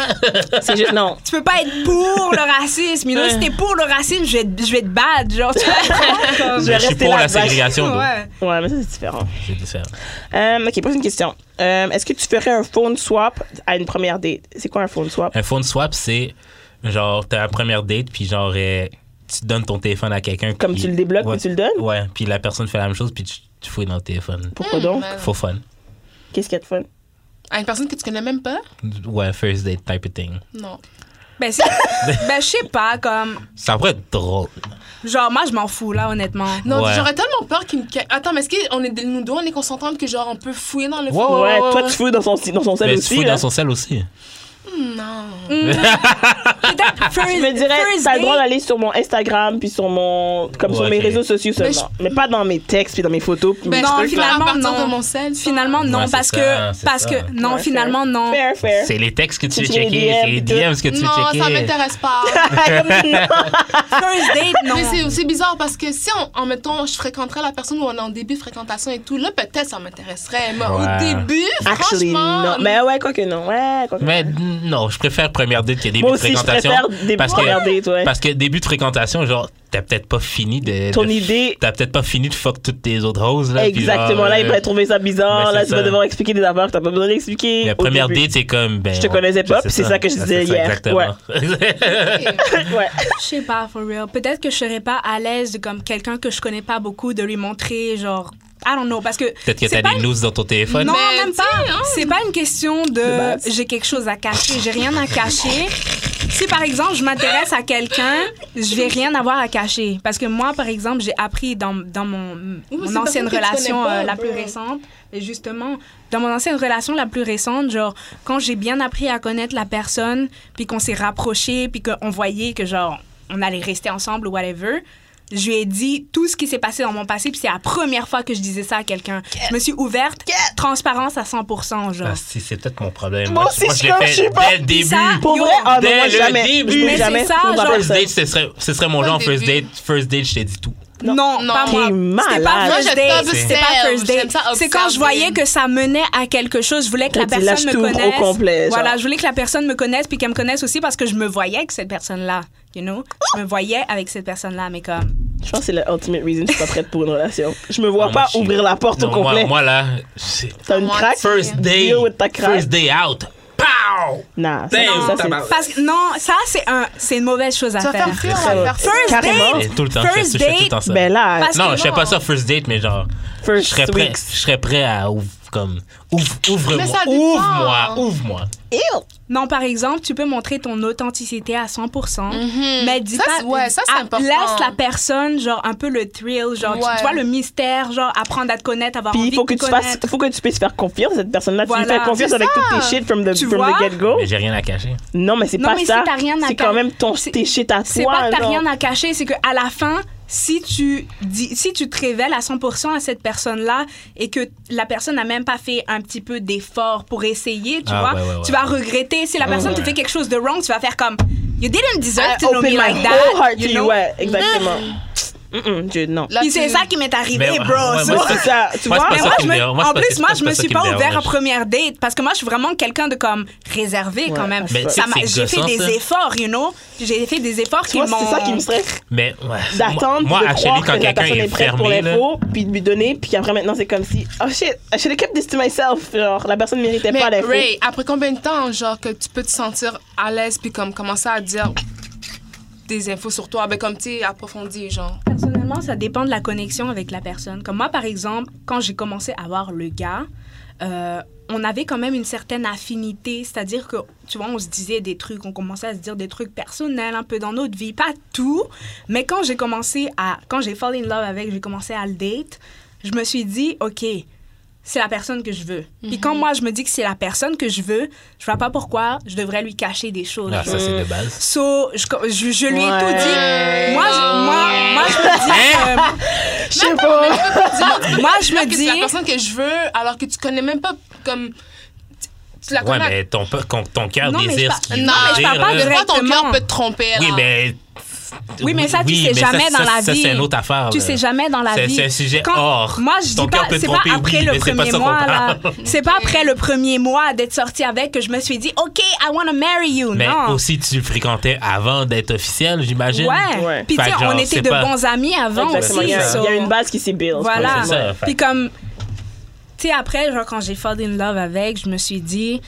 C: C'est juste, non.
E: Tu peux pas être pour le racisme. You know, si t'es pour le racisme, je vais, te- je vais te battre. Genre, tu vois, comme-
C: vais
B: je suis
C: rester
B: pour
C: la
B: la
C: vache.
B: ségrégation d'eau.
E: Ouais.
C: Ouais, mais ça, c'est différent.
B: c'est différent
C: Euh, ok, prochaine question. Euh, Est-ce que tu ferais un phone swap à une première date? C'est quoi un phone swap?
B: Un phone swap, c'est genre, t'as la première date, puis genre, euh, tu donnes ton téléphone à quelqu'un.
C: Comme
B: puis-
C: tu le débloques,
B: ouais,
C: puis tu le donnes?
B: Ouais, puis la personne fait la même chose, puis tu, tu fouilles dans le téléphone.
C: Pourquoi donc?
D: Ouais.
B: Faux fun.
C: Qu'est-ce qu'il y a de fun?
D: À une personne que tu connais même pas?
B: Ouais, first date type of thing.
D: Non.
E: Ben, c'est- ben, je sais pas, comme.
B: Ça pourrait être drôle.
E: Genre, moi, je m'en fous, là, honnêtement. Mm.
D: Non,
B: Ouais.
D: j'aurais tellement peur qu'il me. ca- Attends, mais est-ce qu'on est nous deux, on est consentante que genre on peut fouiller dans le
B: Ouais,
D: fond?
B: Oh,
C: ouais,
B: ouais,
C: toi,
B: ouais.
C: tu fouilles dans son, dans son sel
B: Mais tu
C: aussi. hein.
B: fouilles
C: là.
B: dans son sel aussi.
D: Non.
E: Peut-être first,
C: Je me dirais,
E: first
C: t'as le
E: date.
C: droit d'aller sur mon Instagram, puis sur mon. comme sur
B: Ouais,
C: mes
B: ok.
C: réseaux sociaux
D: Mais
C: seulement. Mais, pas dans mes textes, puis dans mes photos. Puis mes
D: Ben,
E: Non,
D: je peux le faire à
E: finalement,
D: partir
E: non.
D: de mon sel. ça.
E: Finalement, non,
B: Ouais, c'est
E: parce
B: ça,
E: que.
B: c'est
E: Parce
B: ça.
E: que. Non,
C: Ouais,
E: finalement, non.
C: Fair, fair.
B: C'est les textes que tu veux
C: Tu fais les
B: checker, c'est les
C: DM,
B: DM que tu veux
D: Non, ça
B: checker.
D: m'intéresse pas.
E: First date, non.
D: Mais c'est aussi bizarre parce que si, on, en mettons, je fréquenterais la personne où on est en début de fréquentation et tout, là, peut-être ça m'intéresserait. Mais
B: Ouais.
D: au début,
C: Actually,
D: franchement...
C: non. Mais ouais, quoi que non. Ouais, quoi que
B: Mais mm, non, je préfère première date que début
C: Moi
B: de
C: aussi, je
B: fréquentation.
C: préfère des
B: parce que-
C: premières dates, ouais.
B: Parce que début de fréquentation, genre, t'as peut-être pas fini de.
C: Ton
B: de-
C: idée.
B: T'as peut-être pas fini de fuck toutes tes autres roses. Là, puis genre,
C: Exactement. Là, il
B: euh,
C: pourrait trouver ça bizarre.
B: mais
C: Là,
B: c'est
C: tu vas
B: ça.
C: devoir expliquer des affaires que t'as pas besoin d'expliquer.
B: La
C: au
B: première
C: début.
B: date, c'est comme. Ben,
C: Je te
B: on-
C: connaissais pas,
B: sais
C: puis c'est ça que je
B: Ah,
C: disais
B: c'est ça,
C: hier.
B: Exactement.
C: Ouais.
E: Je sais pas, for real. Peut-être que je serais pas à l'aise de comme quelqu'un que je connais pas beaucoup de lui montrer, genre, I don't know, parce que.
B: Peut-être que
E: c'est
B: t'as
E: pas
B: des news dans ton téléphone.
E: Non,
D: Mais
E: même
D: tu
E: pas. C'est pas une question hein. de
C: base.
E: j'ai quelque chose à cacher, j'ai rien à cacher. Si par exemple je m'intéresse à quelqu'un, je vais rien avoir à cacher. Parce que moi, par exemple, j'ai appris dans, dans mon,
D: Oui, mais
E: mon
D: c'est parce
E: ancienne
D: que tu connais
E: relation
D: pas,
E: euh, la
D: bro.
E: plus récente, et justement, dans mon ancienne relation la plus récente, genre, quand j'ai bien appris à connaître la personne, puis qu'on s'est rapprochés, puis qu'on voyait que genre, on allait rester ensemble ou whatever, je lui ai dit tout ce qui s'est passé dans mon passé, puis c'est la première fois que je disais ça à quelqu'un. Je me suis ouverte, transparence à 100%, genre.
B: Ah, si, c'est peut-être mon problème.
C: Moi
B: Moi,
C: aussi,
B: moi, je
C: je
B: l'ai
C: suis comme,
B: fait
C: je sais pas.
B: dès le début.
E: ça,
C: Pour
E: Yo,
C: vrai, ah non,
B: Mm. dès
C: moi
B: le
C: jamais.
B: début.
C: Je
B: Mais
C: l'ai jamais
E: c'est ça,
C: pour ma
E: genre-
B: Ah, First
C: personne.
B: date, ce serait, ce serait mon
D: Pas
B: genre
D: le
B: first
D: début.
B: date. First date, je t'ai dit tout.
E: Non,
D: Non.
E: pas moi.
C: T'es
E: C'était pas
C: malade.
E: first
D: Moi, je
E: date.
D: t'observe.
E: C'était pas first
D: J'aime
E: date.
D: ça
E: C'est quand je
D: observer.
E: voyais que ça menait à quelque chose. Je voulais que
C: T'as
E: la
C: dit,
E: personne
C: lâche
E: me
C: tout au
E: connaisse.
C: complet, genre.
E: voilà, je voulais que la personne me connaisse puis qu'elle me connaisse aussi parce que je me voyais avec cette personne-là. You know? Je me voyais avec cette personne-là, mais comme.
C: Je pense que c'est le ultimate reason que je suis pas prête pour une relation. Je me vois
B: Non, moi,
C: pas
B: je suis-
C: ouvrir la porte au
B: Non, moi,
C: complet.
B: moi, là, c'est-
C: T'as une
D: Moi,
C: craque?
B: first day,
C: Deal with ta craque.
B: first day out. Pow!
C: Nah, ça,
B: Damn,
C: ça, c'est-
B: tabarnak.
E: Parce que non, ça, c'est un, c'est une mauvaise chose à
D: Tu vas
E: faire.
D: faire fuir la personne.
E: First
C: Carrément.
E: date,
B: Et tout le temps, je fais
E: First
B: ça, je fais tout le temps ça.
C: Ben là,
E: Parce-
B: non, je fais
D: non.
B: pas ça first date, mais genre, je
C: first
B: serais prêt,
C: weeks.
B: je serais prêt à ouvre, comme, ouvre, ouvre-moi,
D: Mais ça dépend.
B: ouvre-moi, ouvre-moi.
E: Non, par exemple, tu peux montrer ton authenticité à 100%, mais dis
D: Mhm. Ça,
E: pas...
D: c'est- ouais, ça, c'est
E: Ah,
D: important.
E: Laisse la personne, genre, un peu le thrill, genre, tu-
D: Ouais.
E: tu vois, le mystère, genre, apprendre à te connaître, avoir
C: Puis
E: envie
C: il faut
E: de
C: que
E: te
C: tu fasses,
E: connaître.
C: faut que tu puisses faire confiance à cette personne-là. Tu lui
E: Voilà.
C: fais confiance
D: C'est
C: avec
D: ça.
C: toutes tes shit from the,
E: Tu
C: from the
E: vois?
C: get-go.
B: Mais j'ai rien à cacher.
C: Non, mais c'est
E: Non,
C: pas
E: mais si
C: ça.
E: t'as rien à
C: C'est
E: faire-
C: quand même ton,
E: c'est-
C: tes shit à toi.
E: C'est pas que t'as
C: genre.
E: rien à cacher, c'est qu'à la fin, si tu, dis, si tu te révèles à 100% à cette personne-là et que la personne n'a même pas fait un petit peu d'effort pour essayer, tu
B: Ah,
E: vois,
B: ouais, ouais,
E: tu
B: ouais.
E: vas regretter. Si la personne te
B: ouais.
E: fait quelque chose de wrong, tu vas faire comme You didn't deserve
C: I
E: to know
C: Ah,
E: me
C: open my
E: like
C: whole
E: that.
C: heart to
E: you
C: you.
E: know?
C: Ouais, exactement. Mm-mm, Dieu, non.
D: Là,
E: Puis
D: tu-
E: c'est ça qui m'est arrivé,
B: Mais-
E: bro.
B: ouais,
E: so-
B: moi,
C: C'est ça, tu
B: Moi,
C: vois?
B: c'est
E: Mais
B: pas
E: moi,
B: ça qui
E: je
B: me
E: me-
B: dérange. Moi,
E: en
B: c'est pas-
E: plus,
B: c'est
E: moi,
B: pas
E: je me
B: ça qui
E: suis
B: me
E: pas
B: dérange.
E: ouvert en première date parce que moi, je suis vraiment quelqu'un de comme réservé
C: Ouais,
E: quand même.
B: Mais
E: Ça
B: c'est-
E: m'a-
B: c'est
E: J'ai fait
B: gossant,
E: des
B: ça.
E: efforts, you know. J'ai fait des efforts
C: Tu
E: qui
C: vois, c'est
E: m'ont.
C: ça qui me stresse
B: Mais ouais, c'est-
C: d'attendre,
B: moi,
C: puis de
B: Ashley,
C: croire
B: quand
C: que la
B: quelqu'un
C: personne
B: est
C: est prête pour
B: fermé, là-
C: l'info, puis de lui donner, puis après maintenant c'est comme si, oh shit, I should have kept this to myself. Genre, la personne ne méritait
D: Mais
C: pas l'info.
D: Ray, après combien de temps, genre, que tu peux te sentir à l'aise puis comme commencer à dire des infos sur toi, ben comme tu sais, approfondir, genre.
E: Personnellement, ça dépend de la connexion avec la personne. Comme moi, par exemple, quand j'ai commencé à voir le gars, euh, on avait quand même une certaine affinité. C'est-à-dire que, tu vois, on se disait des trucs, on commençait à se dire des trucs personnels un peu dans notre vie. Pas tout, mais quand j'ai commencé à... Quand j'ai fallen in love avec, j'ai commencé à le date, je me suis dit, OK, c'est la personne que je veux. Puis quand moi, je me dis que c'est la personne que je veux, je vois pas pourquoi je devrais lui cacher des choses.
B: Ah, ça, c'est de base.
E: So, je, je- je lui ai tout
C: Ouais. Hein?
E: dit. Moi, je, moi, moi, je me dis... euh,
C: Je sais pas.
E: moi, je me
D: que c'est la
E: dis.
D: personne que je veux, alors que tu connais même pas comme. tu- Tu la
B: Ouais,
D: connais.
B: mais ton, pe- con- ton cœur
E: Non, mais je
B: désire
E: par-
B: ce qu'il veut
D: Non, mais je parle
B: dire,
E: pas
B: là.
E: de-
D: Toi, ton
E: Directement.
D: cœur peut te tromper.
B: Oui,
D: là.
B: mais.
E: Oui, mais ça, tu sais
B: mais
E: jamais dans la
B: ça,
E: vie.
B: c'est une autre affaire.
E: Tu
B: là.
E: sais jamais dans la
B: Ah, ben, C'est-
E: vie.
B: c'est un sujet
E: Quand-
B: hors.
E: Moi, je
B: Ton
E: dis
B: cœur
E: pas,
B: peut te
E: c'est pas
B: tromper,
E: après
B: oui,
E: le
B: mais c'est pas
E: premier
B: ça qu'on
E: mois, là.
B: parle.
E: C'est pas après le premier mois d'être sorti avec que je me suis dit, OK, I want to marry you.
B: Mais
E: non.
B: aussi, tu le fréquentais avant d'être officiel, j'imagine.
E: Ouais.
C: Ouais.
E: Puis, tu sais,
B: Fait que genre,
E: on était
B: c'est
E: de
B: pas-
E: bons amis avant
C: Exactement,
E: aussi.
C: il y, a,
E: so-
C: il y a une base qui s'est build.
E: Voilà.
B: Ouais, c'est ça, fait-
E: Puis comme, tu sais, après, genre, quand j'ai fallen in love avec, je me suis dit,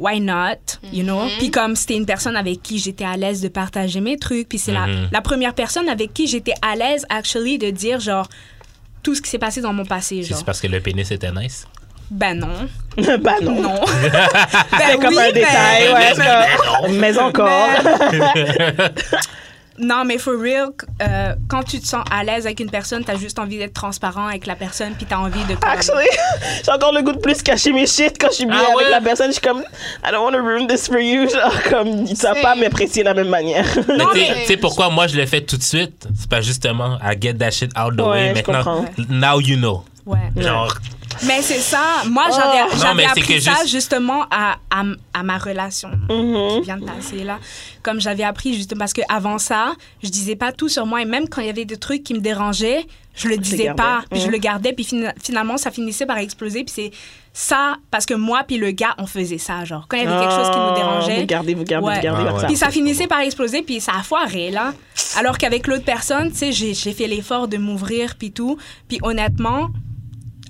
E: why not, you know? Puis comme c'était une personne avec qui j'étais à l'aise de partager mes trucs, puis c'est la-
B: Mhm.
E: la, première personne avec qui j'étais à l'aise, actually, de dire, genre, tout ce qui s'est passé dans mon passé,
B: C'est
E: genre.
B: parce que le pénis était nice.
E: Ben non.
C: bah non.
E: Non.
C: C'est
E: ben
C: comme
E: oui,
C: un
E: mais-
C: détail, ouais. c'est- Mais encore.
E: Non, mais for real, euh, quand tu te sens à l'aise avec une personne, t'as juste envie d'être transparent avec la personne, puis t'as envie de... comme-
C: Actually, j'ai encore le goût de plus cacher mes shit quand je suis bien
D: Ah
C: avec
D: ouais?
C: la personne. Je suis comme, I don't want to ruin this for you. Genre, comme, tu vas
D: C'est-
C: pas m'apprécier de la même manière.
B: Mais
E: Non,
B: tu sais-
D: mais-
B: tu sais pourquoi moi je le fais tout de suite? C'est pas justement à get that shit out the
C: Ouais,
B: way.
C: je
B: Maintenant, now you know.
E: Ouais.
B: Genre,
E: Mais c'est ça. Moi, j'avais,
C: Oh.
E: j'avais
B: Non, mais c'est
E: appris
B: que
E: ça
B: juste-
E: justement à, à, m- à ma relation
C: Mhm.
E: qui vient de passer là. Comme j'avais appris justement parce que avant ça, je disais pas tout sur moi et même quand il y avait des trucs qui me dérangeaient, je le disais
C: gardais.
E: pas. Je
C: Mhm.
E: le gardais puis fina- finalement ça finissait par exploser puis c'est ça parce que moi puis le gars on faisait ça genre quand il y avait quelque chose qui nous
C: Ah,
E: dérangeait.
C: Vous gardez, vous gardez,
E: Ouais.
C: vous gardez
B: Ah,
C: comme
B: ouais.
C: ça.
E: Puis ça finissait par exploser, puis ça a foiré, là. Alors qu'avec l'autre personne, tu sais, j'ai j'ai fait l'effort de m'ouvrir, puis tout. Puis honnêtement,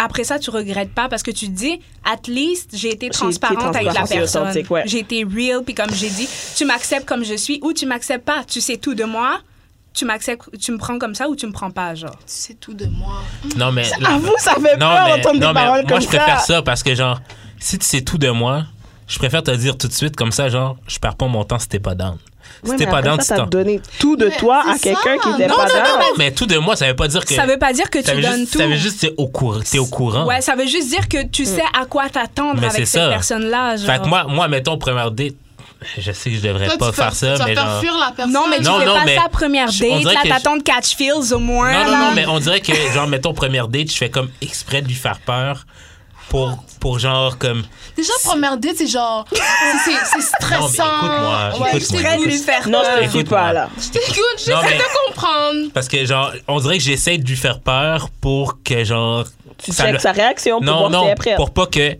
E: après ça, tu regrettes pas parce que tu te dis, at least, j'ai été
C: été
E: transparente avec la
C: transparente,
E: personne.
C: authentique, ouais.
E: J'ai été real, puis comme j'ai dit, tu m'acceptes comme je suis ou tu m'acceptes pas. Tu sais tout de moi, tu m'acceptes, tu me prends comme ça ou tu me prends pas, genre.
D: Tu sais tout de moi.
B: non mais. la-
C: Avoue, Ah, ça fait peur d'entendre des
B: non, mais
C: paroles
B: moi
C: comme
B: je préfère
C: ça.
B: ça parce que genre, si tu sais tout de moi, je préfère te dire tout de suite comme ça, genre, je perds pas mon temps si t'es pas down. Si
C: Ouais,
B: t'es
C: mais
B: pas
C: après
B: down, tu
C: ça, t'as
B: t'en.
C: donné tout de
D: Mais
C: toi à
D: c'est
C: quelqu'un
D: ça.
C: qui n'était
D: Non,
C: pas
D: non,
C: down.
B: Mais tout de moi, ça veut pas dire que.
E: Ça veut pas dire que
B: ça
E: tu
B: veut
E: donnes
B: juste,
E: tout.
B: ça veut juste dire au courant. T'es au courant.
E: Ouais, ça veut juste dire que tu sais à quoi t'attendre
B: Mais
E: avec
B: c'est
E: cette
B: ça.
E: personne-là, genre.
B: Fait que moi, moi, mettons, première date, je sais que je devrais
D: Toi, tu
B: pas
D: fais-
B: faire ça,
D: tu vas
B: mais
D: faire
B: genre.
D: fuir la personne.
E: Non, mais tu
B: Non,
E: fais
B: non,
E: pas
B: mais
E: ça à première
B: je- on
E: date,
B: dirait
E: là,
B: que je-
E: t'attends de catch feels au moins,
B: Non, non,
E: là.
B: non, mais on dirait que, genre, mettons, première date, je fais comme exprès de lui faire peur pour, pour genre, comme.
D: Déjà, première date, c'est genre. c'est- C'est c'est stressant.
B: écoute-moi,
D: Ouais,
B: écoute-moi,
D: je
E: Prêt de
D: t'écoute.
E: lui faire
C: Non,
E: peur.
C: je ne suis
B: Écoute-moi.
C: pas là.
D: Je t'écoute, j'essaie
B: Non, mais-
D: de comprendre.
B: Parce que, genre, on dirait que j'essaie de lui faire peur pour que, genre.
C: Tu
B: ça
C: checkes
B: le-
C: sa réaction pour
B: Non,
C: voir si elle
B: non,
C: est prête.
B: pour pas que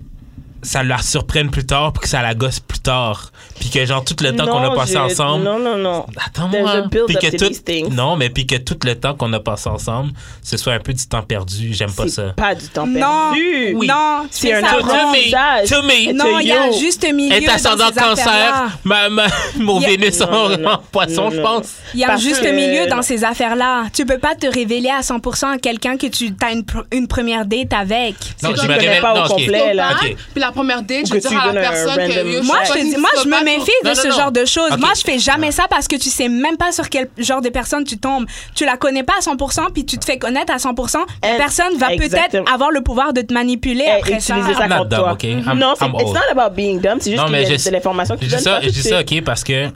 B: ça la surprenne plus tard, puis que ça la gosse plus tard. Puis que, genre, tout le temps qu'on a
C: Non,
B: passé
C: je-
B: ensemble.
C: Non, non, non. There's a
B: Attends-moi.
C: build
B: Puis
C: up to
B: que
C: these things.
B: tout. Non, mais puis que tout le temps qu'on a passé ensemble, ce soit un peu du temps perdu. J'aime pas
C: C'est
B: ça.
C: pas du temps
E: Non,
C: perdu.
E: non, tu
C: C'est
E: fais
C: un
E: ça
B: To,
C: autre
E: wrong.
B: to me,
C: Arrangeage.
B: to me.
E: Non, il y a un
C: Yo.
E: juste milieu.
B: est
E: dans
B: ascendant
E: ces affaires-là.
B: cancer, ma, ma- mon
E: Yeah.
B: Vénus en,
C: Non, non, non.
B: en poisson,
C: Non,
B: je
C: non.
B: pense.
E: Il y a un
C: Parce
E: juste
C: que-
E: milieu dans ces affaires-là. Tu peux pas te révéler à 100% à quelqu'un que tu as une, pr- une première date avec.
C: Non,
B: je me
C: tu connais
B: révèle-
C: pas au
B: non, ok.
C: complet, là.
B: Ok.
D: Puis la première date,
C: Ou
D: je vais
C: que tu
D: dire à
C: donnes
D: la
C: un
D: personne que.
C: random
D: yo,
E: Moi,
D: je
E: je te
D: sais pas
E: dis,
D: si
E: moi,
D: tu
E: je
D: vas
E: me
D: pas-
E: méfie de
B: Non,
E: ce
B: non, non.
E: genre de choses.
B: Ok. Ah.
E: Moi, je fais jamais ça parce que tu sais même pas sur quel genre de personne tu tombes. Tu la connais pas à 100%, puis tu te fais connaître à 100%. La
C: Eh,
E: personne va peut-être
C: exactement.
E: avoir le pouvoir de te manipuler
B: Eh,
C: Et
E: après ça.
C: Eh, utiliser ça
B: I'm not
C: contre
B: dumb,
C: toi.
B: ok? I'm-
C: non, c'est
B: I'm
C: it's
B: old.
C: not about being dumb, c'est juste
B: Non,
C: qu'il
B: mais
C: y a
B: je-
C: de l'information que
B: Je
C: tu
B: dis
C: donnes
B: ça,
C: pas Mm.
B: je
C: tout
B: dis
C: de
B: ça,
C: suite.
B: ok, parce que.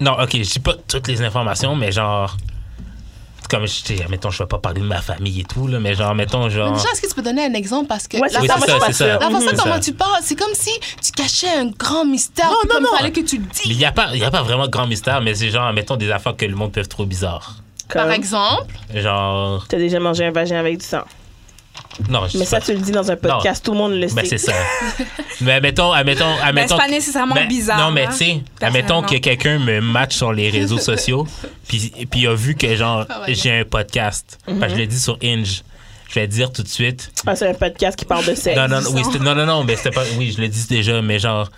B: Non, ok, je dis pas toutes les informations, mais genre. C'est comme, je sais, mettons, je vais pas parler de ma famille et tout, là, mais genre, mettons,
D: Mais
B: genre.
D: déjà, est-ce que tu peux donner un exemple? Parce que
C: Ouais,
D: la
C: c'est
B: oui,
C: ça,
D: façon-
C: moi,
B: c'est
C: je
B: ça,
C: suis pas
B: c'est ça.
C: sûre.
D: la façon
B: Mhm.
D: comment
B: Ça.
D: tu parles, c'est comme si tu cachais un grand mystère.
B: Non,
D: puis
B: non,
D: comme
B: non.
D: fallait que tu le
B: Mais il
D: dises.
B: n'y a, pas- y a pas vraiment de grand mystère, mais c'est genre, mettons, des affaires que le monde peut trouver bizarres.
D: Par
C: Comme,
D: exemple,
B: Genre,
C: T'as déjà mangé un vagin avec du sang.
B: non, je
C: Mais
B: sais
C: ça,
B: pas.
C: tu le dis dans un podcast, tout le monde le
B: Ben,
C: sait.
B: c'est ça. mais admettons, admettons,
E: Ben,
B: admettons.
E: c'est pas nécessairement
B: Ben,
E: bizarre.
B: Non, mais
E: hein.
B: tu sais, admettons que quelqu'un me match sur les réseaux sociaux, puis puis a vu que, genre,
D: Ah ouais.
B: j'ai un podcast.
E: Mm-hmm.
B: Parce que je l'ai dit sur Inge. Je vais dire tout de suite.
C: Ah, c'est un podcast qui parle de sexe.
B: Non, non, non, oui,
E: disons.
B: c'était- non, non, non, mais c'était pas. Oui, je le dis déjà, mais genre.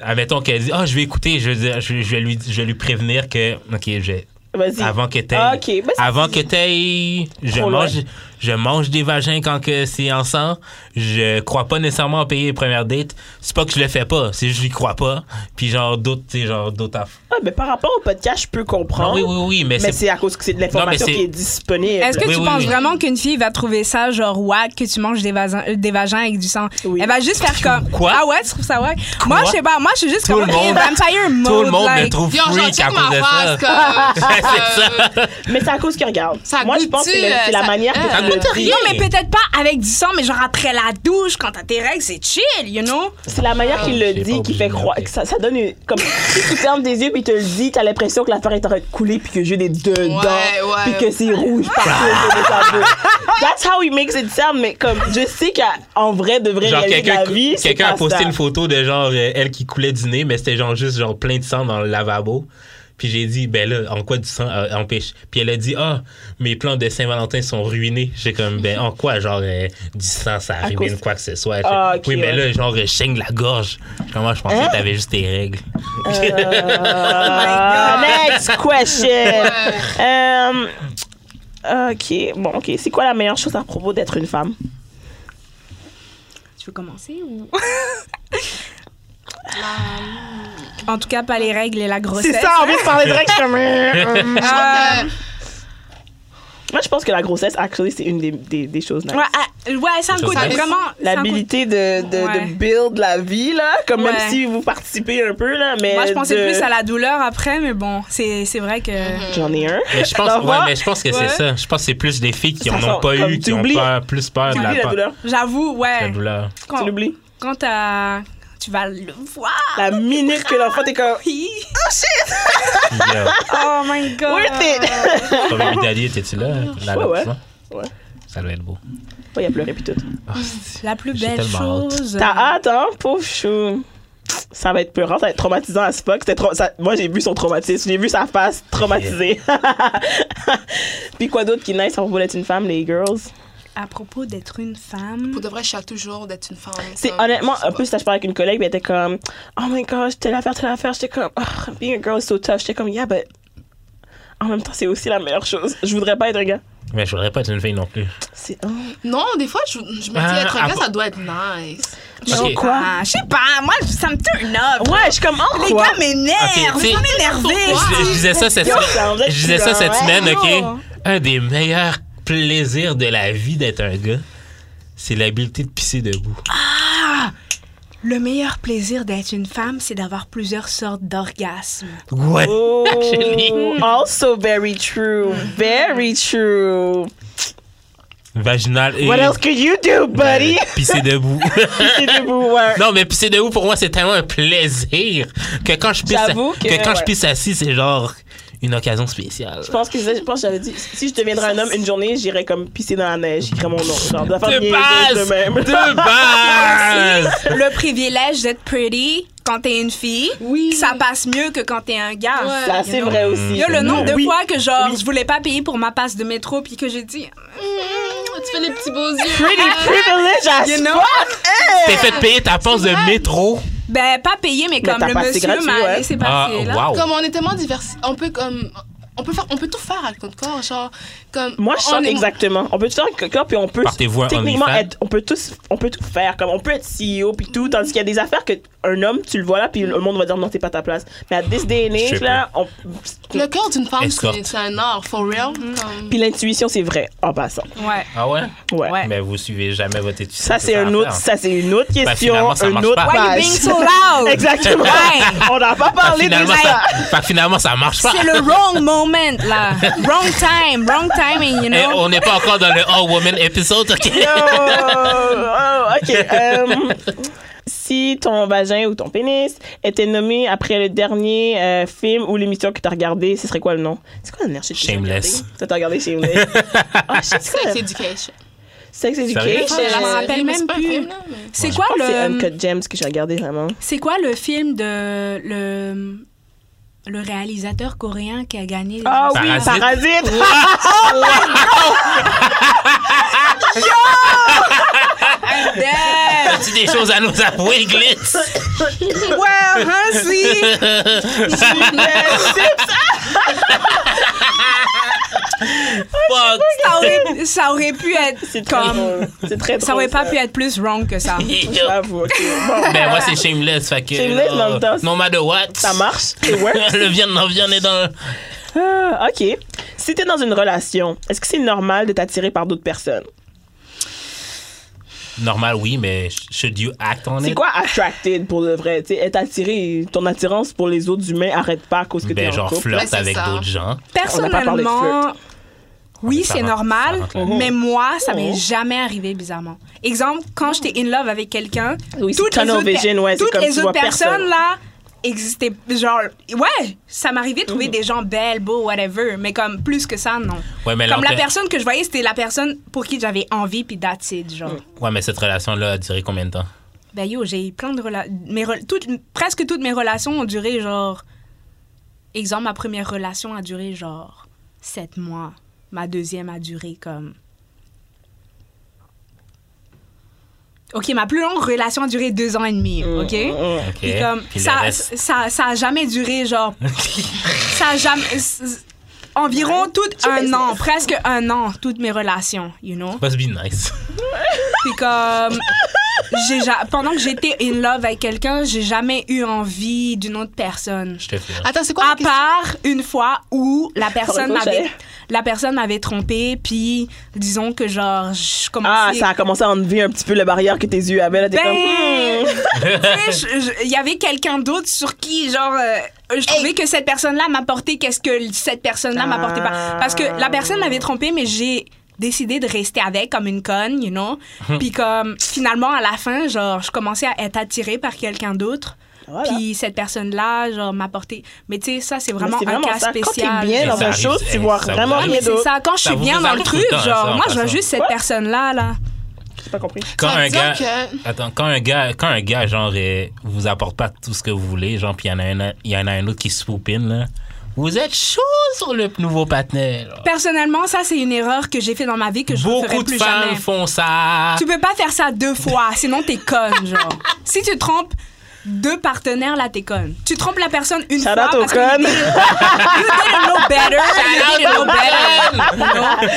B: Admettons qu'elle dit, ah, je vais écouter, je vais, dire- je, je vais lui, je vais lui prévenir que. Ok, je vais-
C: Vas-y.
B: Avant que t'aies.
C: Ah, ok. Ben, c'est-
B: Avant que t'aies, je
C: Trop
B: mange, je mange des vagins quand que c'est en sang. Je crois pas nécessairement en payer les premières dates. C'est pas que je le fais pas, c'est juste que je lui crois pas. Puis genre d'autres, tu sais, genre d'autres affaires.
C: Ah, mais par rapport au podcast, je peux comprendre.
B: Oui, oui, oui, mais, c'est
C: Mais c'est à cause que c'est de l'information
B: c'est-
C: qui est disponible.
E: Est-ce que
B: Oui,
E: tu
B: oui,
E: penses
B: oui.
E: vraiment qu'une fille va trouver ça genre wack que tu manges des, vasins- euh, des vagins avec du sang
C: Oui.
E: Elle va juste faire comme
B: Quoi?
E: Ah ouais, tu trouves ça wack Moi,
B: Quoi?
E: je sais pas, moi je suis juste
B: Tout
E: comme
B: le
E: ok,
B: monde-
E: vampire mode.
B: tout le monde me
E: like.
B: trouve
D: yo, genre,
B: freak à
D: check
B: cause
D: ma
B: de ça.
D: face, comme. euh,
B: Ouais, c'est ça.
C: Mais c'est à cause qu'ils regardent.
D: Ça
C: Moi, je
D: goûte-tu,
C: pense que c'est le- c'est la
D: euh,
C: manière que
D: ça-
C: tu
D: Ça
C: le
D: goûte
C: dis.
B: rien.
E: Non, mais peut-être pas avec du sang, mais genre après la douche, quand t'as tes règles, c'est chill, you know?
C: C'est la manière qu'il le
B: J'ai pas
C: dit qui
B: obligé,
C: fait croire
B: ok.
C: que ça, ça donne une, comme si tu fermes des yeux puis te le dit, t'as l'impression que l'affaire est en train de couler puis que j'ai des deux dents
D: ouais.
C: puis que c'est rouge partout
B: Ah.
C: autour de ta bouche. That's how he makes it sound mais comme je sais qu'en vrai de vrai
B: Genre
C: réalité de
B: quelqu'un
C: la vie, c'est
B: quelqu'un
C: pas
B: a posté
C: ça.
B: une photo de genre euh, elle qui coulait du nez, mais c'était genre juste genre plein de sang dans le lavabo. Puis j'ai dit ben là en quoi du sang euh, empêche. Puis elle a dit ah mes plans de Saint-Valentin sont ruinés. J'ai comme ben en quoi genre euh, du sang ça ruine
C: cause-
B: quoi que ce soit. J'ai-
C: Ah, ok,
B: oui mais
C: ouais. Hein?
B: là genre euh, je saigne la gorge. Comment je pensais que t'avais juste tes règles.
D: Oh
C: Euh, next question. Euh, OK, bon OK, c'est quoi la meilleure chose à propos d'être une femme
E: Tu veux commencer ou. En tout cas, pas les règles et la grossesse.
C: on vient de parler de règles, je suis comme, euh, euh.
E: Euh,
C: Moi, je pense que la grossesse, actually, c'est une des, des, des choses nice.
E: ouais, ah, ouais, ça me
B: Ça,
E: coûte
B: ça-
E: vraiment. ça me coûte.
C: L'habilité de, de,
E: Ouais.
C: de build la vie, là, comme
E: Ouais.
C: même si vous participez un peu, là, mais...
E: Moi, je pensais
C: de-
E: plus à la douleur après, mais bon, c'est c'est vrai que.
C: J'en ai un.
B: Mais je pense
C: Au
B: ouais
C: revoir.
B: mais je pense que
E: Ouais.
B: c'est ça. Je pense que c'est plus des filles qui
C: Ça
B: en ont
C: sent
B: pas
C: comme
B: eu qui ont
C: t'oublies.
B: peur plus peur de
C: Tu
B: Ah, la,
C: oublies la
B: peur-
C: douleur.
E: J'avoue,
B: la
E: ouais.
B: douleur.
E: Quand,
C: Tu l'oublies.
E: quand t'as- tu vas le voir.
C: La minute que l'enfant est comme...
E: Puis-
B: Yeah.
E: Oh my god.
C: Worth it!
B: Comme Daly, t'es-tu là? l'adoption?
C: ouais. Ouais.
B: Ça doit être beau.
C: Oh, il a pleuré, puis tout.
B: Ah,
E: La plus
B: J'ai
E: belle
B: tellement hâte.
E: chose. euh,
C: T'as hâte, hein? Pauvre chou. Ça va être pleurant, ça va être traumatisant à ce fuck. C'était Trop... ça- Moi, j'ai vu son traumatisme. J'ai vu sa face traumatisée. puis quoi d'autre qui est nice on voulait être une femme, les girls?
E: À propos d'être une femme.
D: Pour de vrai, je suis toujours d'être une femme.
C: C'est
D: comme-
C: honnêtement,
D: je sais
C: en
D: pas.
C: plus, là, je parlais avec une collègue, mais elle était comme, oh my gosh, telle affaire, telle affaire. J'étais comme, oh, being a girl is so tough. J'étais comme, yeah, but en même temps, c'est aussi la meilleure chose. Je voudrais pas être un gars.
B: Mais je voudrais pas être une fille non plus.
C: C'est, oh.
D: Non, des fois, je, je me dis,
B: Ah,
D: être un gars,
B: ah,
D: ça doit être nice.
B: Ok.
C: Genre quoi?
E: Ah, je sais pas, moi, ça me turn up.
C: Ouais, je suis comme, oh,
E: Les
C: quoi?
E: gars m'énervent,
B: Ok,
E: ils sont
B: t'sais-
E: énervés.
B: Je, je disais ça cette
C: Yo,
B: semaine.
C: ça, vous êtes
B: Je disais
C: plus
B: ça
C: grand,
B: cette
C: ouais.
B: semaine,
E: Non.
B: ok? Un des meilleurs plaisirs de la vie d'être un gars, c'est l'habileté de pisser debout.
E: Le meilleur plaisir d'être une femme, c'est d'avoir plusieurs sortes d'orgasmes.
B: Ouais!
C: Oh,
B: Actually.
C: also very true, very true.
B: Vaginal et.
C: What else could you do, buddy?
B: Euh, pisser debout.
C: C'est debout, ouais.
B: non, mais pisser debout, pour moi, c'est tellement un plaisir que quand je pisse,
C: J'avoue que-
B: quand je
C: ouais.
B: pisse assis, c'est genre une occasion spéciale.
C: Je pense que je pense que j'avais dit si je deviendrais un homme une journée, j'irais comme pisser dans la neige, j'écrirais mon nom, genre de faire
B: De
C: niaiseuse
B: base!
C: de même.
B: De base!
E: Le privilège d'être pretty quand t'es une fille,
D: Oui.
E: ça passe mieux que quand t'es un gars.
D: Ouais.
C: Ça, c'est vrai aussi.
E: Il y a le nombre de
C: Oui.
E: fois que genre je voulais pas payer pour ma passe de métro puis que j'ai dit
D: Mmh, tu fais les petits beaux yeux. Ah.
C: Pretty privilege as
E: You know?
C: fuck.
B: T'es fait payer ta passe de métro.
E: ben pas payer mais
C: Mais
E: comme
C: t'as
E: le
C: pas, c'est
E: monsieur
C: gratuit,
E: m'a
C: ouais.
E: laissé
B: Ah,
E: passer là.
B: wow.
D: Comme on est tellement divers, on peut comme on peut faire, on peut tout faire avec notre corps, genre comme.
C: Moi, je
D: on
C: chante
D: est-
C: exactement. On peut tout faire avec le corps, puis on peut
B: Partez-vous un
C: techniquement
B: OnlyFans.
C: être, on peut tous, on peut tout faire. Comme on peut être CEO puis tout, tandis qu'il y a des affaires que un homme, tu le vois là, puis le monde va dire non, t'es pas à ta place. Mais à this day and
B: Je
C: age
B: sais
C: là, on...
D: Le corps d'une femme,
B: Escorte.
D: c'est c'est un art, for real.
E: Mm.
D: Comme-
C: puis l'intuition, c'est vrai en passant.
E: Ouais.
B: Ah ouais?
C: Ouais.
E: Ouais.
B: Mais vous suivez jamais votre étude.
C: Ça, c'est un autre, ça, c'est une autre question,
B: Ben, finalement, ça
C: une
B: marche
C: autre
B: pas.
E: Why you
C: page.
E: being so loud?
C: Exactement.
E: Ouais.
C: On n'a pas
B: Fait que
C: parlé de
B: finalement,
C: ça.
B: ça- fait que finalement, ça marche pas.
E: C'est le wrong moment, là. wrong time, wrong timing, you
B: Eh,
E: know.
B: on n'est pas encore dans le All Woman épisode, ok?
C: Yo! Oh, ok. euh, si ton vagin ou ton pénis était nommé après le dernier euh, film ou l'émission que t'as regardé, ce serait quoi le nom? C'est quoi la dernière chose que t'as
B: Shameless.
C: regardé? Toi, t'as regardé Shameless. Ah, shit, c'est quoi?
D: Sex
C: la-
D: Education.
C: Sex
B: Sérieux?
C: Education.
E: Je m'en rappelle
D: Mais
E: même
D: c'est pas un
E: plus.
D: film, là, mais-
E: C'est
B: Ouais.
E: quoi
C: Je pense que C'est
E: le
C: Uncut Gems que j'ai regardé vraiment.
E: C'est quoi le film de le le réalisateur coréen qui a gagné les
C: Ah
E: Oscars?
C: oui,
B: Parasite.
C: Parasite!
E: Damn!
B: As-tu des choses à nous avouer, Glitz?
E: Well,
C: hein,
E: honestly,
B: Fuck!
E: ça aurait, ça aurait pu être
C: C'est très
E: comme
C: drôle. C'est très drôle.
E: ça aurait pas pu être plus wrong que ça.
C: J'avoue. ok. Bon,
B: Ben, moi, c'est shameless, fait que.
C: Shameless,
B: là,
C: en même temps,
B: no matter what.
C: ça marche. C'est work.
B: le viande, non, viande est dans.
C: Ah, ok. Si t'es dans une relation, est-ce que c'est normal de t'attirer par d'autres personnes?
B: Normal, oui, mais should you act on
C: C'est
B: it?
C: quoi attracted pour le vrai? T'sais, être attiré, ton attirance pour les autres humains arrête pas à cause que
B: Ben,
C: t'es en
B: genre,
C: couple.
D: Ouais,
B: flirte
D: c'est
B: avec
D: ça.
B: d'autres gens.
C: pas parlé de
E: Personnellement,
C: flirt.
E: oui,
B: Mais ça
E: c'est
B: rentre- ça
E: normal,
B: rentre là-dedans.
E: mais moi, ça m'est
C: Oh.
E: jamais arrivé bizarrement. Exemple, quand j'étais in love avec quelqu'un,
C: Oui, c'est
E: toutes les
C: tunnel
E: autres, per-
C: vision, ouais, c'est
E: toutes
C: comme
E: les
C: tu
E: autres
C: vois
E: personnes
C: personne.
E: là existaient genre ouais ça m'arrivait de trouver
C: Mm.
E: des gens belles beaux whatever mais comme plus que ça non
B: Ouais, mais là,
E: comme
B: on
E: la
B: peut-
E: personne que je voyais c'était la personne pour qui j'avais envie puis that's it, genre
C: Mm.
B: Ouais, mais cette relation-là a duré combien de temps?
E: Ben yo, j'ai eu plein de relations. Presque toutes mes relations ont duré genre. Exemple, ma première relation a duré genre 7 mois. Ma deuxième a duré comme. Ok, ma plus longue relation a duré deux ans et demi, ok?
B: Ok.
E: Puis comme,
B: Puis le
E: ça,
B: reste-
E: ça, ça a jamais duré genre. ça a jamais. s- Environ tout un an, presque un an, toutes mes relations, you know?
B: Must be nice.
E: Puis comme. j'ai ja- Pendant que j'étais in love avec quelqu'un, j'ai jamais eu envie d'une autre personne.
B: Je te fais.
D: Attends, c'est quoi la
E: À
D: question?
E: part une fois où la personne
C: Oh,
E: m'avait
C: j'allais-
E: la personne m'avait trompé, puis disons que genre je
C: Ah,
E: commençais
C: ça a commencé à enlever un petit peu la barrière que tes yeux avaient. Là, t'es
E: Ben,
C: comme, hmm.
E: tu sais, je- je- il y avait quelqu'un d'autre sur qui genre euh, je trouvais que cette personne-là m'apportait qu'est-ce que cette personne-là m'apportait pas parce que la personne m'avait trompé mais j'ai décidé de rester avec comme une conne, you know. Puis comme finalement à la fin, genre je commençais à être attirée par quelqu'un d'autre.
C: Voilà.
E: Puis cette personne-là, genre m'apportait mais tu sais ça c'est vraiment,
C: c'est
E: un
C: vraiment
E: cas
C: ça. Quand t'es
E: spécial.
C: bien
B: Mais
C: dans
B: ça
C: un
B: arrive,
C: chose, tu
B: eh,
C: vois
B: ça
C: vraiment
B: vous arrive.
C: rien
E: mais c'est
C: d'autre.
E: ça quand je
B: Ça
E: suis
B: vous
E: bien
B: arrive
E: dans le
B: tout
E: truc,
B: le temps,
E: genre
B: ça, en
E: moi je vois
B: passant.
E: juste cette personne-là là.
C: J'ai pas compris.
B: Quand
D: Ça veut
B: un
D: dire
B: gars.
D: que-
B: Attends, quand un gars, quand un gars genre, euh, vous apporte pas tout ce que vous voulez, genre, puis il y, en a un- il y en a un autre qui swoop in, là. Vous êtes chaud sur le nouveau partenaire. là.
E: Personnellement, ça c'est une erreur que j'ai fait dans ma vie que je ne ferai
B: Beaucoup de
E: plus
B: femmes
E: jamais.
B: font ça.
E: Tu peux pas faire ça deux fois, sinon t'es conne, genre. Si tu trompes deux partenaires, là, t'es conne. Tu trompes la personne une
C: Shout
E: fois
C: out aux
E: parce que you
C: connes.
E: didn't- you didn't know better. You didn't know better. you know?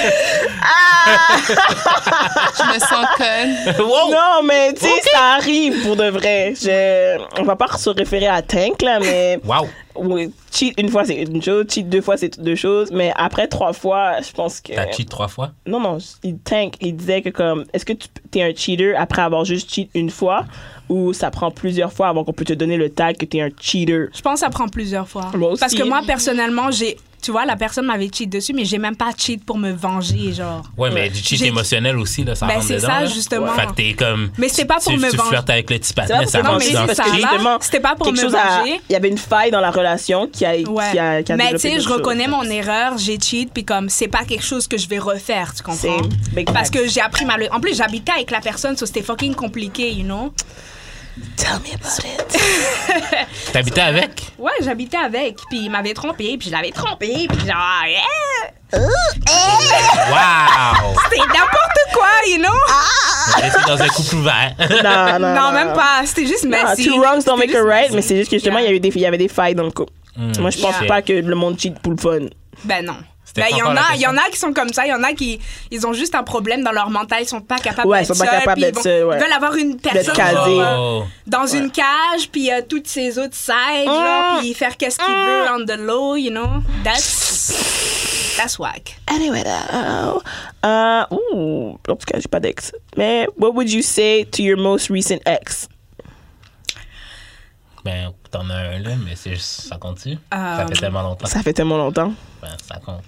D: Je me sens conne.
B: Wow!
C: Non, mais tu sais, ça arrive pour de vrai. Je... On va pas se référer à Tank, là, mais
B: Wow!
C: oui, cheat une fois, c'est une chose. Cheat deux fois, c'est deux choses. Mais après trois fois, je pense que...
B: T'as cheat trois fois?
C: Non, non, il tank. Il disait que comme, est-ce que tu es un cheater après avoir juste cheat une fois ou ça prend plusieurs fois avant qu'on peut te donner le tag que tu es un cheater?
E: Je pense que ça prend plusieurs fois.
C: Moi aussi.
E: Parce que moi, personnellement, j'ai. Tu vois, la personne m'avait cheat dessus, mais j'ai même pas cheat pour me venger, genre.
B: Ouais, mais du cheat
E: J'ai-
B: émotionnel aussi, là, ça
E: Ben,
B: rentre
E: c'est
B: dedans.
E: ça,
B: là.
E: justement.
B: Fait que t'es comme.
E: Mais c'est pas pour
B: tu,
E: me
B: tu
E: venger.
B: flirtes avec le petit
C: C'est pas
B: patin,
C: pour
B: Ah, ça
C: te
E: Non,
B: rentre
E: mais
C: venger,
B: dans
E: c'est
C: parce
E: ça,
C: que
E: là.
C: justement,
E: C'était pas pour
C: quelque
E: me
C: chose à-
E: venger.
C: Il y avait une faille dans la relation qui a,
E: Ouais.
C: qui a, qui a
E: mais tu
C: développé
E: sais,
C: quelque
E: je
C: chose.
E: reconnais mon erreur, j'ai cheat, puis comme, c'est pas quelque chose que je vais refaire, tu
C: C'est
E: comprends?
C: big
E: Parce
C: fact.
E: que j'ai appris ma le- En plus, j'habitais avec la personne, so c'était fucking compliqué, you know?
B: T'habitais avec?
E: Ouais, j'habitais avec, puis il m'avait trompé, puis je l'avais trompé, puis genre, eh,
B: Wow!
E: c'est n'importe quoi, you know?
B: On était dans un couple ouvert.
C: Non, Ah, non,
E: non,
C: non,
E: même pas, c'était juste
C: Non,
E: messy.
C: two wrongs don't
E: C'était
C: make a
E: juste
C: right,
E: messy.
C: mais c'est juste que justement, il y, a eu des, il y avait des failles dans le couple.
B: Mm.
C: Moi, je pense
B: Yeah.
C: pas que le monde cheat pour le fun.
E: Ben non.
B: C'était
E: Ben, il y,
B: pas
E: en
B: encore
E: a,
B: la
E: il y en
B: question.
E: a qui sont comme ça, il y en a qui ils ont juste un problème dans leur mental, ils sont pas capables
C: Ouais, ils
E: d'être
C: sont pas
E: seuls,
C: capables
E: puis ils
C: d'être
E: vont-
C: seuls, ouais.
E: Ils veulent avoir une personne
C: caser.
E: genre, euh,
B: Oh.
E: dans une cage, puis euh, toutes ces autres sides,
C: Mm.
E: genre, puis faire qu'est-ce qu'il veut on the low, you know? That's... That's whack.
C: Anyway, now, uh, ooh, en tout cas, j'ai pas d'ex. Mais what would you say to your most recent ex?
B: Ben, t'en as un là, mais c'est juste, ça compte-tu?
E: Euh,
B: ça fait tellement longtemps.
C: Ça fait tellement longtemps.
B: Ben, ça compte.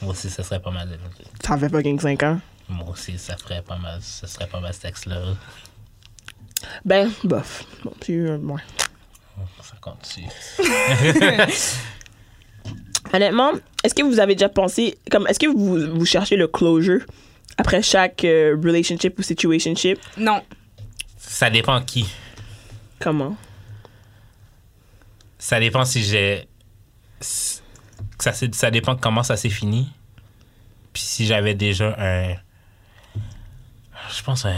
B: Moi aussi, ça serait pas mal. de-
C: Ça fait fucking 5 ans.
B: Moi aussi, ça ferait pas mal. Ça serait pas mal ce texte-là.
C: Ben, bof. Bon, puis, euh, ouais.
B: Ça compte-tu?
C: Honnêtement, est-ce que vous avez déjà pensé, comme, est-ce que vous, vous cherchez le closure après chaque euh, relationship ou situationship?
E: Non.
B: Ça dépend qui.
C: Comment?
B: Ça dépend si j'ai. si- Ça, s'est- ça dépend comment ça s'est fini. Puis si j'avais déjà un. Je pense un.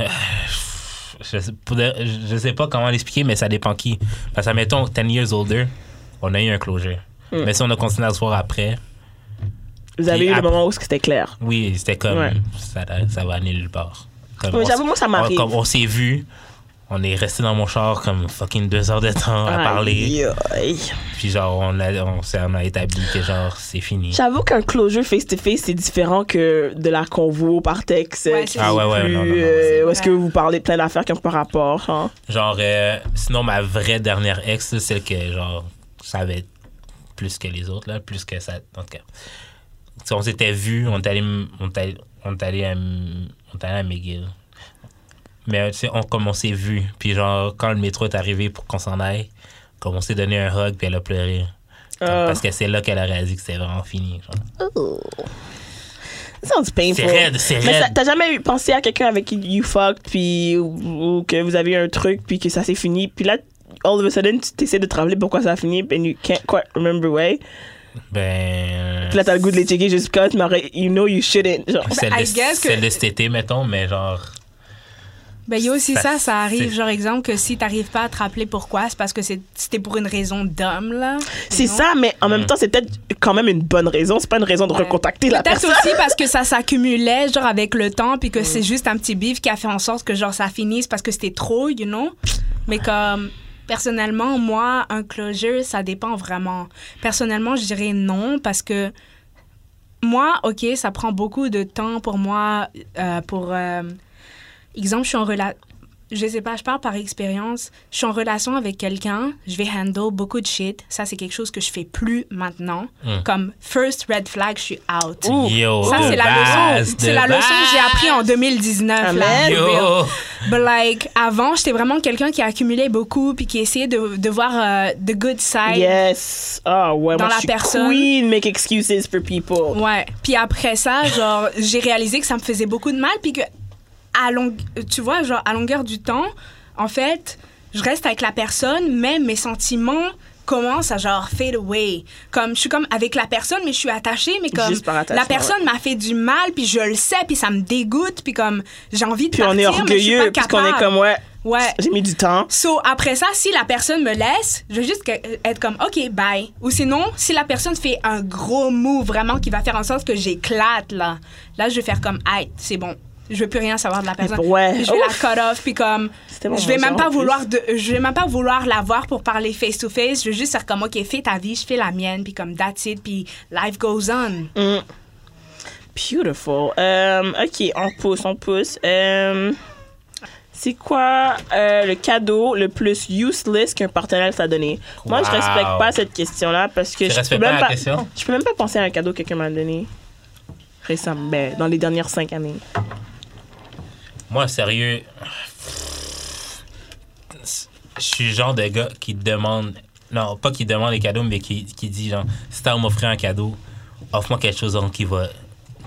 B: Je sais, pour de- je sais pas comment l'expliquer, mais ça dépend qui. Parce que, mettons, 10 years older, on a eu un closure. Mais si on a continué à se voir après,
C: Vous avez
B: Puis
C: eu le
B: après-
C: moment où c'était clair.
B: oui, c'était comme.
C: Ouais.
B: Ça, ça va aller nulle part. Comme
C: Mais
B: on
C: j'avoue,
B: s-
C: moi, ça
B: on-
C: m'arrive.
B: Comme on s'est vu, on est resté dans mon char comme fucking deux heures de temps à parler.
C: Aïe.
B: Puis genre, on a, on, s'est- on a établi que genre, c'est fini.
C: J'avoue qu'un closure face-to-face, c'est différent que de la convo par texte.
E: Ouais,
C: qui
E: c'est Ah
B: ouais,
C: est
B: ouais,
C: plus,
B: non, non, non,
C: euh,
E: c'est-
C: où est-ce que vous parlez de plein d'affaires qui n'ont pas rapport, hein?
B: Genre, euh, sinon, ma vraie dernière ex, là, celle que genre, je savais plus que les autres, là, plus que ça. En tout cas, Si on s'était vus, on est allé m- on est allé- on est allé à, M- on est allé à McGill. Mais euh, tu sais, on, comme on s'est vus, puis genre, quand le métro est arrivé pour qu'on s'en aille, comme on s'est donné un hug, puis elle a pleuré. Comme,
C: Ah.
B: Parce que c'est là qu'elle a réalisé que c'était vraiment fini. genre.
C: Oh. Ça sounds painful.
B: C'est raide, c'est
C: Mais ça-
B: raide.
C: t'as jamais eu- pensé à quelqu'un avec qui you fucked, puis ou, ou que vous avez eu un truc, puis que ça s'est fini, puis là, all of a sudden, tu t'essaies de te rappeler pourquoi ça a fini, and you can't quite remember why.
B: Ben. euh,
C: Puis là, t'as le goût de les checker juste quand tu m'aurais, you know you shouldn't. Genre,
B: Celle
E: I
B: de,
E: guess que-
B: celle de cet été, mettons, mais genre.
E: Ben, il y a aussi
B: Ça-
E: ça, ça arrive.
B: c'est-
E: Genre, exemple, que si t'arrives pas à te rappeler pourquoi, c'est parce que c'est- c'était pour une raison d'homme, là.
C: c'est
E: Non?
C: ça, mais en
B: Mm.
C: même temps, c'est peut-être quand même une bonne raison. C'est pas une raison de recontacter la
E: Peut-être
C: personne.
E: aussi parce que ça s'accumulait, genre, avec le temps,
C: Mm.
E: puis que c'est juste un petit bif qui a fait en sorte que, genre, ça finisse parce que c'était trop, you know? Mais comme, personnellement, moi, un closure, ça dépend vraiment. Personnellement, je dirais non parce que moi, OK, ça prend beaucoup de temps pour moi. euh, pour euh, exemple, je suis en relation. Je sais pas, je parle par expérience. Je suis en relation avec quelqu'un, je vais handle beaucoup de shit. Ça, c'est quelque chose que je fais plus maintenant.
B: Mm.
E: Comme first red flag, je suis out.
B: Yo,
E: Ça,
B: de
E: c'est la
B: base,
E: leçon.
B: de
E: C'est la leçon que j'ai
B: base.
E: appris en 2019. là.
C: Amen.
E: For real.
B: Yo!
E: But like, avant, j'étais vraiment quelqu'un qui accumulait beaucoup puis qui essayait de, de voir euh, the good side.
C: Yes. Ah ouais,
E: Dans
C: moi,
E: la
C: je suis
E: personne.
C: queen, make excuses for people.
E: Ouais. Puis après ça, genre, j'ai réalisé que ça me faisait beaucoup de mal puis que à long... tu vois, genre à longueur du temps, en fait, je reste avec la personne, mais mes sentiments commencent à genre fade away. Comme je suis comme avec la personne, mais je suis attachée, mais comme
C: Juste par attachement,
E: la personne m'a fait du mal, puis je le sais, puis ça me dégoûte, puis comme j'ai envie de
C: Puis on est
E: partir, mais je suis
C: orgueilleux,
E: pas
C: parce qu'on est
E: capable.
C: comme, ouais,
E: ouais.
C: j'ai mis du temps.
E: So, après ça, si la personne me laisse, je vais juste que- euh, être comme, OK, bye. Ou sinon, si la personne fait un gros move vraiment qui va faire en sorte que j'éclate, là, là, je vais faire comme, aïe, c'est bon. Je veux plus rien savoir de la personne.
C: ouais.
E: Puis Je vais
C: Ouf.
E: la cut off, puis comme,
C: C'était mon
E: je vais
C: genre,
E: même
C: en
E: pas
C: plus.
E: vouloir de, je vais même pas vouloir la voir pour parler face to face. Je vais juste faire comme, OK, fais ta vie, je fais la mienne, puis comme, that's it, puis life goes on.
C: Beautiful. Euh, ok, on pousse, on pousse. Euh, c'est quoi euh, le cadeau le plus useless qu'un partenaire t'a donné? Moi, je
B: Wow.
C: respecte pas cette question-là parce que
B: Tu
C: je peux,
B: respectes pas
C: même
B: la
C: pas,
B: question?
C: je peux même pas penser à un cadeau que quelqu'un m'a donné récemment, ben, dans les dernières cinq années.
B: Moi, sérieux, je suis le genre de gars qui demande, non, pas qui demande les cadeaux, mais qui, qui dit, genre, si t'as à m'offrir un cadeau, offre-moi quelque chose donc, qui va,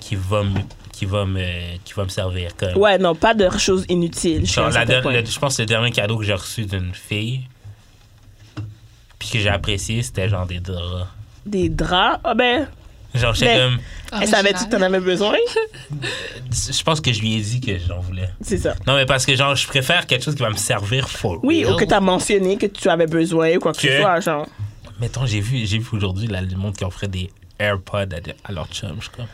B: qui va me, qui va me, qui va me servir. Comme,
C: Ouais, non, pas de choses inutiles. Je suis à
B: Genre,
C: un
B: la
C: certain
B: der-
C: point.
B: le- je pense que le dernier cadeau que j'ai reçu d'une fille, puis que j'ai apprécié, c'était genre des draps.
C: Des draps, ah ben,
B: Genre, j'étais
C: Mais-
B: comme,
D: Ah,
C: elle savait-tu que t'en avais besoin?
B: je pense que je lui ai dit que j'en voulais.
C: C'est ça.
B: Non, mais parce que genre, je préfère quelque chose qui va me servir full.
C: Oui, ou que t'as mentionné que tu avais besoin ou quoi que ce
B: Que-
C: soit, genre.
B: Mettons, j'ai vu, j'ai vu aujourd'hui la le monde qui offrait des AirPod à, à leur chum. Je suis comme,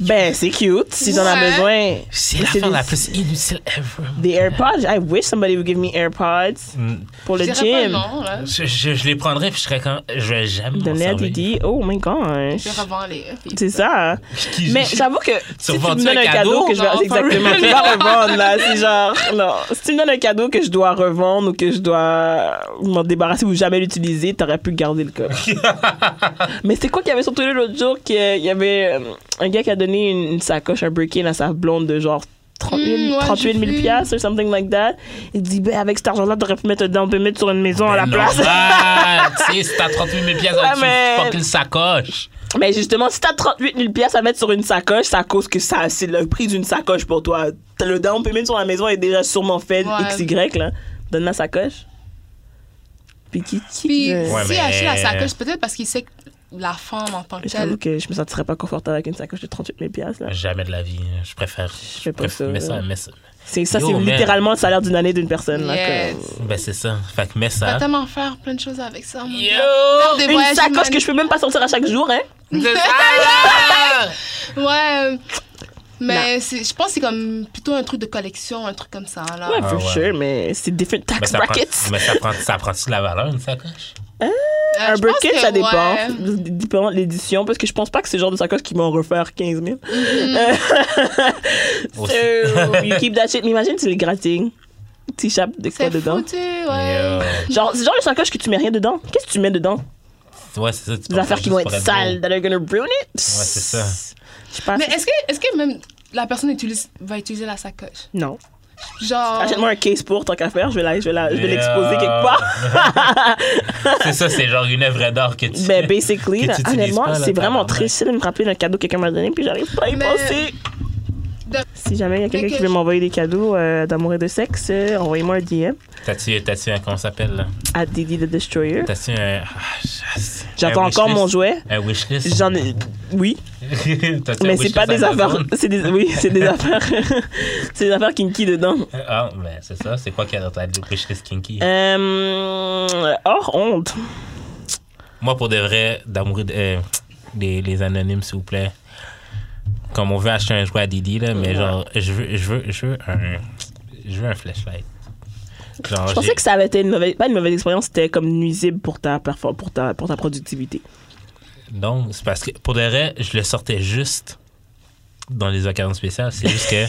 C: Ben, c'est cute si t'en as
D: Ouais.
C: besoin.
B: c'est
C: Mais
B: l'affaire
C: des-
B: la plus inutile ever. man.
C: Des AirPods, I wish somebody would give me AirPods
B: Mm.
C: pour le
D: Je dirais pas
C: gym.
D: non, là.
B: Je, je, je les prendrais puis je serais comme, je vais jamais m'en
C: Donner à
B: servir.
C: Didi, oh my gosh.
D: Je vais revendre les. puis-
C: C'est ça.
B: Qui-
C: Mais
B: qui-
C: j'avoue que si tu me
B: revends-tu
C: donnes
B: un
C: un cadeau
B: cadeau?
C: que je vais
D: Non, for
C: exactement,
D: real.
C: tu vas revendre là, c'est genre non. Si tu me donnes un cadeau que je dois revendre ou que je dois euh, m'en débarrasser ou jamais l'utiliser, t'aurais pu garder le corps. Mais c'est quoi qu'il y avait sur Twitter l'autre jour qu'il y avait euh, un gars qui a donné une, une sacoche, un break-in à sa blonde de genre 30 000,
D: Mm, ouais,
C: 38 000
D: j'ai vu.
C: piastres ou something like that. Il dit ben avec cet argent-là, t'aurais pu mettre un down payment sur une maison à la
B: Ben
C: place.
B: normal, tu sais, si t'as 38 000 piastres
C: Ouais,
B: dans
C: mais-
B: une fucking sacoche.
C: Mais Ben, justement, si t'as 38 000 pièces à mettre sur une sacoche, ça cause que ça, c'est le prix d'une sacoche pour toi. T'as Le down payment sur la maison est déjà sûrement fait
D: Ouais.
C: XY, là. Donne la sacoche. Puis qui, qui
D: Puis
C: veut-
B: Ouais,
D: si
B: mais-
D: achète la sacoche, peut-être parce qu'il sait que la femme en tant que
C: J'avoue
D: telle.
C: que je me sentirais pas confortable avec une sacoche de 38 000 pièces, là.
B: Jamais de la vie. hein. Je préfère. Je
C: fais pas
B: préfère-
C: ça,
B: mets ça,
C: là.
B: mets ça.
C: C'est ça,
B: Yo,
C: c'est
B: man.
C: littéralement le salaire d'une année d'une personne, là.
D: Yes.
C: comme-
B: Ben c'est ça. Fait que mets
D: On va
B: ça.
D: tellement faire plein de choses avec ça. mon
B: Yo!
D: gars. Faire des
C: Une
D: voyages
C: sacoche que je peux même pas sortir à chaque jour, hein.
B: C'est ça, là!
D: Ouais. euh, Mais c'est- je pense que c'est comme plutôt un truc de collection, un truc comme ça. Là. Euh,
C: Ouais,
B: Ah,
C: for
B: ouais.
C: sure, mais c'est different
B: Mais
C: tax
B: ça prend,
C: brackets.
B: mais ça prend, ça prend-tu de la valeur, une sacoche?
D: Euh,
C: Un
D: je pense
C: bracket,
D: que
C: ça dépend.
D: ouais.
C: Ça dépend de l'édition, parce que je pense pas que c'est le genre de sacoche qui m'en refaire 15 000.
D: Mm-hmm.
B: Aussi.
C: So, Oh, you keep that shit. Mais imagine, tu les grattines. Tu échappes de quoi
D: C'est
C: dedans?
D: foutu, ouais.
C: Genre, c'est genre le sacoche que tu mets rien dedans. Qu'est-ce que tu mets dedans?
B: Yo! Ouais, c'est ça. tu
C: Des
B: peux
C: affaires
B: faire
C: qui vont
B: juste
C: être
B: pour
C: sales,
B: beau.
C: that are gonna ruin it? Ouais,
B: c'est ça.
C: Je pense.
D: Mais est-ce que, est que même la personne utilise, va utiliser la sacoche?
C: Non.
D: Genre.
C: Achète-moi un case pour tant qu'à faire. Je vais la- je vais la- je vais
B: Yeah.
C: l'exposer quelque
B: euh,
C: part.
B: C'est ça, c'est genre une œuvre d'art que tu.
C: Ben, basically,
B: Que
C: là,
B: tu utilises
C: honnêtement,
B: pas, là,
C: c'est vraiment
B: tabarnak.
C: triste de me rappeler d'un cadeau que quelqu'un m'a donné, puis j'arrive pas à y
D: Mais-
C: penser.
D: De-
C: Si jamais il y a quelqu'un
D: que
C: qui veut
D: je-
C: m'envoyer des cadeaux euh, d'amour et de sexe, euh, envoyez-moi un DM
B: T'as-tu, t'as-tu un. Comment ça s'appelle, là?
C: à Didi the Destroyer.
B: T'as-tu un. ah, Eh, je-
C: J'attends
B: un
C: encore
B: wishlist?
C: mon jouet.
B: Un wishlist.
C: J'en ai. Oui,
B: T'as-tu un
C: mais c'est pas
B: wishlist
C: des affaires.
B: Amazon?
C: C'est des... Oui, c'est des affaires. c'est des affaires kinky dedans.
B: Ah, ben c'est ça. C'est quoi qu'il y a dans ta wishlist kinky?
C: Euh... Hors honte.
B: Moi, pour de vrai, d'amoureux de- euh, les, les anonymes, s'il vous plaît. Comme on veut acheter un jouet à Didi, là, mais genre, je veux, je veux, je veux un, je veux un flashlight. Genre,
C: Je pensais
B: Ah, j'ai-
C: que ça avait été une mauvaise... pas une mauvaise expérience, c'était comme nuisible pour ta, perfor- pour ta... Pour ta productivité.
B: Non, c'est parce que pour de vrai, je le sortais juste dans les occasions spéciales. C'est juste que,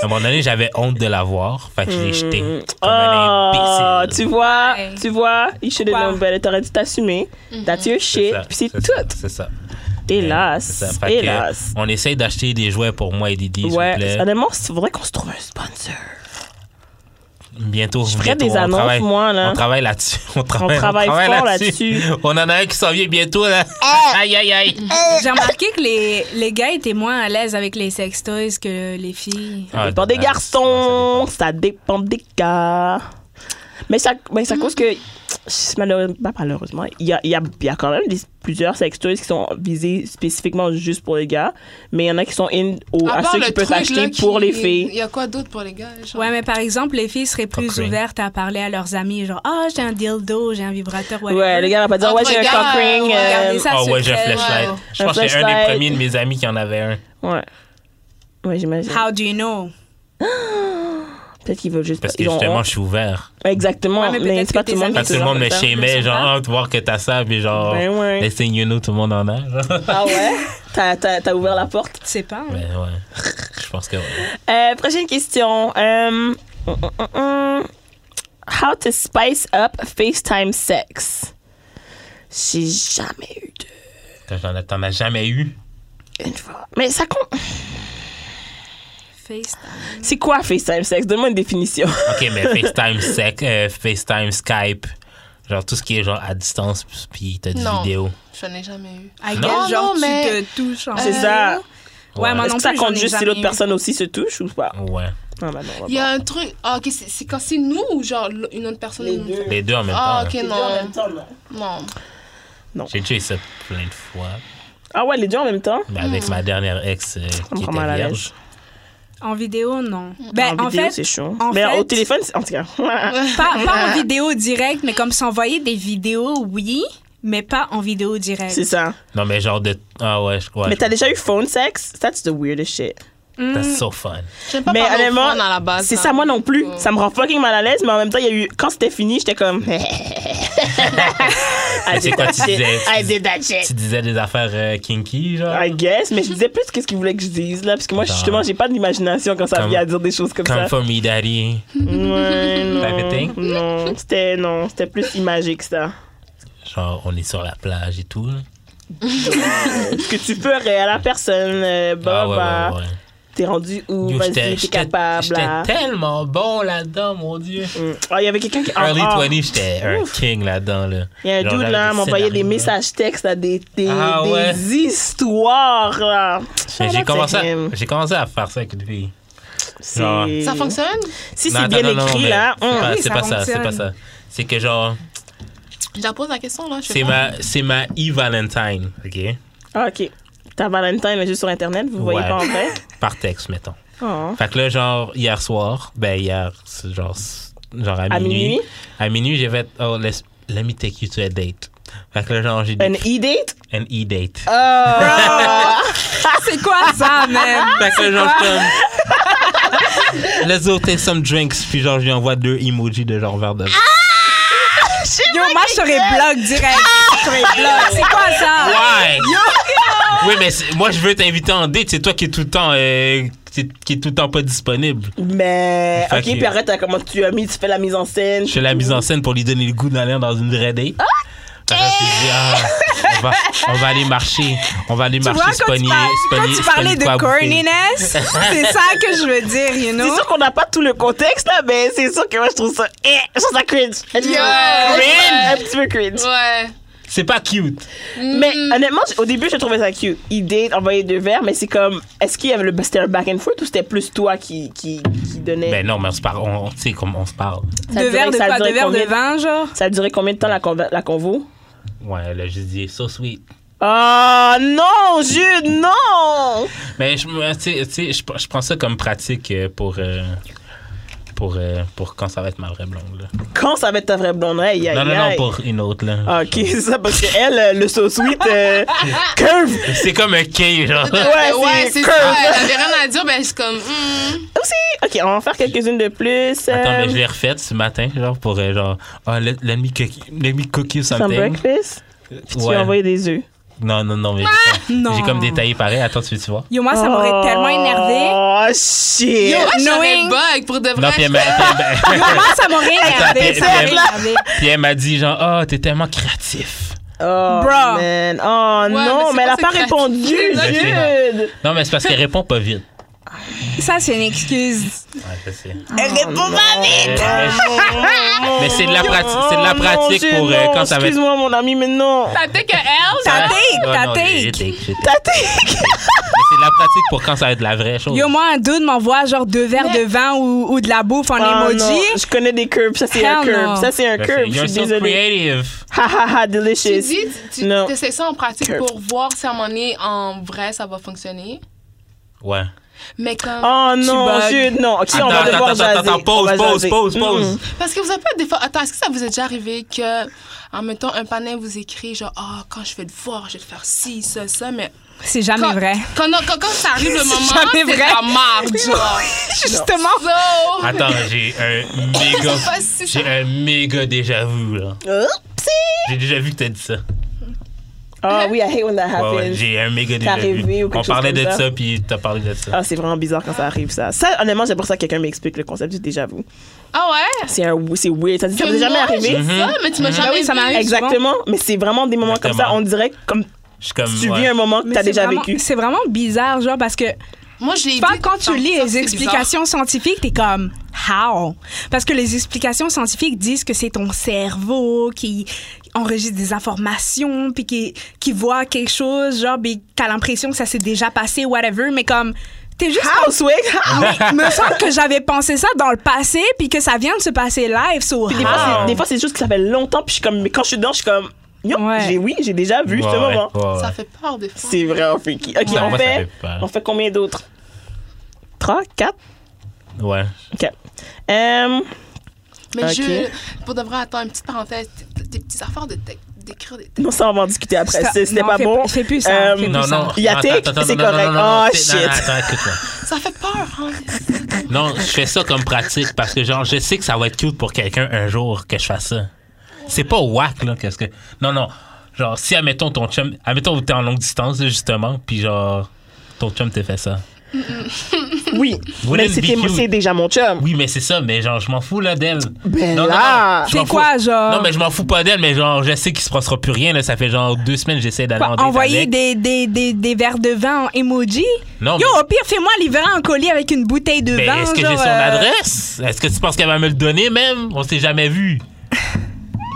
B: à un moment donné, j'avais honte de l'avoir. Fait que je l'ai jeté. Comme un
C: Mm. Oh,
B: imbécile.
C: Hmm. tu vois,
E: Ouais.
C: tu vois, you should
E: Quoi?
C: have known better. T'aurais dû t'assumer. That's your
B: C'est
C: shit.
B: ça,
C: Puis c'est tout.
B: ça, C'est ça. C'est
C: Hélas.
B: ça. Fait que,
C: Hélas.
B: on essaye d'acheter des jouets pour moi et Didi, s'il vous
C: Ouais,
B: plaît.
C: honnêtement, il faudrait qu'on se trouve un sponsor.
B: Bientôt,
C: Je ferais
B: bientôt,
C: des
B: on
C: annonces,
B: travaille-
C: moi, là.
B: On travaille là-dessus. On travaille,
C: travaille fort là-dessus. Ah!
B: on en a un qui s'en vient bientôt, là. aïe, aïe, aïe.
E: J'ai remarqué que les, les gars étaient moins à l'aise avec les sextoys que les filles.
C: Ça
B: Ah,
C: dépend des
B: ah,
C: garçons,
B: ça
C: ça dépend des gars. Mais ça, mais ça cause que, malheureusement, pas malheureusement, il y a, il y, a, il y a quand même des, plusieurs sextoys qui sont visés spécifiquement juste pour les gars, mais il y en a qui sont in au- à,
D: part
C: ceux
D: le
C: qui peuvent
D: truc, là,
C: acheter
D: qui-
C: pour les
D: Il
C: filles.
D: y a quoi d'autre pour les gars? genre?
E: Ouais, mais par exemple, les filles seraient
B: Pas
E: plus
B: cringe.
E: ouvertes à parler à leurs amis, genre Ah, j'ai un dildo, j'ai un vibrateur,
C: Ouais,
E: whatever.
C: les gars vont pas dire,
D: Entre
C: ouais, j'ai un
D: gars,
C: cock ring.
D: ouais,
C: euh,
E: regardez
B: dépend.
E: ça
B: Ah ouais, j'ai un
E: secret,
B: flashlight.
E: ouais.
B: Je
C: Un
B: pense que c'est un des
C: flashlight.
B: premiers de mes amis qui en avait un.
C: ouais. Ouais, j'imagine.
E: How do you know?
C: Peut-être qu'ils veulent juste.
B: Parce que
C: ils ont
B: justement,
C: honte.
B: je suis ouvert.
C: Exactement,
E: Ouais, mais
C: mais,
E: peut-être
C: c'est pas
E: que
C: tout le
E: tes
C: monde
E: amis
B: Quand tout
E: C'est
B: le monde me
E: ça.
B: shamait,
E: Ils sont
B: genre,
E: pas.
B: ah, de voir que t'as ça, puis genre,
C: Ben ouais.
B: next thing you know, tout le monde en a. genre.
C: Ah ouais? T'as- T'as t'as ouvert la porte?
E: Tu sais pas. hein?
B: Mais ouais. Je pense que. ouais.
C: Euh, prochaine question. Euh, mm, mm, mm. how to spice up FaceTime sex? J'ai jamais eu de.
B: T'en as- T'en as jamais eu?
C: Une fois. Mais ça compte.
E: FaceTime.
C: C'est quoi FaceTime sex? Donne-moi une définition.
B: Ok, mais FaceTime, sec, euh, FaceTime, Skype, genre tout ce qui est genre à distance, puis t'as du
D: Non.
B: vidéo.
D: Je n'ai jamais eu.
E: À
B: Non.
E: quel
D: Non,
E: genre
D: non, mais-
E: tu te touches en
C: C'est
E: fait?
C: ça.
E: Ouais, moi
C: Est-ce
E: non
C: que ça
E: plus, j'en
C: compte
E: ai
C: juste si
E: jamais
C: l'autre
E: eu.
C: personne aussi se touche ou pas?
B: Ouais.
C: Non, bah non, on va
D: Il y
C: pas.
D: a un truc. Ah, ok, c'est c'est quand c'est nous ou genre l- une autre personne? nous-
B: Les deux en même
D: Ah,
B: temps.
D: ok,
B: hein.
C: Les deux en même
D: non.
C: temps, non.
D: Non.
B: J'ai déjà eu ça plein de fois.
C: Ah ouais, les deux en même temps?
B: Mais avec
D: Hmm.
B: ma dernière ex euh, qui
C: prend
B: était
C: mal à Ah,
B: vierge.
E: En vidéo, non. Ben,
C: en,
E: en,
C: vidéo,
E: fait,
C: c'est chaud.
E: en
C: mais
E: fait-
C: au téléphone, c'est- en tout cas.
E: pas, pas en vidéo directe, mais comme s'envoyer des vidéos, oui. mais pas en vidéo directe.
C: C'est ça.
B: Non, mais genre de. Ah ouais, je crois.
C: Mais t'as Hmm. déjà eu phone sex? That's the weirdest shit.
E: Mm.
B: That's so fun.
D: J'aime pas
C: mais
D: parler au
C: honnêtement,
D: fun à la base.
C: C'est
D: hein.
C: ça, moi non plus.
D: Ouais.
C: Ça me rend fucking mal à l'aise, mais en même temps, il y a eu. Quand c'était fini, j'étais comme. I
B: C'est
C: did
B: quoi,
C: that
B: tu
C: shit.
B: disais, tu
C: I did that shit.
B: Tu disais des affaires euh, kinky, genre.
C: I guess, mais je disais plus qu'est-ce qu'ils voulaient que je dise, là, parce que moi,
B: Genre-
C: justement, j'ai pas d'imagination quand ça
B: Comme-
C: vient à dire des choses comme
B: Come
C: ça.
B: for me, daddy.
C: Ouais,
B: Type
C: non.
B: of thing?
C: Non, c'était non, c'était plus imagé que ça.
B: Genre, on est sur la plage et tout. là.
C: Ce que tu ferais à la personne, euh, bah,
B: Ah ouais,
C: bah,
B: ouais, ouais.
C: t'es rendu où,
B: Yo,
C: vas-y,
B: j'étais-
C: t'es
B: j'étais-
C: capable.
B: J'étais
C: là.
B: tellement bon là-dedans, mon Dieu.
C: Mm. Ah, il y avait quelqu'un qui.
B: Early
C: ah, ah,
B: 20, j'étais un
C: Ouf.
B: king là-dedans, là.
C: Il y a un
B: Genre,
C: dude
B: j'avais
C: là, m'envoyait des
B: scénarios, là.
C: messages textes à des, des,
B: Ah
C: des
B: ouais.
C: histoires là.
B: Mais
C: Shout
B: J'ai
C: out
B: commencé,
C: to Ah, him.
B: à- j'ai commencé à faire ça avec une fille.
C: C'est-
B: genre-
D: Ça fonctionne?
C: Si
B: Non,
C: c'est
B: attends,
C: bien
B: non, non,
C: écrit
B: mais
C: là,
B: c'est
C: hum.
B: pas-
E: Oui,
B: C'est
E: ça
B: pas ça, c'est
E: fonctionne.
B: pas ça. C'est que genre,
D: Je la pose la question, là. Je sais
B: c'est
D: pas.
B: ma, c'est ma e-Valentine, ok?
C: Ah, ok. Ta Valentine est juste sur internet, vous voyez
B: Ouais.
C: pas en vrai.
B: Par texte, mettons.
C: Oh.
B: Fait que là, genre, hier soir, ben hier, c'est genre, c'est- genre à,
C: À
B: minuit,
C: minuit?
B: à minuit, j'ai fait, oh, let's, let me take you to a date. Fait que là, genre, j'ai dit,
C: Une e-date?
B: an e-date.
C: Ah, Oh!
E: Ah, C'est quoi ça, même?
B: Fait que là, genre, j'étais comme, let's go take some drinks, puis genre, je lui envoie deux emojis de genre
C: Ah,
B: verre de vin.
E: Yo, moi, je serais bloc direct. Je serais bloc. C'est quoi ça?
B: Why? Oui, mais c'est- moi, je veux t'inviter en date, c'est toi qui est tout le temps, euh, qui qui est tout le temps pas disponible.
C: mais.
B: Fait
C: ok,
B: que-
C: puis arrête, hein, comment tu as mis, tu fais la mise en scène.
B: Je fais la mise en scène pour lui donner le goût d'aller dans une vraie date. Fait que je me suis dit, ah, on, va, on va aller marcher. On va aller
E: Tu
B: marcher,
E: vois,
B: se
E: quand tu,
B: pogner-
E: parles-
B: se
E: quand
B: pogner-
E: tu
B: se
E: parlais
B: pogner quoi à
E: de
B: bouffer.
E: corniness, c'est ça que je veux dire, you
C: C'est
E: know?
C: sûr qu'on n'a pas tout le contexte là, mais c'est sûr que moi je trouve ça. Eh, je trouve ça cringe. Un petit peu
D: Ouais.
C: cringe. Mm. Un petit peu cringe.
D: Ouais.
B: C'est pas cute.
C: Mais honnêtement, j- au début, je trouvais ça cute. Il date, envoyer deux verres, mais c'est comme. Est-ce qu'il y avait le. C'était un back and forth ou c'était plus toi qui, qui, qui donnais.
B: Ben non, mais on se parle. On, tu sais, comme on se parle.
C: Ça
E: de
C: durait-
E: verre de
C: ça
E: quoi?
C: durait
E: De verre de
C: combien-
E: vin, genre?
C: Ça a duré combien de temps la, conver- la convo?
B: Ouais, là, j'ai dit, so sweet.
C: Ah non, Jude, non!
B: Mais je, me- tu sais- tu sais, je, je prends ça comme pratique euh, pour. euh, pour, euh, pour quand ça va être ma vraie blonde. Là.
C: Quand ça va être ta vraie blonde? Aïe, aïe,
B: Non, non,
C: aïe.
B: non, pour une autre. Là.
C: Ah, Ok, c'est ça, parce qu'elle, euh, le so sweet, euh, curve!
B: C'est comme un K, genre.
C: Ouais, c'est
D: c'est
C: curve.
D: ça. J'avais rien à dire, ben, c'est comme. hmm.
C: Aussi! Ok, on va en faire quelques-unes de plus.
B: Attends,
C: euh,
B: mais je l'ai refaite ce matin, genre, pour euh, genre. Ah, let, let me cook, let me cook you
C: some
B: something.
C: breakfast. Puis tu lui as
B: Ouais.
C: envoyé Ah! des œufs.
B: Non, non, non, mais j'ai comme-
E: Non.
B: j'ai comme détaillé pareil. Attends, tu veux tu vois?
E: Yo, moi, ça m'aurait tellement énervé.
C: Oh shit!
D: Yo, moi, j'aurais
E: knowing-
D: bug pour de vrai.
B: Non, puis elle m'a- puis elle
E: Yo,
B: m'a-
E: moi, ça m'aurait énervé.
B: puis-
E: Ça m'aurait
B: puis-
E: énervé.
B: puis elle m'a dit, genre, oh, t'es tellement créatif.
C: Oh,
E: Bruh.
C: man. Oh non,
D: Ouais, mais c'est
C: mais elle
D: pas
C: a pas
D: secret.
C: répondu, Jude.
B: Non, mais c'est parce qu'elle répond pas vite.
E: Ça, c'est une excuse.
B: Ouais, je sais.
C: Elle répond pas
B: Mais, mais c'est de
C: Oh,
B: la pratique, c'est de la pratique pour euh, quand ça va être.
C: Excuse-moi, mon ami, mais non.
D: T'as dit que elle,
E: Ta
B: Ah,
E: take,
B: non,
E: ta
B: non,
E: take.
B: j'ai take, j'ai take.
C: Ta take.
B: Mais c'est de la pratique pour quand ça va être la vraie chose.
E: Yo, moi, un dude m'envoie genre deux verres de vin ou, ou de la bouffe en
C: Oh,
E: emoji.
C: non, Je connais des curbs. Ça, c'est un
E: Hell
C: curb.
E: no.
C: Ça, c'est un
B: Là,
C: curb.
B: Ben, c'est,
C: Je
B: You're
C: suis
B: so
C: désolée.
B: creative.
C: Ha ha ha,
D: Tu
C: delicious.
D: dis, tu
C: Non.
D: essaies ça en pratique
C: Curve.
D: pour voir si à un moment donné, en vrai, ça va fonctionner.
B: Ouais.
D: Mais comme.
E: Ah.
C: Oh non,
E: bugs.
C: Jude, non. Ok, on
B: attends,
C: va
B: attends,
C: devoir
B: attends,
C: jaser.
B: attends,
C: On va
B: pause, pause,
C: jaser.
B: pause,
C: Mm,
B: pause.
C: mm.
D: Parce que vous avez pas des fois. Attends, est-ce que ça vous est déjà arrivé que, en même temps, un panel vous écrit genre, ah, quand je vais te voir, je vais te faire ci, ça, ça, mais.
E: C'est jamais
D: Quand,
E: vrai.
D: Quand, quand, quand ça arrive le moment,
E: jamais
D: c'est
E: vrai.
D: la marde, genre.
E: Justement.
D: So,
B: Attends, j'ai un méga.
D: c'est pas si ça.
B: J'ai un méga déjà vu, là. J'ai déjà vu que t'as dit ça.
C: Ah oui, I hate when that
B: Ouais, ouais,
C: happens.
B: j'ai un méga déjà
C: arrivé
B: vu.
C: ou quelque
B: On
C: chose
B: parlait
C: comme
B: de
C: ça.
B: ça, puis t'as parlé de ça.
C: Ah, c'est vraiment bizarre quand ça arrive, ça. Ça, honnêtement, j'aimerais ça que quelqu'un m'explique le concept du déjà-vu.
D: Ah ouais?
C: C'est un- c'est weird. Ça ne
D: Que
C: t'est jamais
D: moi,
C: arrivé.
D: j'ai ça, mais tu m'as jamais
E: Mm-hmm. Ah oui, ça
D: vu.
E: m'arrive.
C: Exactement, mais c'est vraiment des moments comme ça.
B: Exactement.
C: On dirait comme
B: Je suis comme.
C: tu
B: ouais.
C: vis un moment que
E: Mais
C: tu as
E: c'est
C: déjà
E: vraiment-
C: vécu.
E: C'est vraiment bizarre, genre, parce que
D: Moi, je l'ai
E: Pas
D: dit
E: quand tu
D: comme
E: lis
D: ça,
E: les
D: c'est bizarre.
E: explications scientifiques, t'es comme how Parce que les explications scientifiques disent que c'est ton cerveau qui enregistre des informations puis qui qui voit quelque chose, genre puis t'as l'impression que ça s'est déjà passé, whatever. Mais comme t'es juste
C: Housewick,
B: Ah.
E: Il me semble que j'avais pensé ça dans le passé puis que ça vient de se passer live. So
C: Des
E: how?
C: fois,
B: Ah.
C: c'est- des fois, c'est juste que ça fait longtemps, puis je suis comme, mais quand je suis dedans, je suis comme, yo,
E: Ouais.
C: j'ai, oui, j'ai déjà vu ce
B: Ouais, ouais,
C: moment.
B: Ah ouais, ouais.
D: Ça fait peur des fois.
C: C'est vraiment freaky. Ok,
B: Non,
C: on,
B: moi, ça
C: fait,
B: fait peur.
C: on fait combien d'autres? Trois, quatre?
B: Ouais.
C: Ok. Euh,
D: Mais
C: Ok.
D: je, pour de vrai, attends, une petite parenthèse, tes- tes petites affaires de, tec- d'écrire des textes.
C: Non, ça, on va en discuter après.
E: Ça-
C: C'est- C'était
E: non,
C: pas
E: fais-
C: bon.
E: fais plus ça,
C: Euh,
E: fais plus hein.
B: Non,
E: ça.
B: non.
C: Yatik,
B: attends, attends,
C: c'est
B: non, non,
C: correct.
B: non, non,
C: Oh,
B: c'est- non,
C: shit.
B: attends, écoute-moi.
D: Ça fait peur, hein?
B: Non, je fais ça comme pratique parce que genre je sais que ça va être cute pour quelqu'un un jour que je fasse ça. C'est pas whack là qu'est-ce que Non non, genre si admettons ton chum, admettons t'es en longue distance là, justement, puis genre ton chum te fait ça.
C: Oui,
B: Wouldn't
C: mais
B: it be
C: c'était-
B: cute?
C: c'est déjà mon chum.
B: Oui, mais c'est ça, mais genre je m'en fous là d'elle.
C: Ben
B: non, non,
C: là.
B: non, je
E: C'est
B: m'en fous.
E: quoi, genre?
B: Non, mais je m'en fous pas d'elle, mais genre je sais qu'il se passera plus rien là, ça fait genre deux semaines que j'essaie d'aller en
E: Quoi,
B: date
E: envoyer
B: avec.
E: des, des, des, des verres de vin en emoji?
B: Non,
E: Yo,
B: mais-
E: au pire, fais-moi livrer un colis avec une bouteille de
B: Mais
E: vin.
B: est-ce que j'ai
E: genre,
B: son
E: euh,
B: adresse Est-ce que tu penses qu'elle va me le donner même On s'est jamais vu.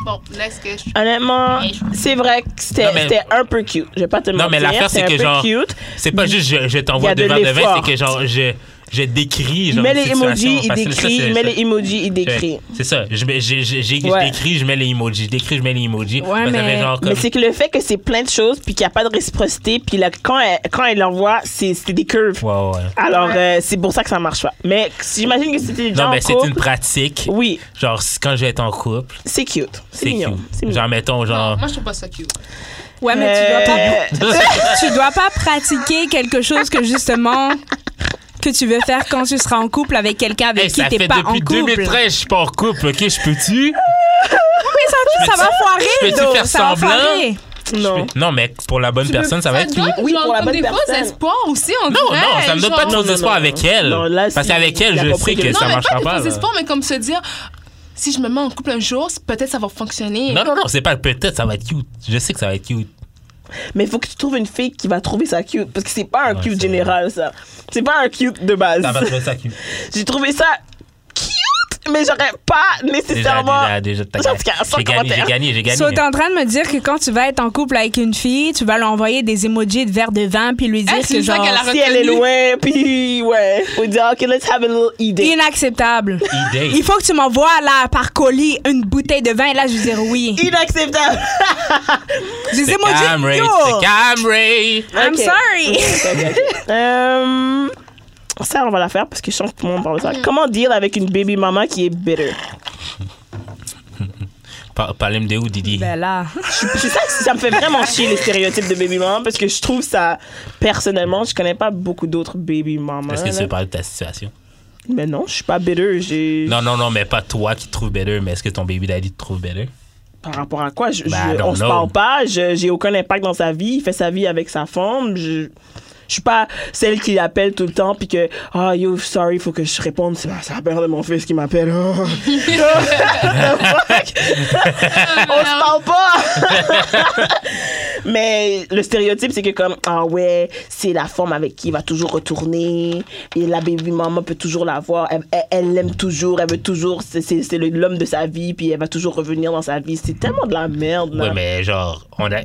D: Bon, next question.
C: Honnêtement,
F: Mais je-
C: c'est vrai que c'était
B: Non, mais-
C: c'était un peu cute. Je vais pas te mentir.
B: Non, mais l'affaire, c'est
C: c'était
B: que
C: un
B: genre.
C: peu cute.
B: C'est pas juste je, je
C: Il y a
B: t'envoie
C: de
B: deux verres de vin,
C: l'effort.
B: c'est que genre je, je décris.
C: Il
B: Genre,
C: met
B: une
C: les
B: situation.
C: emojis, il
B: Parce que ça,
C: décrit.
B: c'est-
C: Il met
B: ça-
C: les emojis, il décrit.
B: C'est ça. Je, mets- j'ai- j'ai- j'ai- je
C: Ouais.
B: décris, je mets les emojis. Je décris, je mets les emojis.
E: Ouais,
B: Ben, ça fait
E: mais-
B: genre
C: Mais
B: comme-
C: c'est que le fait que c'est plein de choses, puis qu'il n'y a pas de réciprocité, puis là, quand elle, quand elle l'envoie, c'est c'est des curves.
B: Ouais, ouais.
C: Alors, euh, c'est pour ça que ça marche pas. Mais j'imagine que c'était déjà
B: Non,
C: en
B: mais c'est
C: couple,
B: une pratique.
C: Oui,
B: Genre, si- quand je vais être en couple,
C: c'est cute. C'est
B: c'est
C: mignon. C'est
B: cute.
C: mignon.
B: Genre, mettons, genre.
D: Moi, je trouve pas ça cute.
E: Ouais, mais tu dois
C: Euh,
E: pas. tu dois pas pratiquer quelque chose que justement que tu veux faire quand tu seras en couple avec quelqu'un avec
B: Hey,
E: qui
B: ça
E: t'es
B: fait
E: pas en
B: depuis
E: couple.
B: 2013 je suis pas en couple, ok? Je peux-tu?
E: Mais ça, ça va foirer,
B: peux-tu
E: là,
B: faire
E: ça va
B: semblant?
E: foirer.
C: non.
B: Non, mais pour la bonne personne, ça va être cute.
C: Oui, pour la bonne
D: des faux
C: personne.
D: espoirs aussi, on
B: Non,
D: dirait.
B: non, ça me donne pas
D: genre-
B: de faux
C: non,
B: espoirs
C: non.
B: avec elle.
C: Non, là,
B: Parce
C: c'est-
B: qu'avec elle,
C: il a
B: je
C: compris
B: sais
C: que-
B: que
D: Non,
B: ça
D: mais
B: marchera
D: pas des
B: pas.
D: faux
B: là.
D: espoirs, mais comme se dire, si je me mets en couple un jour, peut-être ça va fonctionner.
B: Non, non, non, c'est pas peut-être ça va être cute. Je sais que ça va être cute.
C: Mais il faut que tu trouves une fille qui va trouver ça cute. Parce que c'est pas un
B: Ouais,
C: cute
B: c'est
C: général, ça. C'est pas un cute de base.
B: Ça va trouver ça cute.
C: J'ai trouvé ça cute, mais j'aurais pas
B: Déjà,
C: nécessairement.
B: déjà, déjà, t'as
C: En tout cas, sans
B: J'ai gagné, j'ai
C: commentaire.
B: gagné, j'ai gagné.
E: So, t'es en train de me dire que quand tu vas être en couple avec une fille, tu vas lui envoyer des emojis de verre de vin puis lui dire
D: Eh, c'est
E: que
D: ça
E: genre
D: qu'elle a-
C: Si elle est
D: retenu.
C: loin, puis ouais. On dit, OK, let's have a little idée.
E: inacceptable.
B: Idée.
E: Il faut que tu m'envoies là par colis une bouteille de vin et là je vais dire oui.
C: Inacceptable.
E: Des
B: C'est
E: emojis.
B: Camry,
E: yo,
B: c'est Camry.
E: I'm
C: Ok.
E: sorry.
C: Euh, ça, on va la faire parce que je sens que tout le monde parle de ça. Comment deal avec une baby mama qui est bitter?
B: Par- Parlez-moi de où, Didi?
E: Ben là.
C: C'est ça, ça me fait vraiment chier les stéréotypes de baby maman parce que je trouve ça, personnellement, je connais pas beaucoup d'autres baby mamas.
B: Est-ce que tu
C: là.
B: veux parler de ta situation?
C: Mais non, je suis pas bitter. J'ai...
B: Non, non, non, mais pas toi qui te trouves better, mais est-ce que ton baby daddy te trouve better?
C: Par rapport à quoi? Je,
B: Ben,
C: je-
B: I don't
C: on se
B: know.
C: parle pas, je- j'ai aucun impact dans sa vie, il fait sa vie avec sa femme. Je, je suis pas celle qui l'appelle tout le temps puis que, ah, yo, sorry, faut que je réponde, c'est la mère de mon fils qui m'appelle. Oh. The fuck?
D: Euh,
C: on se parle pas! Mais le stéréotype, c'est que comme, ah ouais, c'est la femme avec qui il va toujours retourner, et la baby-maman peut toujours la voir, elle elle- elle l'aime toujours, elle veut toujours, c'est- c'est c'est le- l'homme de sa vie, puis elle va toujours revenir dans sa vie. C'est tellement de la merde, là.
B: Ouais, mais genre, on a.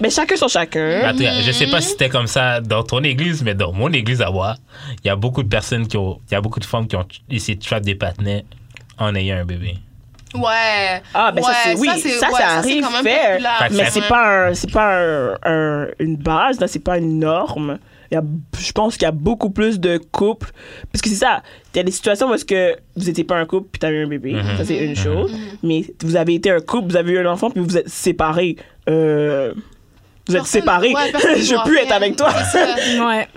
C: Mais chacun sur chacun.
B: En tout cas, je sais pas si c'était comme ça dans ton église, mais dans mon église à moi, il y a beaucoup de personnes qui ont. Il y a beaucoup de femmes qui ont essayé de trap des patinets en ayant un bébé.
D: Ouais.
C: Ah, ben ça,
D: Ouais,
C: c'est, oui, ça,
D: c'est-
C: ça,
D: ouais,
C: arrive,
D: quand même
C: fair.
D: populaire.
B: Fait que
C: Mais
B: ça-
C: c'est pas, un- c'est pas un- un- une base, là, c'est pas une norme. Il y a, je pense qu'il y a beaucoup plus de couples. Parce que c'est ça, il y a des situations où est-ce que vous n'étiez pas un couple puis t'as eu un bébé.
B: Mm-hmm.
C: Ça, c'est une chose.
D: Mm-hmm.
C: Mais vous avez été un couple, vous avez eu un enfant puis vous êtes séparés. Euh, vous êtes
D: Personne-
C: séparés.
D: ouais, personne
C: je
D: doit
C: peux être
D: rien.
C: avec toi.
D: C'est ça.
E: Ouais.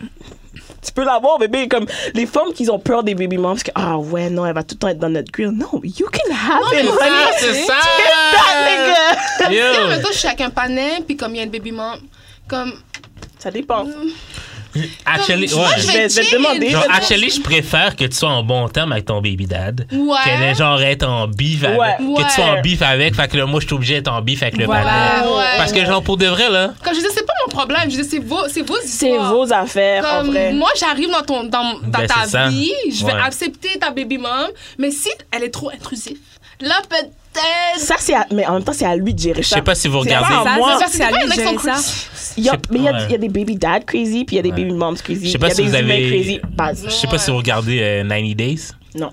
C: tu peux l'avoir, bébé. Comme les femmes qui ont peur des baby moms, parce que, ah ouais, non, elle va tout le temps être dans notre grill. Non, you can have it, honey.
B: c'est ça!
C: That nigga.
D: Non,
B: Yo!
D: mais toi, je suis avec un panais, puis comme il y a une baby mom, comme.
C: Ça dépend.
D: Mm,
B: Actually,
D: comme, moi,
B: ouais.
C: je vais- je vais te
D: chill.
C: demander,
B: Genre,
C: Je veux-
B: actually, je préfère que tu sois en bon terme avec ton baby dad.
D: Ouais.
B: Que les gens être en bif avec.
C: Ouais.
B: Que
D: Ouais.
B: tu sois en bif avec. Fait que là, moi, je suis obligé d'être en bif avec le
E: Voilà.
B: papa.
C: euh,
D: Ouais, Ah, ouais.
B: Parce que, genre, pour de vrai, là.
D: Comme je dis, c'est pas mon problème. Je dis, c'est vos, c'est vos histoires.
C: C'est vos affaires, en
D: Comme,
C: vrai.
D: moi, j'arrive dans, ton, dans, dans
B: Ben,
D: ta
B: c'est ça.
D: vie, je vais
B: Ouais.
D: accepter ta baby mom, mais si elle est trop intrusive, là, peut-être.
C: Ça, c'est à- mais en même temps, c'est à lui de gérer
B: Je
C: ça.
B: sais pas si vous
C: C'est
B: regardez.
C: pas à
E: Ça,
C: moi.
E: ça, c'est à
D: pas
E: lui
D: un
E: de gérer
D: accent
E: ça.
C: Il y a-
B: Je sais-
C: mais il y, a-
B: ouais.
C: il y a des baby dad crazy, puis il y a des baby moms crazy.
B: Je sais
C: il
B: pas
C: y a
B: si
C: des
B: vous
C: humains
B: avez-
C: crazy. Base.
B: Je sais pas si vous regardez euh, 90 Days.
C: Non.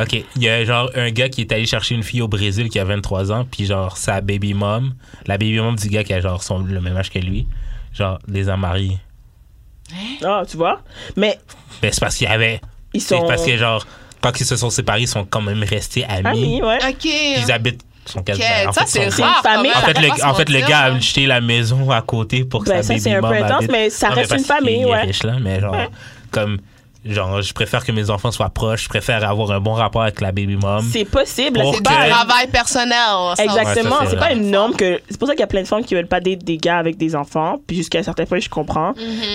B: OK. Il y a genre un gars qui est allé chercher une fille au Brésil qui a 23 ans, puis genre sa baby mom, la baby mom du gars qui a genre son, le même âge que lui, genre les a mariés.
C: Ah, tu vois? Mais
B: Ben, c'est parce qu'il y avait.
C: ils
B: C'est
C: sont.
B: parce que genre, quand ils se sont séparés, ils sont quand même restés amis.
C: Amis, Ah ouais.
D: Ok.
B: Ils habitent sont
D: Ok,
B: quasi- ben, en
D: ça,
B: fait,
D: c'est
B: sont-
D: rare. quand
C: famille,
D: même,
C: ça
B: En fait,
D: faut pas
B: le,
D: se
B: en fait, le
D: mentir,
B: gars a
D: hein.
B: acheté la maison à côté pour que
C: Ben,
B: sa
C: ça, c'est
B: baby
C: un peu
B: mom
C: intense,
B: habite-
C: mais ça
B: Non,
C: reste
B: parce
C: une famille,
B: qu'il est
C: ouais.
B: riche, là, mais genre,
C: Ouais.
B: comme, genre, je préfère que mes enfants soient proches, je préfère avoir un bon rapport avec la baby mom.
C: C'est possible. là,
B: Pour
C: c'est
D: C'est
B: que-
C: pas
D: du travail personnel. on s'en-
C: Exactement,
B: Ouais, ça, c'est
C: c'est pas
B: vrai.
C: une norme que. C'est pour ça qu'il y a plein de femmes qui veulent pas d'être des gars avec des enfants, puis jusqu'à un certain point, je comprends.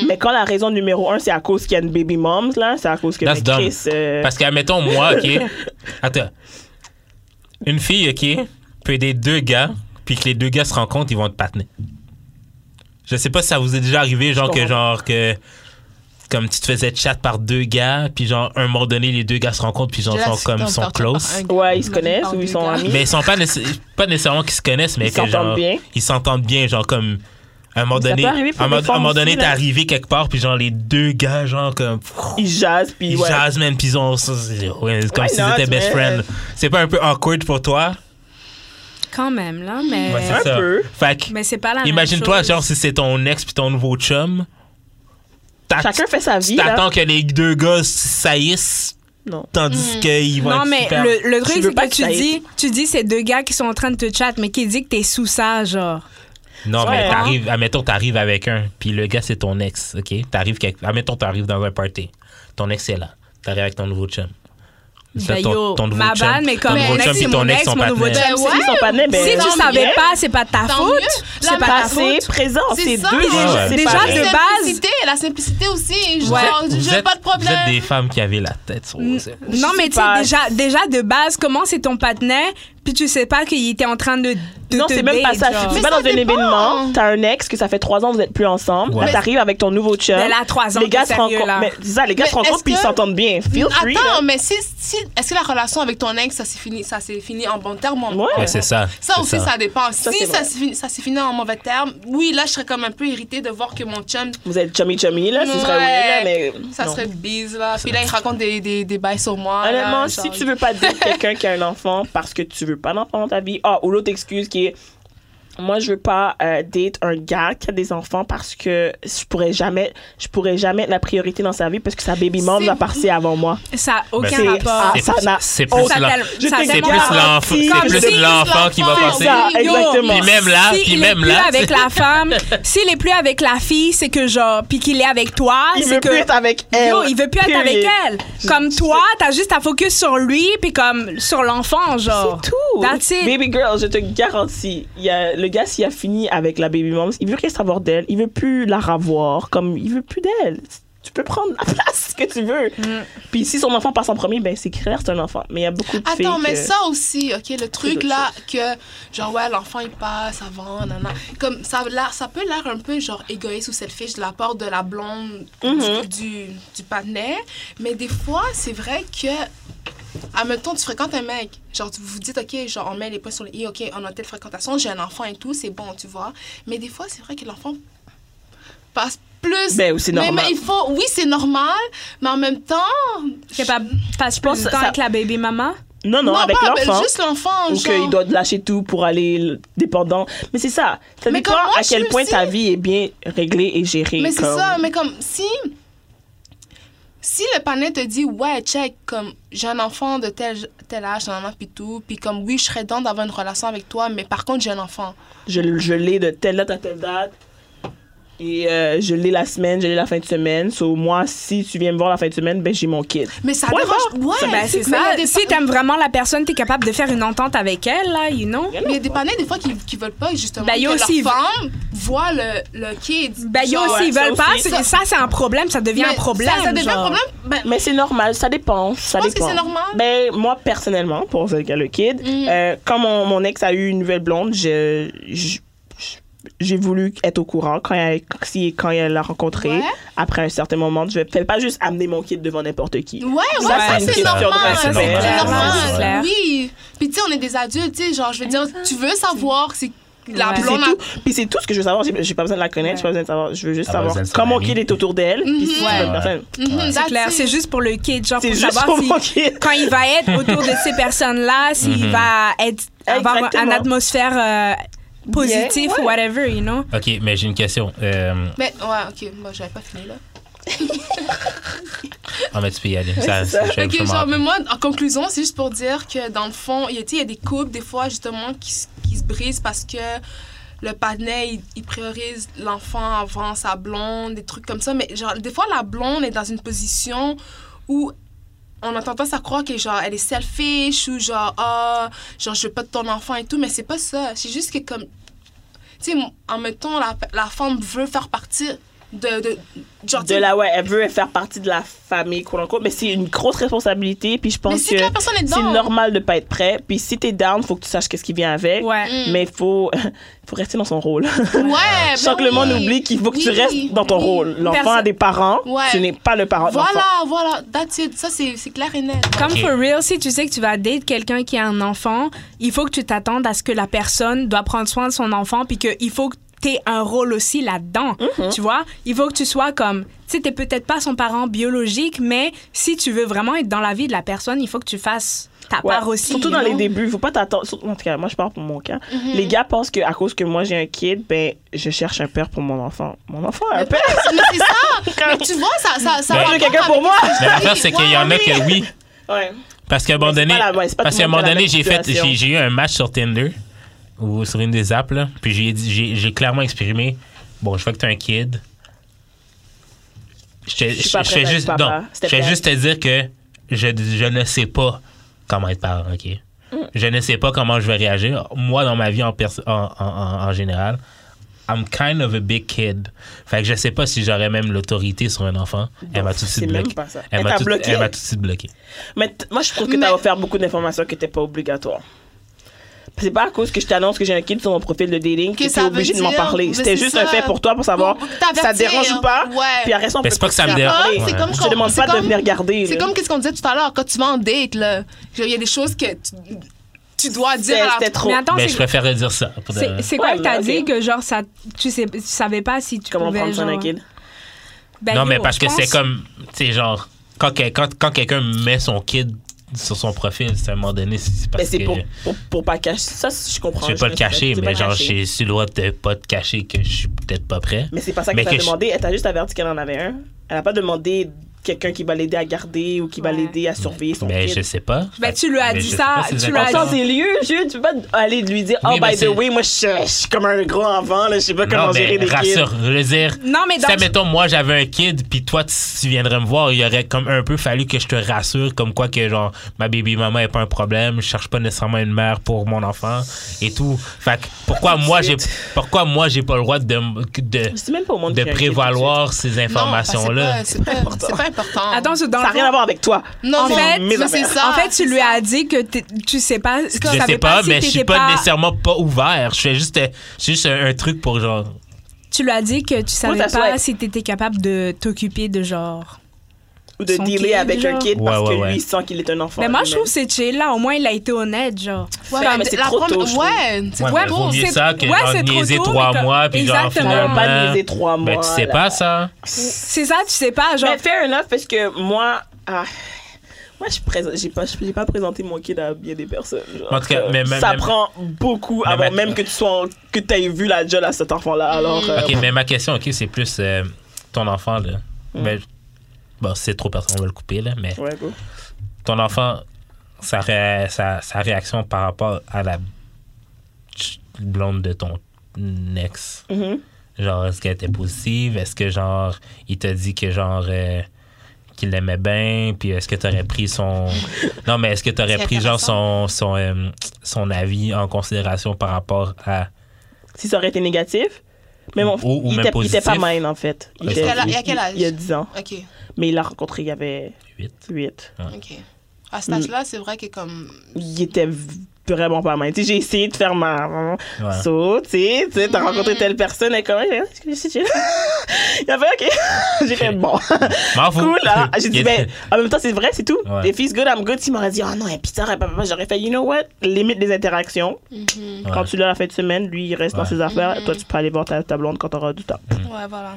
C: Mais quand la raison numéro un, c'est à cause qu'il y a une baby mom, là, c'est à cause que
B: That's
C: ben,
B: dumb.
C: Chris, euh,
B: Parce que, admettons, moi, OK. Attends. Une fille, OK, peut aider deux gars, puis que les deux gars se rencontrent, ils vont être partenaires. Je sais pas si ça vous est déjà arrivé, genre que,
C: comprends.
B: genre que. Comme tu te faisais chat par deux gars, puis genre, un moment donné, les deux gars se rencontrent, puis genre,
D: J'ai la
B: sont comme,
D: cité
B: sont
D: encore par
B: close.
D: un gars. Ben
C: Ouais, ils se connaissent
D: Par
C: ou
D: deux
C: ils sont
D: gars.
C: amis.
B: Mais ils sont pas, nécess- pas nécessairement qu'ils se connaissent, mais
C: Ils
B: que genre.
C: s'entendent bien.
B: Ils s'entendent bien, genre, comme. À un moment
C: Ça peut
B: donné,
C: arriver pour
B: à un
C: des
B: moment- à un
C: femmes
B: moment donné,
C: aussi,
B: t'es
C: là.
B: arrivé quelque part, puis genre, les deux gars, genre, comme.
C: ils jasent, puis
B: Ils
C: ouais.
B: jasent, man, puis ils ont. c'est- ouais, c'est comme
C: Why
B: s'ils
C: not,
B: étaient best
C: man?
B: friends. C'est pas un peu awkward pour toi?
E: Quand même, là, mais.
B: Ouais,
C: Un
B: c'est ça.
C: peu.
B: Fait que,
E: mais c'est pas la même
B: imagine-toi,
E: chose.
B: genre, si c'est ton ex puis ton nouveau chum. t'as-
C: Chacun fait sa
B: Tu
C: vie. Là.
B: t'attends que les deux gars saillissent,
C: Non.
B: tandis qu'ils vont
E: Mm. Non,
B: être
E: mais
B: super-
E: le, le
C: Tu
E: truc,
C: veux
E: c'est
C: pas
E: que
C: que
E: tu
C: ça aille.
E: dis, tu dis c'est deux gars qui sont en train de te chat, mais qui dit que t'es sous ça, genre.
B: Non,
C: Ouais.
B: mais t'arrives, admettons, t'arrives avec un, puis le gars, c'est ton ex, OK? T'arrives, quelque- admettons, t'arrives dans un party. Ton ex est là. T'arrives avec ton nouveau chum.
E: Ben, yo, ma bad, mais comme
B: ton nouveau
E: mon ex,
B: chum
E: c'est
B: puis ton
E: mon
B: ex
E: ex,
B: sont
E: mon nouveau
B: partenaires.
E: chum.
D: Ben
C: S'ils
D: ouais,
C: sont pas nés, ben,
E: si
D: tant
E: tu savais
D: mieux.
E: pas, c'est pas de ta
D: Tant
E: faute.
D: mieux.
E: C'est
D: La
E: pas ta
C: Passé,
E: faute.
C: présent,
D: C'est
C: Oh, c'est
D: ça,
C: deux
D: mais
C: choses
B: ouais.
E: Déjà,
C: séparées.
E: de
D: La
E: base-
D: simplicité, la simplicité aussi. Je
E: Ouais.
D: je-
B: Vous
D: j'ai
B: êtes-
D: pas de problème. Mm.
B: Vous êtes des femmes qui avaient la tête sur vos épaules.
E: Non, mais tu sais,
C: pas.
E: déjà, déjà de base, comment c'est ton partenaire, puis tu sais pas qu'il était en train de. de
C: Non,
E: te
C: c'est même pas
E: date,
C: ça.
E: genre.
C: Si tu
D: Mais
C: vas
D: ça
C: dans un
D: dépend.
C: événement, t'as un ex que ça fait trois ans vous êtes plus ensemble.
B: Ouais.
C: Là, t'arrives avec ton nouveau chum.
E: Mais là, trois ans,
C: les gars
E: t'es
C: se
E: sérieux,
C: rencontrent.
E: là.
C: Mais c'est ça, les gars
D: Mais
C: se rencontrent
D: est-ce
C: puis ils
D: que-
C: s'entendent bien. Feel free. là.
D: Attends, mais si, si, est-ce que la relation avec ton ex, ça s'est fini, ça s'est fini en bon terme? ou en-
C: Ouais.
B: Ouais, c'est ça.
D: Ça
B: c'est
D: aussi, ça, dépend.
C: c'est
D: si ça
C: vrai.
D: s'est fini, ça s'est fini en mauvais terme, oui, là, je serais comme un peu irritée de voir que mon chum,
C: Vous êtes chummy chummy là, ce serait
D: Ouais.
C: weird, là, mais
D: ça
C: non.
D: serait bise, là. Puis là, il raconte des, des, des bails sur moi. là,
C: Honnêtement,
D: genre.
C: si tu veux pas dire quelqu'un qui a un enfant parce que tu veux pas d'enfant dans ta vie, ah, ou l'autre excuse qui est moi je veux pas euh, date un gars qui a des enfants parce que je pourrais jamais je pourrais jamais être la priorité dans sa vie parce que sa baby mom
D: C'est-
C: va passer avant moi.
E: Ça a aucun
C: c'est-
E: rapport.
C: ah,
B: C'est
C: ça n'a
B: c'est
C: aucun-
B: plus
E: Ça
B: l'en-
E: telle-
C: Je
E: ça
C: t'ai
B: c'est
E: tellement-
B: plus l'enfant,
C: garanti que
B: c'est
C: c'est
B: plus
D: plus
B: l'enfant qui va
D: l'enfant.
B: passer.
D: C'est ça,
E: Yo,
C: exactement.
B: Puis même là,
E: s'il
B: puis
E: est
B: même
E: plus
B: là,
E: avec
B: c'est-
E: la femme, s'il est plus avec la fille, c'est que genre, puis qu'il est avec toi,
C: Il
E: c'est
C: veut
E: que.
C: plus être avec elle.
E: Yo, il veut plus être avec
C: Period.
E: elle. Comme toi, t'as juste à focus sur lui, puis comme sur l'enfant, genre.
C: C'est tout.
E: That's it.
C: Baby girl, je te garantis, il y a, le gars s'il a fini avec la baby mom, il veut rien savoir d'elle, il veut plus la revoir, comme il veut plus d'elle. Tu peux prendre la place que tu veux. Puis si son enfant passe en premier, ben c'est clair, c'est un enfant. Mais il y a beaucoup de filles.
D: Attends, mais
C: que-
D: ça aussi, OK, le truc
C: d'autres
D: là, que genre, ouais, l'enfant il passe avant, nanana. Comme ça, là, ça peut l'air un peu genre égoïste ou selfish de la part de la blonde du-
C: Mhm.
D: du, du partenaire, mais des fois, c'est vrai que, admettons, tu fréquentes un mec, genre, tu- vous vous dites, OK, genre, on met les points sur les i, OK, on a telle fréquentation, j'ai un enfant et tout, c'est bon, tu vois. Mais des fois, c'est vrai que l'enfant passe plus.
C: Ben, c'est
D: Mais-
C: normal.
D: mais il faut, oui, c'est normal, mais en même temps,
E: T'es pas passe plus
C: pense
E: de temps
C: ça-
E: avec la baby maman.
C: Non, non, avec
D: pas- ben,
C: l'enfant.
D: Juste l'enfant.
C: Ou
D: genre.
C: qu'il doit lâcher tout pour aller le- dépendant. Mais c'est ça. Ça
D: Mais
C: dépend
D: comme moi,
C: à
D: je
C: quel
D: suis
C: point ta
D: aussi-
C: vie est bien réglée et gérée.
D: Mais c'est
C: comme-
D: ça, mais comme si. Si le panel te dit, ouais, check, comme j'ai un enfant de tel, tel âge, nan, nan, puis tout, puis comme oui, je serais dans d'avoir une relation avec toi, mais par contre, j'ai un enfant.
C: je, je l'ai de telle date à telle date. Et euh, je l'ai la semaine, je l'ai la fin de semaine. So, moi, si tu viens me voir la fin de semaine, ben, j'ai mon kid.
D: Mais ça
C: Ouais,
D: dérange. Ouais,
E: Ben, c'est
D: mais il y
E: ça.
D: a des
E: Si
D: pa-
E: t'aimes vraiment la personne, t'es capable de faire une entente avec elle, là, you know?
D: mais il y a des panels, des fois, qui, qui veulent pas, justement,
E: Ben, yo
D: que
E: aussi,
D: leur femme voit le, le kid.
E: Ben, yo,
D: Genre,
E: s'ils
D: ouais,
E: veulent
D: ça
E: pas,
D: aussi.
E: c'est- ça, c'est un problème, ça devient
D: Mais
E: un problème.
D: Ça, ça devient
E: genre.
D: un problème. Ben,
C: Mais c'est normal, ça dépend. ça
D: penses que
C: dépend.
D: c'est normal?
C: Ben, moi, personnellement, pour celle qui a le kid,
D: Mm.
C: euh, quand mon, mon ex a eu une nouvelle blonde, je. je- je- j'ai voulu être au courant quand elle, si, quand elle l'a rencontré.
D: Ouais.
C: Après un certain moment, je ne vais pas juste amener mon kid devant n'importe qui.
D: Ouais, ouais,
E: Ça,
D: ça,
E: c'est
D: c'est
B: une question de
D: normal.
B: racisme.
D: C'est
B: C'est
E: normal.
D: normal.
E: Ouais.
D: Oui. Puis, tu sais, on est des adultes, tu sais, genre, je veux dire, tu veux savoir si la
E: Ouais.
C: Puis
D: blonde
C: c'est
D: a-
C: tout. Puis c'est tout ce que je veux savoir. J'ai j'ai pas besoin de la connaître. J'ai pas besoin de savoir. Je veux juste
B: T'as pas
C: savoir
B: besoin de son
C: comment
B: ami.
C: kid est autour d'elle. Puis si c'est une bonne
B: Ouais.
C: personne.
D: Mhm,
B: Ouais.
E: C'est
D: that's
E: clair,
D: it.
E: c'est juste pour le kid, genre
C: C'est
E: pour
C: juste
E: savoir
C: pour
E: si,
C: mon kid.
E: quand il va être autour de ces personnes-là, s'il
D: Mm-hmm.
E: va être, avoir une
C: Exactement.
E: atmosphère euh, positive
C: Ouais.
E: ou whatever, you know?
B: OK, mais j'ai une question. Euh,
D: Mais, ouais, ok, moi, j'avais pas fini, là.
B: Ah, mais tu peux y aller.
C: Ouais,
B: Ça,
C: c'est ça.
B: je vais
D: Ok,
B: me
D: genre,
B: rappeler.
D: mais moi, en conclusion, c'est juste pour dire que dans le fond, il y a, tu sais, il y a des couples, des fois, justement, qui, s- qui se brisent parce que le panais, il, il priorise l'enfant avant sa blonde, des trucs comme ça. Mais genre, des fois, la blonde est dans une position où on a tendance à croire que genre elle est selfish ou genre ah genre je veux pas de ton enfant et tout mais c'est pas ça c'est juste que comme tu sais en même temps la, la femme veut faire partie de, de genre tu
C: de
D: sais,
C: là, ouais, elle veut faire partie de la famille, quote unquote, mais c'est une grosse responsabilité, puis je
D: mais
C: pense
D: si que la
C: que
D: personne est
C: c'est
D: dedans
C: normal de pas être prêt, puis si t'es down, faut que tu saches qu'est-ce qui vient avec,
E: Ouais.
D: Mm.
C: mais il faut, faut rester dans son rôle.
D: Ouais,
C: Je sens
D: ben
C: que le monde
D: oui.
C: oublie qu'il faut que tu
D: Oui,
C: restes dans ton
D: oui.
C: rôle. L'enfant
E: Personne-
C: a des parents,
D: Ouais.
C: tu n'es pas le parent de l'enfant.
D: Voilà, voilà, that's it. Ça, c'est c'est clair et net.
E: Comme
B: Ok.
E: for real, si tu sais que tu vas date quelqu'un qui a un enfant, il faut que tu t'attendes à ce que la personne doit prendre soin de son enfant, puis qu'il faut que tu aies un rôle aussi là-dedans.
C: Mm-hmm.
E: Tu vois? Il faut que tu sois comme. Tu sais, t'es peut-être pas son parent biologique, mais si tu veux vraiment être dans la vie de la personne, il faut que tu fasses ta
C: Ouais.
E: part aussi.
C: Surtout
E: you
C: dans les
E: know?
C: débuts, faut pas t'attendre. surtout- En tout cas, moi, je parle pour mon cas.
D: Mhm.
C: Les gars pensent que à cause que moi j'ai un kid, ben je cherche un père pour mon enfant. Mon enfant a un
D: Mais
C: père.
D: mais c'est ça. Mais tu vois, ça. ça, ça
B: Mais-
C: J'ai
D: rapporte
C: Ben, quelqu'un
D: avec-
C: pour moi.
B: Mais l'affaire, c'est qu'il y en a que oui.
C: Ouais.
B: Parce qu'à un moment
C: Mais c'est
B: donné,
C: pas la- ouais, c'est pas
B: parce
C: tout
B: qu'à un
C: le monde
B: moment
C: qui a la
B: donné,
C: même
B: j'ai fait,
C: situation.
B: j'ai j'ai eu un match sur Tinder ou sur une des apps, là, puis j'ai dit- j'ai j'ai clairement exprimé, bon, je vois que t'es un kid. Je te-
C: Je suis pas
B: je
C: prête
B: fais
C: à être
B: juste,
C: papa.
B: non,
C: C'était
B: je vais
C: plate.
B: juste te dire que je, je ne sais pas comment être parent, ok.
C: Mm.
B: Je ne sais pas comment je vais réagir. Moi, dans ma vie en, perso- en, en, en- en général, I'm kind of a big kid. Fait que je sais pas si j'aurais même l'autorité sur un enfant. Elle m'a tout de
C: c'est
B: suite
C: même
B: bloqué.
C: pas ça.
B: Elle
C: Elle
B: m'a
C: t'a
B: tout-
C: bloqué?
B: elle m'a tout de suite bloqué.
C: Mais t- moi, je trouve que t'as
D: Mais-
C: offert beaucoup d'informations qui n'étaient pas obligatoires. C'est pas à cause que je t'annonce que j'ai un kid sur mon profil de dating
D: Que
C: que t'es
D: ça veut
C: obligé de m'en
D: dire,
C: parler.
D: mais
C: C'était
D: c'est
C: juste
D: ça.
C: un fait pour toi, pour savoir
D: Pour
C: si ça te
D: t'avertir.
C: dérange ou pas.
D: Ouais.
C: Puis après ça, on
B: Mais
C: peut
B: c'est pas que ça me
C: continuer à
B: dérange.
D: Ah,
C: parler.
D: c'est
B: Ouais.
D: comme
C: Je
D: qu'on-
C: te demande
D: c'est
C: pas de
D: comme-
C: venir garder.
D: C'est
C: là.
D: comme qu'est-ce qu'on disait tout à l'heure quand tu vas en date, là. Genre, Il y a des choses que tu, tu dois dire à la-
C: C'était trop.
E: Mais attends,
B: Mais
E: c'est-
B: je préférais dire ça. pour de-
E: c'est c'est quoi
C: Ouais,
E: que t'as
C: mais
E: dit
C: ok.
E: que genre ça tu sais tu savais pas si tu
C: Comment
E: pouvais,
C: prendre soin d'un
E: genre-
C: kid?
E: Ben,
B: non,
E: yo,
B: mais parce
E: je
B: que c'est
E: pense-
B: comme, tu sais, genre, quand, quel- quand, quand quelqu'un met son kid sur son profil, c'est à un moment donné, c'est parce
C: Mais c'est
B: que
C: pour, pour, pour pas cacher. Ça, je comprends.
B: je vais pas
C: me
B: le
C: suis
B: cacher,
C: fait- c'est
B: mais
C: pas
B: genre,
C: caché.
B: j'ai j'ai le droit de pas te cacher que je suis peut-être pas prêt.
C: Mais c'est pas ça
B: Mais
C: qu'elle t'a
B: que je-
C: demandé. Elle t'a juste averti qu'elle en avait un. Elle a pas demandé quelqu'un qui va l'aider à garder ou qui va
E: Ouais.
C: l'aider à surveiller son
B: Mais je
C: kid.
B: sais pas.
E: Ben, tu lui as
B: Mais
E: dit
B: je sais
E: ça,
B: pas si
E: tu
B: c'est
E: lui as
C: En
B: important.
C: sens des lieux, je, tu peux pas aller lui dire
B: Oui,
C: Oh,
B: mais
C: by
B: c'est-
C: the way, moi, je, je suis comme un gros enfant, là, je sais pas comment
B: Non, mais
C: gérer des kids.
B: rassure, je veux dire.
E: Non, mais
B: Si,
E: dans
B: mettons, moi, j'avais un kid, puis toi, tu, tu viendrais me voir, il aurait comme un peu fallu que je te rassure, comme quoi que, genre, ma baby-maman est pas un problème, je cherche pas nécessairement une mère pour mon enfant et tout. Fait que, pourquoi moi, j'ai, pourquoi moi, j'ai pas le droit de, m- de,
C: Je sais même pas au monde
B: de
C: qui a un kid tout
B: prévaloir ces
D: Non, parce que
B: informations-là.
D: C'est pas, c'est pas, c'est pas important.
E: Attends, c'est
C: suite.
E: dans
C: Ça
E: le
C: n'a rien
E: fond-
C: à voir avec toi.
D: non,
E: en
D: mais-
E: fait,
D: mais
C: mes
D: c'est
C: affaires.
D: ça.
E: en fait, tu
D: c'est
E: lui
D: ça.
E: as dit que t'es- tu sais pas. Je
B: Je sais pas, mais je suis pas, nécessairement pas ouvert. Je fais juste, euh, c'est juste un, un truc pour genre.
E: Tu lui as dit que tu savais
C: ça
E: pas
C: souhaite.
E: si t'étais capable de t'occuper de genre.
C: Ou de
E: Son
C: dealer
E: kid,
C: avec un
E: genre.
C: kid parce
B: Ouais, ouais,
C: que
B: ouais.
C: lui, il sent qu'il est un enfant.
E: Mais moi, je
C: lui-même.
E: trouve que c'est chill là. Au moins, il a été honnête, genre.
D: Ouais,
C: mais
D: mais
C: c'est
D: la
C: trop tôt,
D: première-
C: je trouve.
D: Ouais, c'est
B: Ouais,
D: trop
B: mais vaut
D: tôt.
B: mieux
E: c'est-
B: ça que
E: ouais,
B: genre
E: c'est trop
B: niaiser
E: tôt,
B: trois
E: mais comme-
B: mois, puis genre
E: Exactement.
C: Ça va
B: finalement.
C: pas niaiser trois mois.
B: Ben, tu sais
C: là.
B: pas ça.
E: C'est ça, tu sais pas, genre.
C: Mais fair enough, parce que moi, ah, moi je présente, j'ai pas, j'ai pas présenté mon kid à bien des personnes. genre.
B: En tout cas, mais- mais-
C: ça
B: mais-
C: prend beaucoup
B: mais-
C: avant
B: mais-
C: même que tu sois, en- que t'aies vu la jolle à cet enfant-là. Alors, euh,
B: Ok, mais ma question, ok, c'est plus euh, ton enfant, là. Ben, bon, c'est trop personnel, on va le couper, là, mais
C: ouais, go.
B: ton enfant, sa, ré- sa, sa réaction par rapport à la blonde de ton ex,
C: Mhm.
B: genre, est-ce qu'elle était positive? Est-ce que, genre, il t'a dit que, genre, euh, qu'il l'aimait bien? Puis est-ce que t'aurais pris son. Non, mais est-ce que t'aurais
D: C'est
B: pris, genre, son, son, euh, son avis en considération par rapport à.
C: Si ça aurait été négatif, mais bon,
B: Ou- ou
C: il,
B: même
C: était, il était pas
B: positif.
C: mine en fait.
B: Ouais,
C: était-
B: c'est
D: ça. Il y a quel âge?
C: il y a 10 ans.
D: Ok,
C: Mais il l'a rencontré, il y avait
B: Huit.
C: 8.
D: ok. À
C: Mm.
D: cet âge-là, c'est vrai que comme.
C: Il était v- vraiment pas mine. Tu sais, j'ai essayé de faire ma.
B: Ouais.
C: So, tu sais, tu sais, t'as rencontré telle personne, elle est comme. Eh, Est-ce que je suis chill? Il a fait, ok. J'ai fait, bon.
B: M'en fous.
C: cool, là. J'ai
B: Il
C: dit,
B: était-
C: ben, en même temps, c'est vrai, c'est tout.
B: Ouais.
C: If he's good, I'm good. S'il m'aurait dit, oh non, et putain, et papa, j'aurais fait, you know what, limite les interactions. Quand
B: Ouais.
C: tu l'as la fin de semaine, lui, il reste dans
B: Ouais.
C: ses affaires. Toi, tu peux aller voir ta, ta blonde quand t'auras du temps.
D: Ouais, voilà.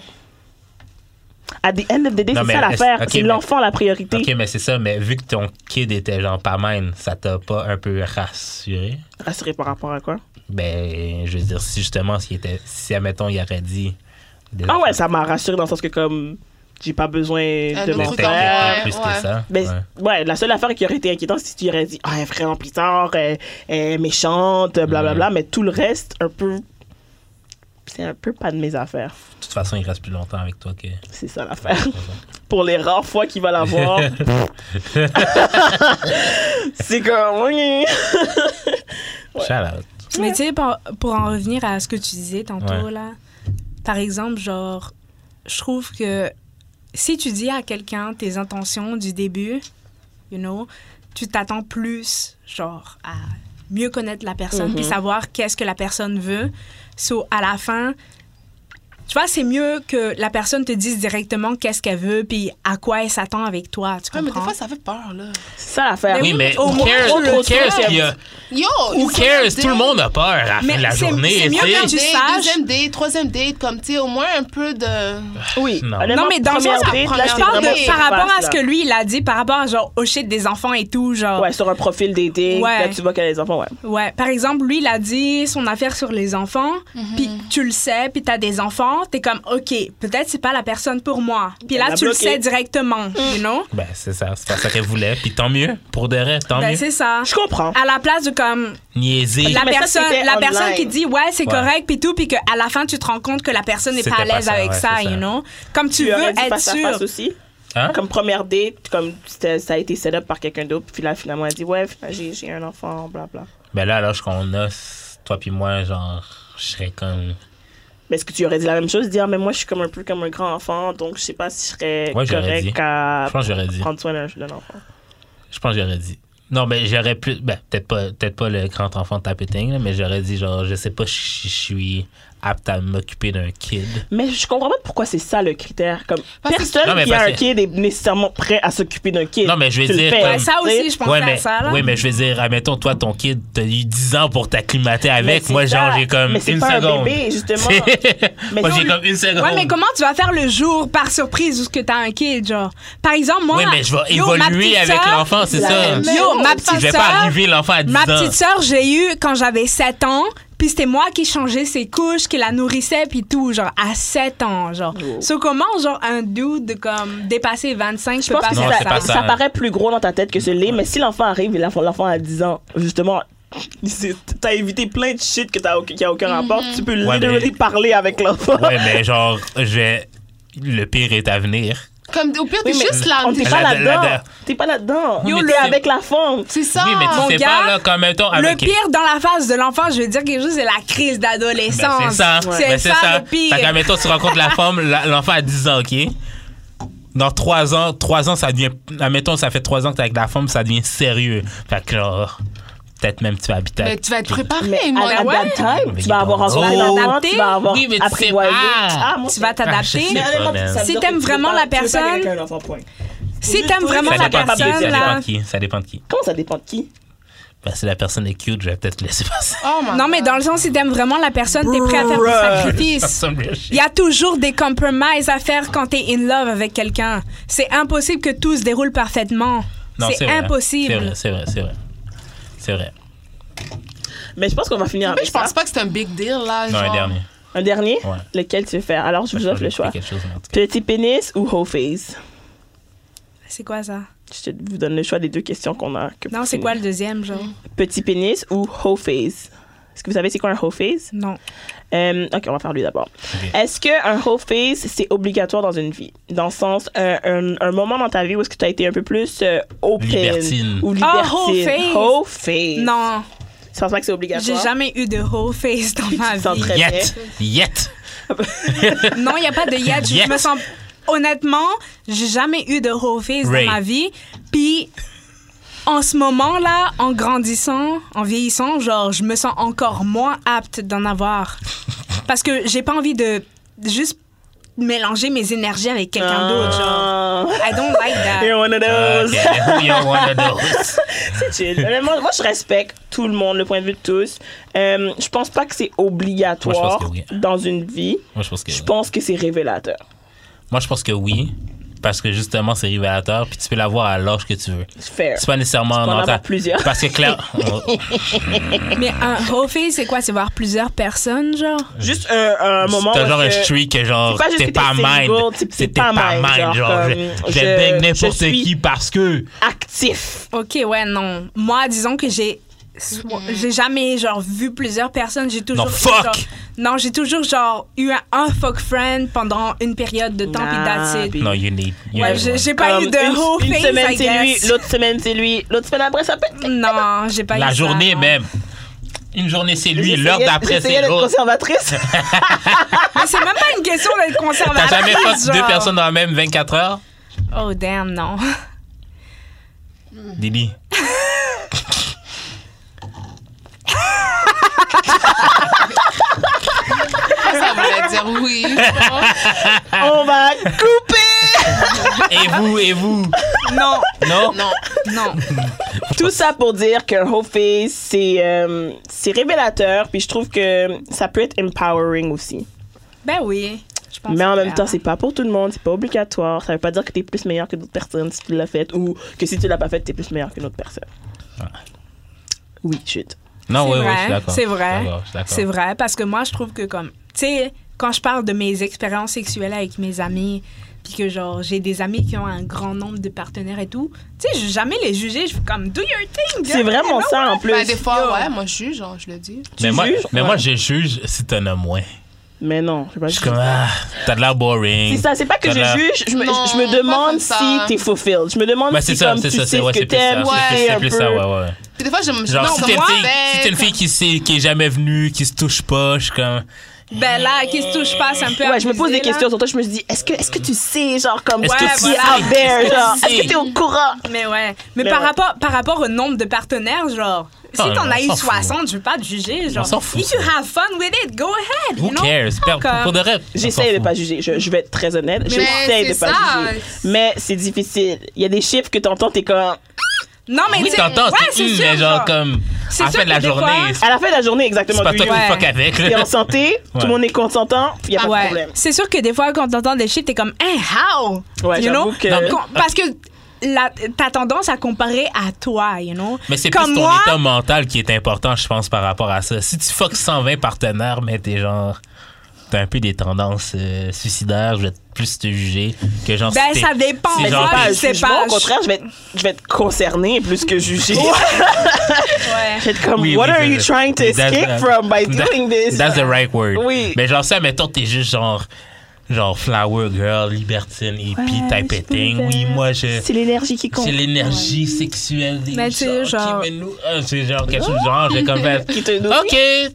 C: À the end of the day,
B: Non,
C: c'est
B: mais
C: ça
B: est-ce-
C: l'affaire.
B: ok,
C: c'est
B: mais-
C: l'enfant la priorité.
B: Ok, mais c'est ça, mais vu que ton kid était genre pas mine, ça t'a pas un peu rassuré?
C: Rassuré par rapport à quoi?
B: Ben, je veux dire, si justement, s'il était, si admettons, il aurait dit. des
C: Ah
B: affaires-
C: ouais, ça m'a rassuré dans le sens que, comme, j'ai pas besoin de
D: autre
C: mon
D: truc
B: T'inquiète
C: frère.
B: pas plus que
D: ouais.
B: ça.
C: Ben,
B: Ouais.
C: ouais. la seule affaire qui aurait été inquiétante, c'est si tu aurais dit, ah, elle ferait en bizarre, elle, elle est méchante, blablabla, mais tout le reste, un peu. C'est un peu pas de mes affaires.
B: De toute façon, il reste plus longtemps avec toi que.
C: C'est ça l'affaire. Pour les rares fois qu'il va la voir, c'est comme. oui.
B: Shout out.
E: Mais tu sais, pour, pour en revenir à ce que tu disais tantôt,
B: Ouais.
E: là, par exemple, genre, je trouve que si tu dis à quelqu'un tes intentions du début, you know, tu t'attends plus, genre, à mieux connaître la personne puis savoir qu'est-ce que la personne veut. So, à la fin, tu vois, c'est mieux que la personne te dise directement qu'est-ce qu'elle veut puis à quoi elle s'attend avec toi, tu
D: Ouais, mais des
E: comprends?
D: fois, ça fait peur, là.
C: C'est ça l'affaire.
B: Oui, mais
E: au
B: who
E: moins,
B: cares?
E: au
B: Who cares?
C: moins.
B: s'il y a-
D: Yo!
B: Who
D: une
B: cares?
D: date,
B: Tout le monde a peur à la fin
E: Mais
B: de la
E: c'est- c'est
B: journée.
E: mieux
B: tu sais.
E: que
D: date,
E: tu saches.
D: Deuxième date, troisième date, comme, tu sais, au moins un peu de...
C: Oui,
B: Non.
C: honnêtement,
E: Non, mais dans le
C: première
E: sens,
D: la
C: date, là,
D: première
E: Je
C: j'étais
E: parle
C: vraiment
E: de, par
C: sur
E: rapport
C: face,
E: à ce
C: là.
E: que lui, il a dit, par rapport à genre, au shit des enfants et tout, genre.
C: Ouais, sur un profil dating,
E: Ouais.
C: là, tu vois qu'elle a les enfants, ouais.
E: Ouais, par exemple, lui, il a dit son affaire sur les enfants, puis tu le sais, puis t'as des enfants, t'es comme, OK, peut-être c'est pas la personne pour moi. Puis
C: Elle
E: là,
C: l'a
E: tu le
C: bloqué.
E: sais directement, you know?
B: Ben, c'est ça. C'est pas ça qu'elle voulait. Puis tant mieux. Pour de vrai, tant
E: Ben,
B: mieux.
E: c'est ça.
C: Je comprends.
E: À la place de comme
B: Niaiser.
E: la
C: Mais ça,
E: personne,
C: c'était
E: la
C: online.
E: personne qui dit ouais c'est
B: Ouais.
E: correct puis tout puis que à la fin tu te rends compte que la personne n'est pas à
B: C'était pas
E: l'aise
B: ça,
E: avec
B: ouais,
E: ça,
B: c'est ça.
E: you know. Comme tu
C: Tu
E: veux
C: aurais dit
E: être
C: face à
E: sûr.
C: face aussi.
B: Hein?
C: Comme première date, comme c'était- ça a été set up par quelqu'un d'autre, puis là, finalement, elle dit, ouais, finalement, j'ai j'ai un enfant, blablabla.
B: Ben là, alors qu'on a, toi puis moi, genre, je serais comme.
C: Mais est-ce que tu aurais dit la même chose? Dire, mais moi, je suis comme un peu comme un grand enfant, donc je sais pas si je serais
B: Ouais, j'aurais
C: correct
B: dit.
C: à
B: Je pense que j'aurais dit.
C: prendre soin d'un d'un enfant.
B: Je pense que j'aurais dit. Non, mais j'aurais plus. Ben, peut-être pas, peut-être pas le grand enfant de tapeting, là, mais j'aurais dit, genre, je sais pas si je suis apte à m'occuper d'un kid.
C: Mais je comprends pas pourquoi c'est ça le critère. Comme
D: Parce que-
C: personne
B: Non, mais
C: qui a
B: parce
C: un
B: que-
C: kid est nécessairement prêt à s'occuper d'un kid.
B: Non, mais je veux
C: Tu le
B: dire,
C: fais.
B: comme-
E: Ouais, Ben, ça aussi, je pensais
B: ouais,
E: à
B: mais,
E: ça
C: hein?
E: là.
B: ouais, mais je veux dire, admettons, toi, ton kid, t'as eu 10 ans pour t'acclimater
C: Mais
B: avec.
C: c'est
B: Moi, genre,
C: ça.
B: j'ai comme
C: Mais c'est
B: une
C: pas un
B: seconde.
C: bébé, justement.
B: C'est-
C: Mais
B: moi,
C: non,
B: j'ai
C: le-
B: comme une seconde.
E: Ouais, mais comment tu vas faire le jour par surprise où ce que t'as un kid, genre? Par exemple, moi.
B: Oui, mais je vais
E: yo, ma
B: évoluer
E: petite
B: avec
E: sœur-
B: l'enfant, c'est
C: la
B: ça.
C: même
E: Yo, ma
B: Je
E: petite
B: vais
E: sœur.
B: pas arriver l'enfant à 10
E: Ma
B: ans.
E: petite sœur, j'ai eu quand j'avais 7 ans, puis c'était moi qui changeais ses couches, qui la nourrissais, puis tout, genre, à 7 ans, genre.
B: Oh.
E: So, comment, genre, un dude, de, comme, dépasser 25
C: Je
E: peut
C: pense
E: pas
C: que
B: Non,
E: faire
C: ça,
B: c'est pas
C: ça
B: ça.
C: paraît plus gros dans ta tête que ce l'est, mais si l'enfant arrive et l'enfant l'enfant a 10 ans, justement, c'est- t'as évité plein de shit que t'as au- qui a aucun rapport, tu peux
B: Ouais,
C: literally
B: mais-
C: parler avec l'enfant.
B: Ouais, mais genre, je vais. Le pire est à venir.
D: Comme, au pire, t'es
C: Oui, mais
D: juste là.
C: on t'es
D: t'es-
C: pas
B: La- la-
C: là-dedans.
B: la-
C: T'es pas là-dedans.
B: Oui, mais
C: T'es
B: tu-
C: avec la femme.
D: C'est ça.
B: Oui, mais tu
E: Mon
B: sais
E: gars,
B: pas, là, comme mettons. ah,
E: Le
B: ok.
E: pire dans la phase de l'enfant, je veux dire quelque chose, c'est la crise
B: Ben,
E: d'adolescence.
B: c'est ça.
E: C'est
B: Ben,
E: ça, le pire.
B: Fait qu'à mettons, tu rencontres la femme, la- l'enfant a 10 ans, OK? Dans 3 ans, 3 ans, ça devient. Admettons, ça fait 3 ans que t'es avec la femme, ça devient sérieux. Fait que genre, peut-être même tu vas habiter
D: Mais
B: avec.
D: tu vas être préparé,
C: Mais
D: mon
C: à
D: gars.
C: that time,
B: Mais
C: tu vas
B: il
C: avoir
B: va
C: rencontré
E: l'adapter.
C: l'enfant, tu vas avoir
B: Oui, mais tu sais
C: apprivoisé.
B: pas.
C: moi,
E: Tu vas t'adapter.
B: Ah, je sais
C: Mais
B: pas,
C: honnêtement,
B: man.
C: ça veut
E: Si
C: dire
E: t'aimes
C: que tu veux
E: vraiment
C: pas-
E: la
C: tu veux pas
E: personne-
C: quelqu'un d'un enfant, point.
E: Si t'aimes vraiment
B: Ça
E: la
B: dépend, de qui, ça
E: personne,
B: dépend
E: là.
B: de qui. Ça dépend de qui.
C: Comment ça dépend de qui?
B: Ben, si la personne est cute, je vais peut-être laisser passer.
D: Oh, my
E: Non, mais
D: God.
E: dans le sens, si t'aimes vraiment la personne, t'es prêt à faire
C: Bruh.
E: des sacrifices.
B: Ça me fait
E: Il
B: chier.
E: y a toujours des compromises à faire quand t'es in love avec quelqu'un. C'est impossible que tout se déroule parfaitement.
B: Non,
E: C'est
B: vrai. hein. C'est
E: impossible.
B: vrai, c'est vrai, c'est vrai. C'est vrai.
C: Mais je pense qu'on va finir
D: Mais
C: avec
D: je
C: ça.
D: pense pas que c'est un big deal, là.
B: Non,
D: genre.
B: un dernier.
C: Un dernier?
B: Ouais.
C: Lequel tu veux faire? Alors, je
B: Parce
C: vous
B: que
C: offre
B: j'ai
C: le
B: pris
C: choix.
B: quelque chose, mais en tout
C: Petit pénis ou whole face?
E: C'est quoi ça?
C: Je te vous donne le choix des deux questions qu'on a. que
E: Non,
C: pour
E: c'est
C: finir.
E: quoi le deuxième, genre?
C: Petit pénis ou whole face? Est-ce que vous savez c'est quoi un whole face?
E: Non.
C: Euh, ok, on va faire lui d'abord.
B: Ok.
C: Est-ce qu'un whole face, c'est obligatoire dans une vie? Dans le sens, un, un- un moment dans ta vie où est-ce que tu as été un peu plus euh, open
B: Libertine.
C: ou
E: Ah,
C: libertine?
E: whole face.
C: Whole face.
E: Non,
C: Tu penses pas que c'est
E: j'ai
C: obligatoire?
E: jamais eu de whole face dans ma
C: te sens
E: vie.
C: très-
B: cas.
C: Très
B: Yet! Yet!
E: Non, il n'y a pas de yet. Je
B: Yet.
E: me sens. Honnêtement, j'ai jamais eu de whole face
B: Ray.
E: dans ma vie. Puis, en ce moment-là, en grandissant, en vieillissant, genre, je me sens encore moins apte d'en avoir. Parce que j'ai pas envie de juste mélanger mes énergies avec quelqu'un d'autre. Genre,
C: Ah.
E: I don't like that.
C: You're one of those.
B: Okay, who you one of those?
C: C'est chill. Honnêtement, moi, je respecte tout le monde, le point de vue de tous. Euh, je pense pas que c'est
B: Moi, je
C: obligatoire
B: pense que oui.
C: dans une vie.
B: Moi, je pense que
C: Je pense que c'est révélateur.
B: Moi, je pense que oui. parce que justement, c'est révélateur, puis tu peux l'avoir à l'âge que tu veux.
C: Fair.
B: C'est pas nécessairement
C: Tu peux en
B: dans ta-
C: avoir plusieurs.
B: Parce que clair,
E: Mais un whole c'est quoi? C'est voir plusieurs personnes, genre?
C: Juste un, un moment.
B: t'as
C: où
B: genre un
C: est-ce que-
B: streak que genre
C: c'est pas juste
B: t'es
C: que
B: pas
C: t'es
B: mind,
C: single, t'es- t'es
B: t'es
C: pas
B: pas
C: mind,
B: mind,
C: genre,
B: genre
C: comme,
B: je
C: je-
B: je baigne
C: je
B: n'importe
C: suis-
B: qui parce que
C: Actif.
E: OK, ouais, non. Moi, disons que j'ai soi- j'ai jamais genre vu plusieurs personnes, j'ai toujours
B: Non, fuck!
E: genre- non, j'ai toujours genre eu un, un fuck friend pendant une période de temps puis that's it.
B: non you need, you
E: Ouais,
B: need
E: j'ai
B: one.
E: j'ai pas
C: Comme
E: eu de whole
C: une, une
E: face,
C: semaine
E: I
C: c'est lui,
E: guess.
C: l'autre semaine c'est lui, l'autre semaine après ça pète.
E: Non, j'ai pas eu
B: la
E: ça,
B: journée
E: non.
B: même une journée c'est lui
C: J'essayais-
B: l'heure d'après
C: j'essayais
B: c'est
C: d'être
B: l'autre
C: conservatrice.
E: Mais c'est même pas une question d'être
B: t'as
E: conservatrice.
B: jamais fait
E: genre.
B: deux personnes dans la même 24 heures
E: Oh damn, non.
B: Didi
D: Ça voulait dire oui.
C: On va couper
B: et vous et vous
E: Non,
B: non
D: Non.
E: non.
C: Tout ça pour dire que whole face c'est euh, c'est révélateur puis je trouve que ça peut être empowering aussi.
E: Ben oui. je pense
C: Mais en
E: que-
C: même temps, c'est pas pour tout le monde, c'est pas obligatoire. Ça veut pas dire que t'es plus meilleur que d'autres personnes si tu l'as fait ou que si tu l'as pas fait, t'es plus meilleur que d'autres personne.
B: Ah.
C: Oui, chut.
B: non Ah
E: C'est
B: ouais ouais je
E: vrai,
B: suis d'accord
E: c'est vrai.
B: Je suis d'accord, je suis d'accord.
E: C'est vrai, parce que moi, je trouve que comme, tu sais, quand je parle de mes expériences sexuelles avec mes amis, puis que genre, j'ai des amis qui ont un grand nombre de partenaires et tout, tu sais, je vais jamais les juger, je suis comme, do your thing.
C: C'est
E: girl,
C: vraiment
E: you know?
C: ça en plus.
D: Ben, des fois,
E: Yo.
D: ouais, moi, je juge, hein, je le dis.
B: mais
C: tu
B: moi
C: juges?
B: mais
C: Ouais.
B: moi je juge si t'en as moins
C: Mais non, je sais pas.
B: je suis comme ah t'as de l'air boring
C: C'est ça, c'est pas que je
B: T'en as-
C: juge, je me,
D: Non,
C: je- je me
D: pas
C: demande
D: comme
C: si
D: ça.
C: t'es fulfilled. Je me demande
B: Ouais,
C: si
B: c'est ça,
C: comme
B: c'est
C: tu
B: ça, c'est
C: sais
B: ouais,
C: ce que
B: c'est plus
C: t'aimes,
B: ça, c'est
C: tu sais
B: plus-
C: un
B: c'est plus
C: peu.
B: ça, ouais, ouais.
D: Puis des fois, je me
B: Genre, si t'es
D: moi,
B: une fille, si t'es une
D: ben,
B: fille qui, sait, qui est jamais venue, qui se touche pas, je suis comme.
E: Ben là, qui se touche pas, c'est un peu.
C: Ouais, je me pose
E: abusé,
C: des
E: là.
C: questions. Surtout, je me dis, est-ce que, est-ce que tu sais, genre, comme,
B: Est-ce
C: ce
B: que
E: tu
C: qui est
E: sais?
C: out there,
B: Est-ce que tu
C: genre,
B: sais?
C: est-ce que t'es au courant?
E: Mais ouais. Mais,
C: Mais
E: par,
C: ouais.
E: Rapport, par rapport au nombre de partenaires, genre, si
B: Ah,
E: t'en
B: on
E: as eu
B: s'en fout.
E: 60, je veux pas te juger. Genre,
B: s'en fout,
E: if you
B: ça.
E: have fun with it, go ahead.
B: Who
E: you know?
B: cares? Per-
E: Fuck off.
B: pour de rêve.
C: J'essaie de pas juger. Je, je vais être très honnête. J'essaie de
D: c'est
C: pas
D: ça.
C: juger. Mais c'est difficile. Il y a des chiffres que t'entends, t'es comme.
E: Non, mais
B: Oui,
E: tu sais-
B: t'entends,
E: ouais,
B: c'est une,
E: sûr,
B: mais genre, comme.
E: C'est
B: À la
E: sûr
B: fin de la
E: que des
B: journée,
E: fois-
B: c'est
C: À la fin de la journée, exactement.
B: c'est pas
C: tu
B: toi qui
E: Ouais.
B: fuck avec.
C: T'es en santé, tout
B: Ouais.
C: le monde est consentant, il y a pas de
E: Ouais.
C: problème.
E: C'est sûr que des fois, quand t'entends des chiffres, t'es comme, hein, how?
C: Ouais,
E: you know?
C: j'avoue que-
E: Donc, on- parce que la- t'as tendance à comparer à toi, you know?
B: Mais c'est plus
E: comme
B: ton
E: moi,
B: état mental qui est important, je pense, par rapport à ça. Si tu fuck 120 partenaires, mais t'es genre. T'as un peu des tendances euh, suicidaires, je vais plus te juger que genre.
E: Ben,
B: si t'es-
E: ça dépend.
B: si
E: Mais
B: genre
E: moi,
B: t'es-
E: je
C: un
E: sais
C: jugement,
E: pas,
C: Au contraire, je vais, être, je vais être concernée plus que jugée.
E: ouais.
C: Je vais être comme,
B: Oui,
C: what
B: oui,
C: are
B: c'est
C: you
B: ça.
C: trying to
B: That's-
C: escape from by
B: that-
C: doing this?
B: That's the right word.
C: Oui.
B: Mais genre ça, mettons, t'es juste genre, genre flower girl, libertine, hippie
C: Ouais,
B: type
C: je
B: of
C: peux
B: thing.
C: le
B: Oui,
C: faire.
B: moi, je...
C: C'est l'énergie qui compte.
B: C'est l'énergie sexuelle des
E: Mais tu sais,
B: gens
E: genre-
B: qui mènent nous... Ah, c'est genre quelque chose de genre, j'ai comme fait...
C: Qui te nourrit.
B: OK,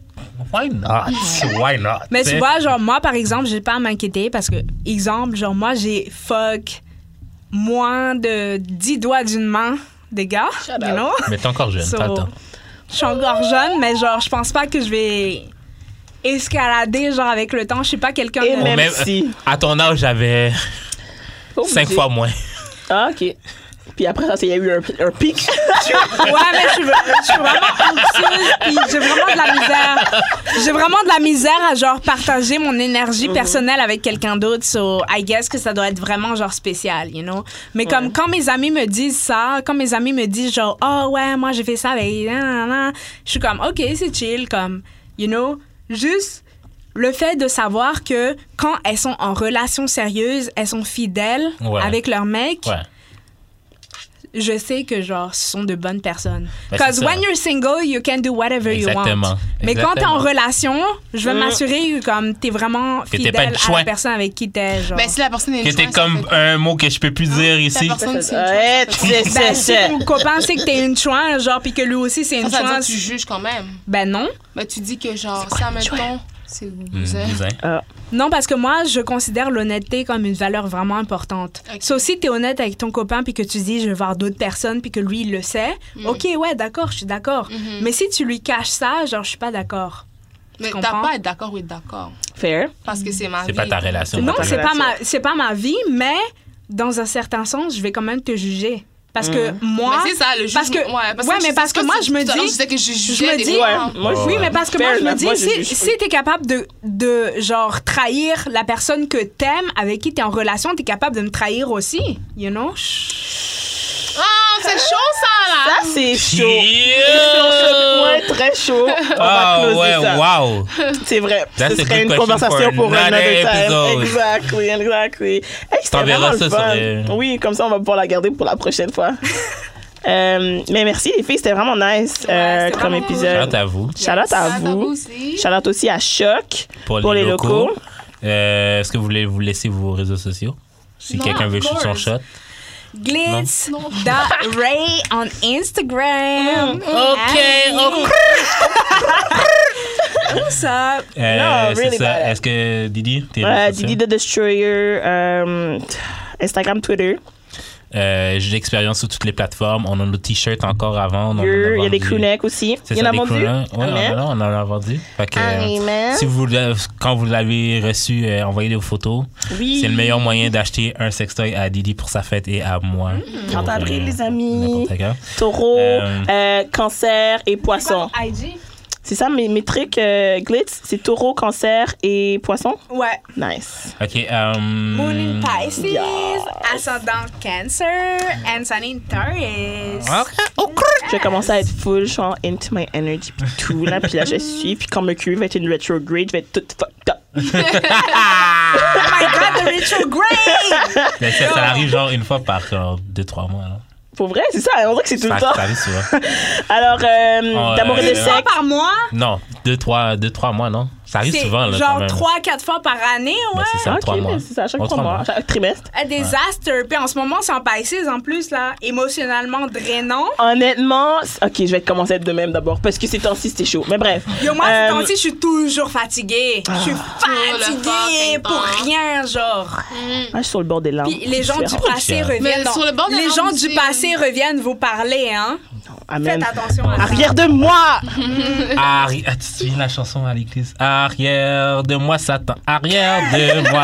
B: why not? Why not?
E: Mais
B: T'sais,
E: tu vois, genre, moi, par exemple, j'ai pas à m'inquiéter parce que, exemple, genre, moi, j'ai fuck moins de 10 doigts d'une main des gars,
C: Shut
E: you
C: up.
E: know?
B: Mais t'es encore jeune,
E: So,
B: t'as le temps.
E: Je suis encore jeune, mais genre, je pense pas que je vais escalader, genre, avec le temps. Je suis pas quelqu'un
C: Et
E: de...
C: même
B: Mais-
C: si.
B: À ton âge, j'avais
C: Obligé.
B: cinq fois moins.
C: Ah, ok. Puis après ça, il y a eu un, un pic.
E: Ouais, mais je suis, je suis vraiment anxieuse, puis j'ai vraiment de la misère. J'ai vraiment de la misère à, genre, partager mon énergie
B: Mhm.
E: personnelle avec quelqu'un d'autre. So, I guess que ça doit être vraiment, genre, spécial, you know? Mais comme quand mes amis me disent ça, quand mes amis me disent, genre, oh ouais, moi, j'ai fait ça avec... nan, nan, nan Je suis comme, OK, c'est chill, comme, you know? Juste le fait de savoir que quand elles sont en relation sérieuse, elles sont fidèles
B: Ouais.
E: avec leur mec
B: Ouais.
E: je sais que genre ce sont de bonnes personnes.
B: Ben,
E: Because
B: c'est ça.
E: when you're single, you can do whatever you
B: Exactement.
E: want. Mais quand t'es en
B: Exactement.
E: relation, je
D: Mm.
E: veux m'assurer que comme t'es vraiment
B: t'es pas
E: fidèle
B: une
E: à
B: chouin.
E: la personne avec qui t'es genre.
D: Ben, si la personne est
B: Que t'es
D: jointe, ça
B: comme
D: fait-
B: un mot que je peux plus dire ici.
D: La personne, c'est une jointe,
C: Ouais,
D: ça fait-
C: c'est c'est
E: Ben, si
C: ça.
E: ton copain sait que t'es une chouin, genre, puis que lui aussi c'est
D: Ça,
E: une
D: ça veut
E: chouin,
D: dire que tu juges quand même.
E: ben non.
D: Ben, tu dis que genre, ça, mettons, c'est
B: Hum,
D: vous.
B: cousin.
E: Non, parce que moi, je considère l'honnêteté comme une valeur vraiment importante.
D: Ok.
E: Sauf si tu es honnête avec ton copain puis que tu dis je vais voir d'autres personnes puis que lui il le sait.
D: Mm.
E: OK, ouais, d'accord, je suis d'accord.
D: Mm-hmm.
E: Mais si tu lui caches ça, genre je suis pas d'accord.
D: Mais
E: Tu
D: t'as
E: comprends?
D: pas à être d'accord ou être d'accord.
C: Fair.
D: Parce que c'est ma vie.
B: C'est pas ta relation.
E: Non,
C: ta
E: c'est pas
C: relation.
E: ma c'est pas ma vie, mais dans un certain sens, je vais quand même te juger. Parce que moi.
D: mais c'est ça, le jugement.
E: parce que- ouais, mais
D: je-
E: parce
D: c'est
E: que
D: pas
E: moi,
D: si
E: je me
D: tout à l'heure,
E: dis-
D: Je disais que je
E: Je
D: jugeais
E: me
D: des
E: dis,
D: gens.
C: Ouais, moi, je-
E: oui, mais parce que
C: Fair
E: moi, je me
C: enough. Moi,
E: dis,
C: je
E: si,
C: juge.
E: si t'es capable de, de, genre, trahir la personne que t'aimes, avec qui t'es en relation, t'es capable de me trahir aussi, you know?
D: Ah, c'est chaud, ça, là.
C: Ça, c'est chaud. Sur
B: Yeah!
C: ce point très chaud, on va
B: Ah
C: closer
B: ouais,
C: ça.
B: wow!
C: C'est vrai.
B: That's
C: ce
B: a
C: serait
B: good
C: une
B: question
C: conversation
B: for
C: pour un
B: another
C: autre time.
B: episode.
C: Exactly, exactly. Hey, c'était
B: T'enverras
C: vraiment
B: ça
C: le
B: sur
C: fun.
B: les-
C: Oui, comme ça, on va pouvoir la garder pour la prochaine fois. Euh, mais merci, les filles. C'était vraiment nice euh,
E: c'était
C: comme
E: vraiment
C: épisode.
B: Shout à vous
C: Shout-out à vous.
D: aussi.
C: Shout-out aussi à Choc
B: pour,
C: pour
B: les
C: les
B: locaux.
C: locaux.
B: Euh, Est-ce que vous voulez vous laisser vos réseaux sociaux? Si
D: Non,
B: quelqu'un
D: of
B: veut shoot son
D: course.
B: shot.
E: Glitz,
D: Non.
E: dot Ray on Instagram.
B: ok.
E: What's up?
B: Euh,
C: No,
B: c'est
C: really
B: ça.
C: bad.
B: Est-ce que Didi, t'es
C: Euh, Didi the Destroyer, euh, Instagram, Twitter.
B: Euh, J'ai de l'expérience sur toutes les plateformes. On a nos t-shirts encore avant. On en a
C: Your- Il y a des
B: vendu.
C: crewnecks aussi.
B: C'est
C: Il y
B: ça,
C: en a
B: des
C: vendu?
B: crewnecks. Ouais,
C: Amen.
B: on en a, on en a vendu. Fait que, euh,
C: Amen.
B: si vous, l'avez- quand vous l'avez reçu, euh, envoyez-les aux photos.
C: Oui.
B: C'est le meilleur moyen d'acheter un sextoy à Didi pour sa fête et à
C: Hmm.
B: moi. pour, euh,
C: 30 avril, les amis.
B: n'importe quand.
C: Taureau,
B: Euh,
C: euh, cancer et poisson. C'est ça, mes, mes trucs euh, glitz, c'est taureau, cancer et poisson.
E: Ouais.
C: Nice.
B: OK. euh,
E: Moon in Pisces,
C: Yes.
E: ascendant Cancer, and Sun in Taurus.
B: OK.
C: Je vais commencer à être full, je suis en into my energy, puis tout, là, puis là, je suis, puis quand Mercury va être une retrograde, je vais être toute fucked up.
E: Oh my God, the retrograde!
B: Mais ben, ça, ça arrive genre une fois par genre, deux, trois mois. Là.
C: Pour vrai, c'est ça, on dirait que c'est tout
B: Ça,
C: le temps.
B: ça arrive souvent.
C: Alors, euh,
B: Oh,
C: d'amour et de
B: euh,
E: Une fois
C: sexe,
E: par mois?
B: Non, deux, trois, deux, trois mois, non? Ça arrive
E: C'est
B: souvent, là, quand
E: genre
B: même.
E: trois, quatre fois par année,
B: Ben,
E: ouais.
B: c'est ça,
C: Ah,
B: trois
C: ok,
B: mois.
C: mais c'est ça, à chaque
B: Oh,
C: trois
B: trois
C: mois,
B: mois.
C: chaque trimestre.
E: Un désastre. Puis en ce moment, c'est en Pisces en plus, là. Émotionnellement drainant.
C: Honnêtement, c'est- ok, je vais commencer à être de même d'abord, parce que ces temps-ci, c'était chaud. Mais bref.
E: Yo, moi,
C: Euh,
E: ces temps-ci, je suis toujours fatiguée. Je suis
D: le
E: fatiguée
D: fucking
E: pour
D: temps.
E: rien, genre.
C: ah, je suis sur le bord des larmes.
E: Puis les gens du
C: Différent.
E: passé
B: Mais
E: reviennent.
D: sur le bord de euh,
E: les
D: la
E: gens du
D: musique.
E: passé reviennent vous parler, hein.
C: Amen.
E: Faites attention à ça.
C: Arrière de moi!
B: Arri- Ah, tu te souviens de la chanson à l'église? Arrière de moi, Satan. Arrière de moi.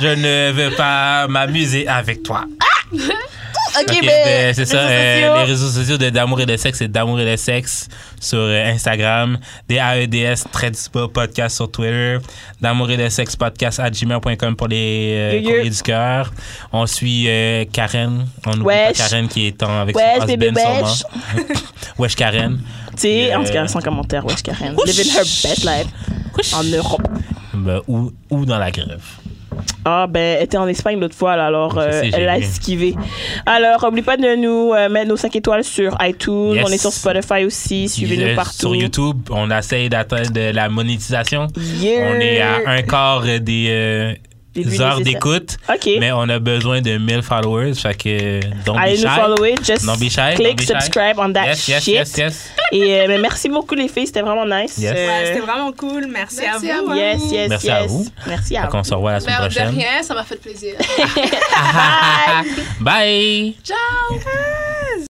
B: Je ne veux pas m'amuser avec toi.
C: Ok,
B: Ok,
C: mais.
B: ben, c'est ça. euh, les réseaux sociaux de D'amour et de sexe, c'est D'amour et de sexe sur euh, Instagram, E DAEDS, Tradispo Podcast sur Twitter, D'amour et de sexe podcast à gmail.com pour les euh,
C: Yo, yo.
B: courriers du cœur. On suit euh, Karen. On n'oublie pas
C: Wesh.
B: Karen qui est en, avec
C: Wesh,
B: son
C: baby,
B: husband sûrement.
C: wesh.
B: wesh Karen.
C: Tu sais, en tout
B: Euh,
C: cas, sans commentaire, wesh Karen.
B: Ouch.
C: Living her best life en Europe.
B: Ben, ou, ou dans la grève.
C: Ah, ben, elle était en Espagne l'autre fois, là, alors
B: Je
C: euh,
B: sais, j'ai
C: elle l'a
B: vu.
C: esquivé. Alors, oublie pas de nous euh, mettre nos 5 étoiles sur iTunes.
B: Yes.
C: On est sur Spotify aussi.
B: Euh,
C: Suivez-nous partout.
B: Sur YouTube, on essaye d'atteindre de la monétisation.
C: Yeah.
B: On est à un quart des euh,
C: Euh. Des vues
B: heures
C: nécessaires.
B: d'écoute.
C: OK.
B: Mais on a besoin de 1000 followers. Fait que, euh, don't
C: Allez
B: be
C: nous
B: shy.
C: follower. Just
B: Don't be shy.
C: click
B: don't be shy.
C: subscribe on that
B: yes, yes,
C: shit.
B: yes, yes.
C: Et euh, mais merci beaucoup, les filles. C'était vraiment nice.
B: Yes.
C: Euh,
E: Ouais, c'était vraiment cool. Merci,
D: Merci
E: à vous.
D: à vous.
C: yes, yes,
B: Merci
C: yes.
B: à vous.
C: Merci à
B: Fait
C: vous.
B: qu'on se revoit la semaine
D: Mais de
B: prochaine.
D: rien, ça m'a fait plaisir.
B: Bye.
D: Ciao!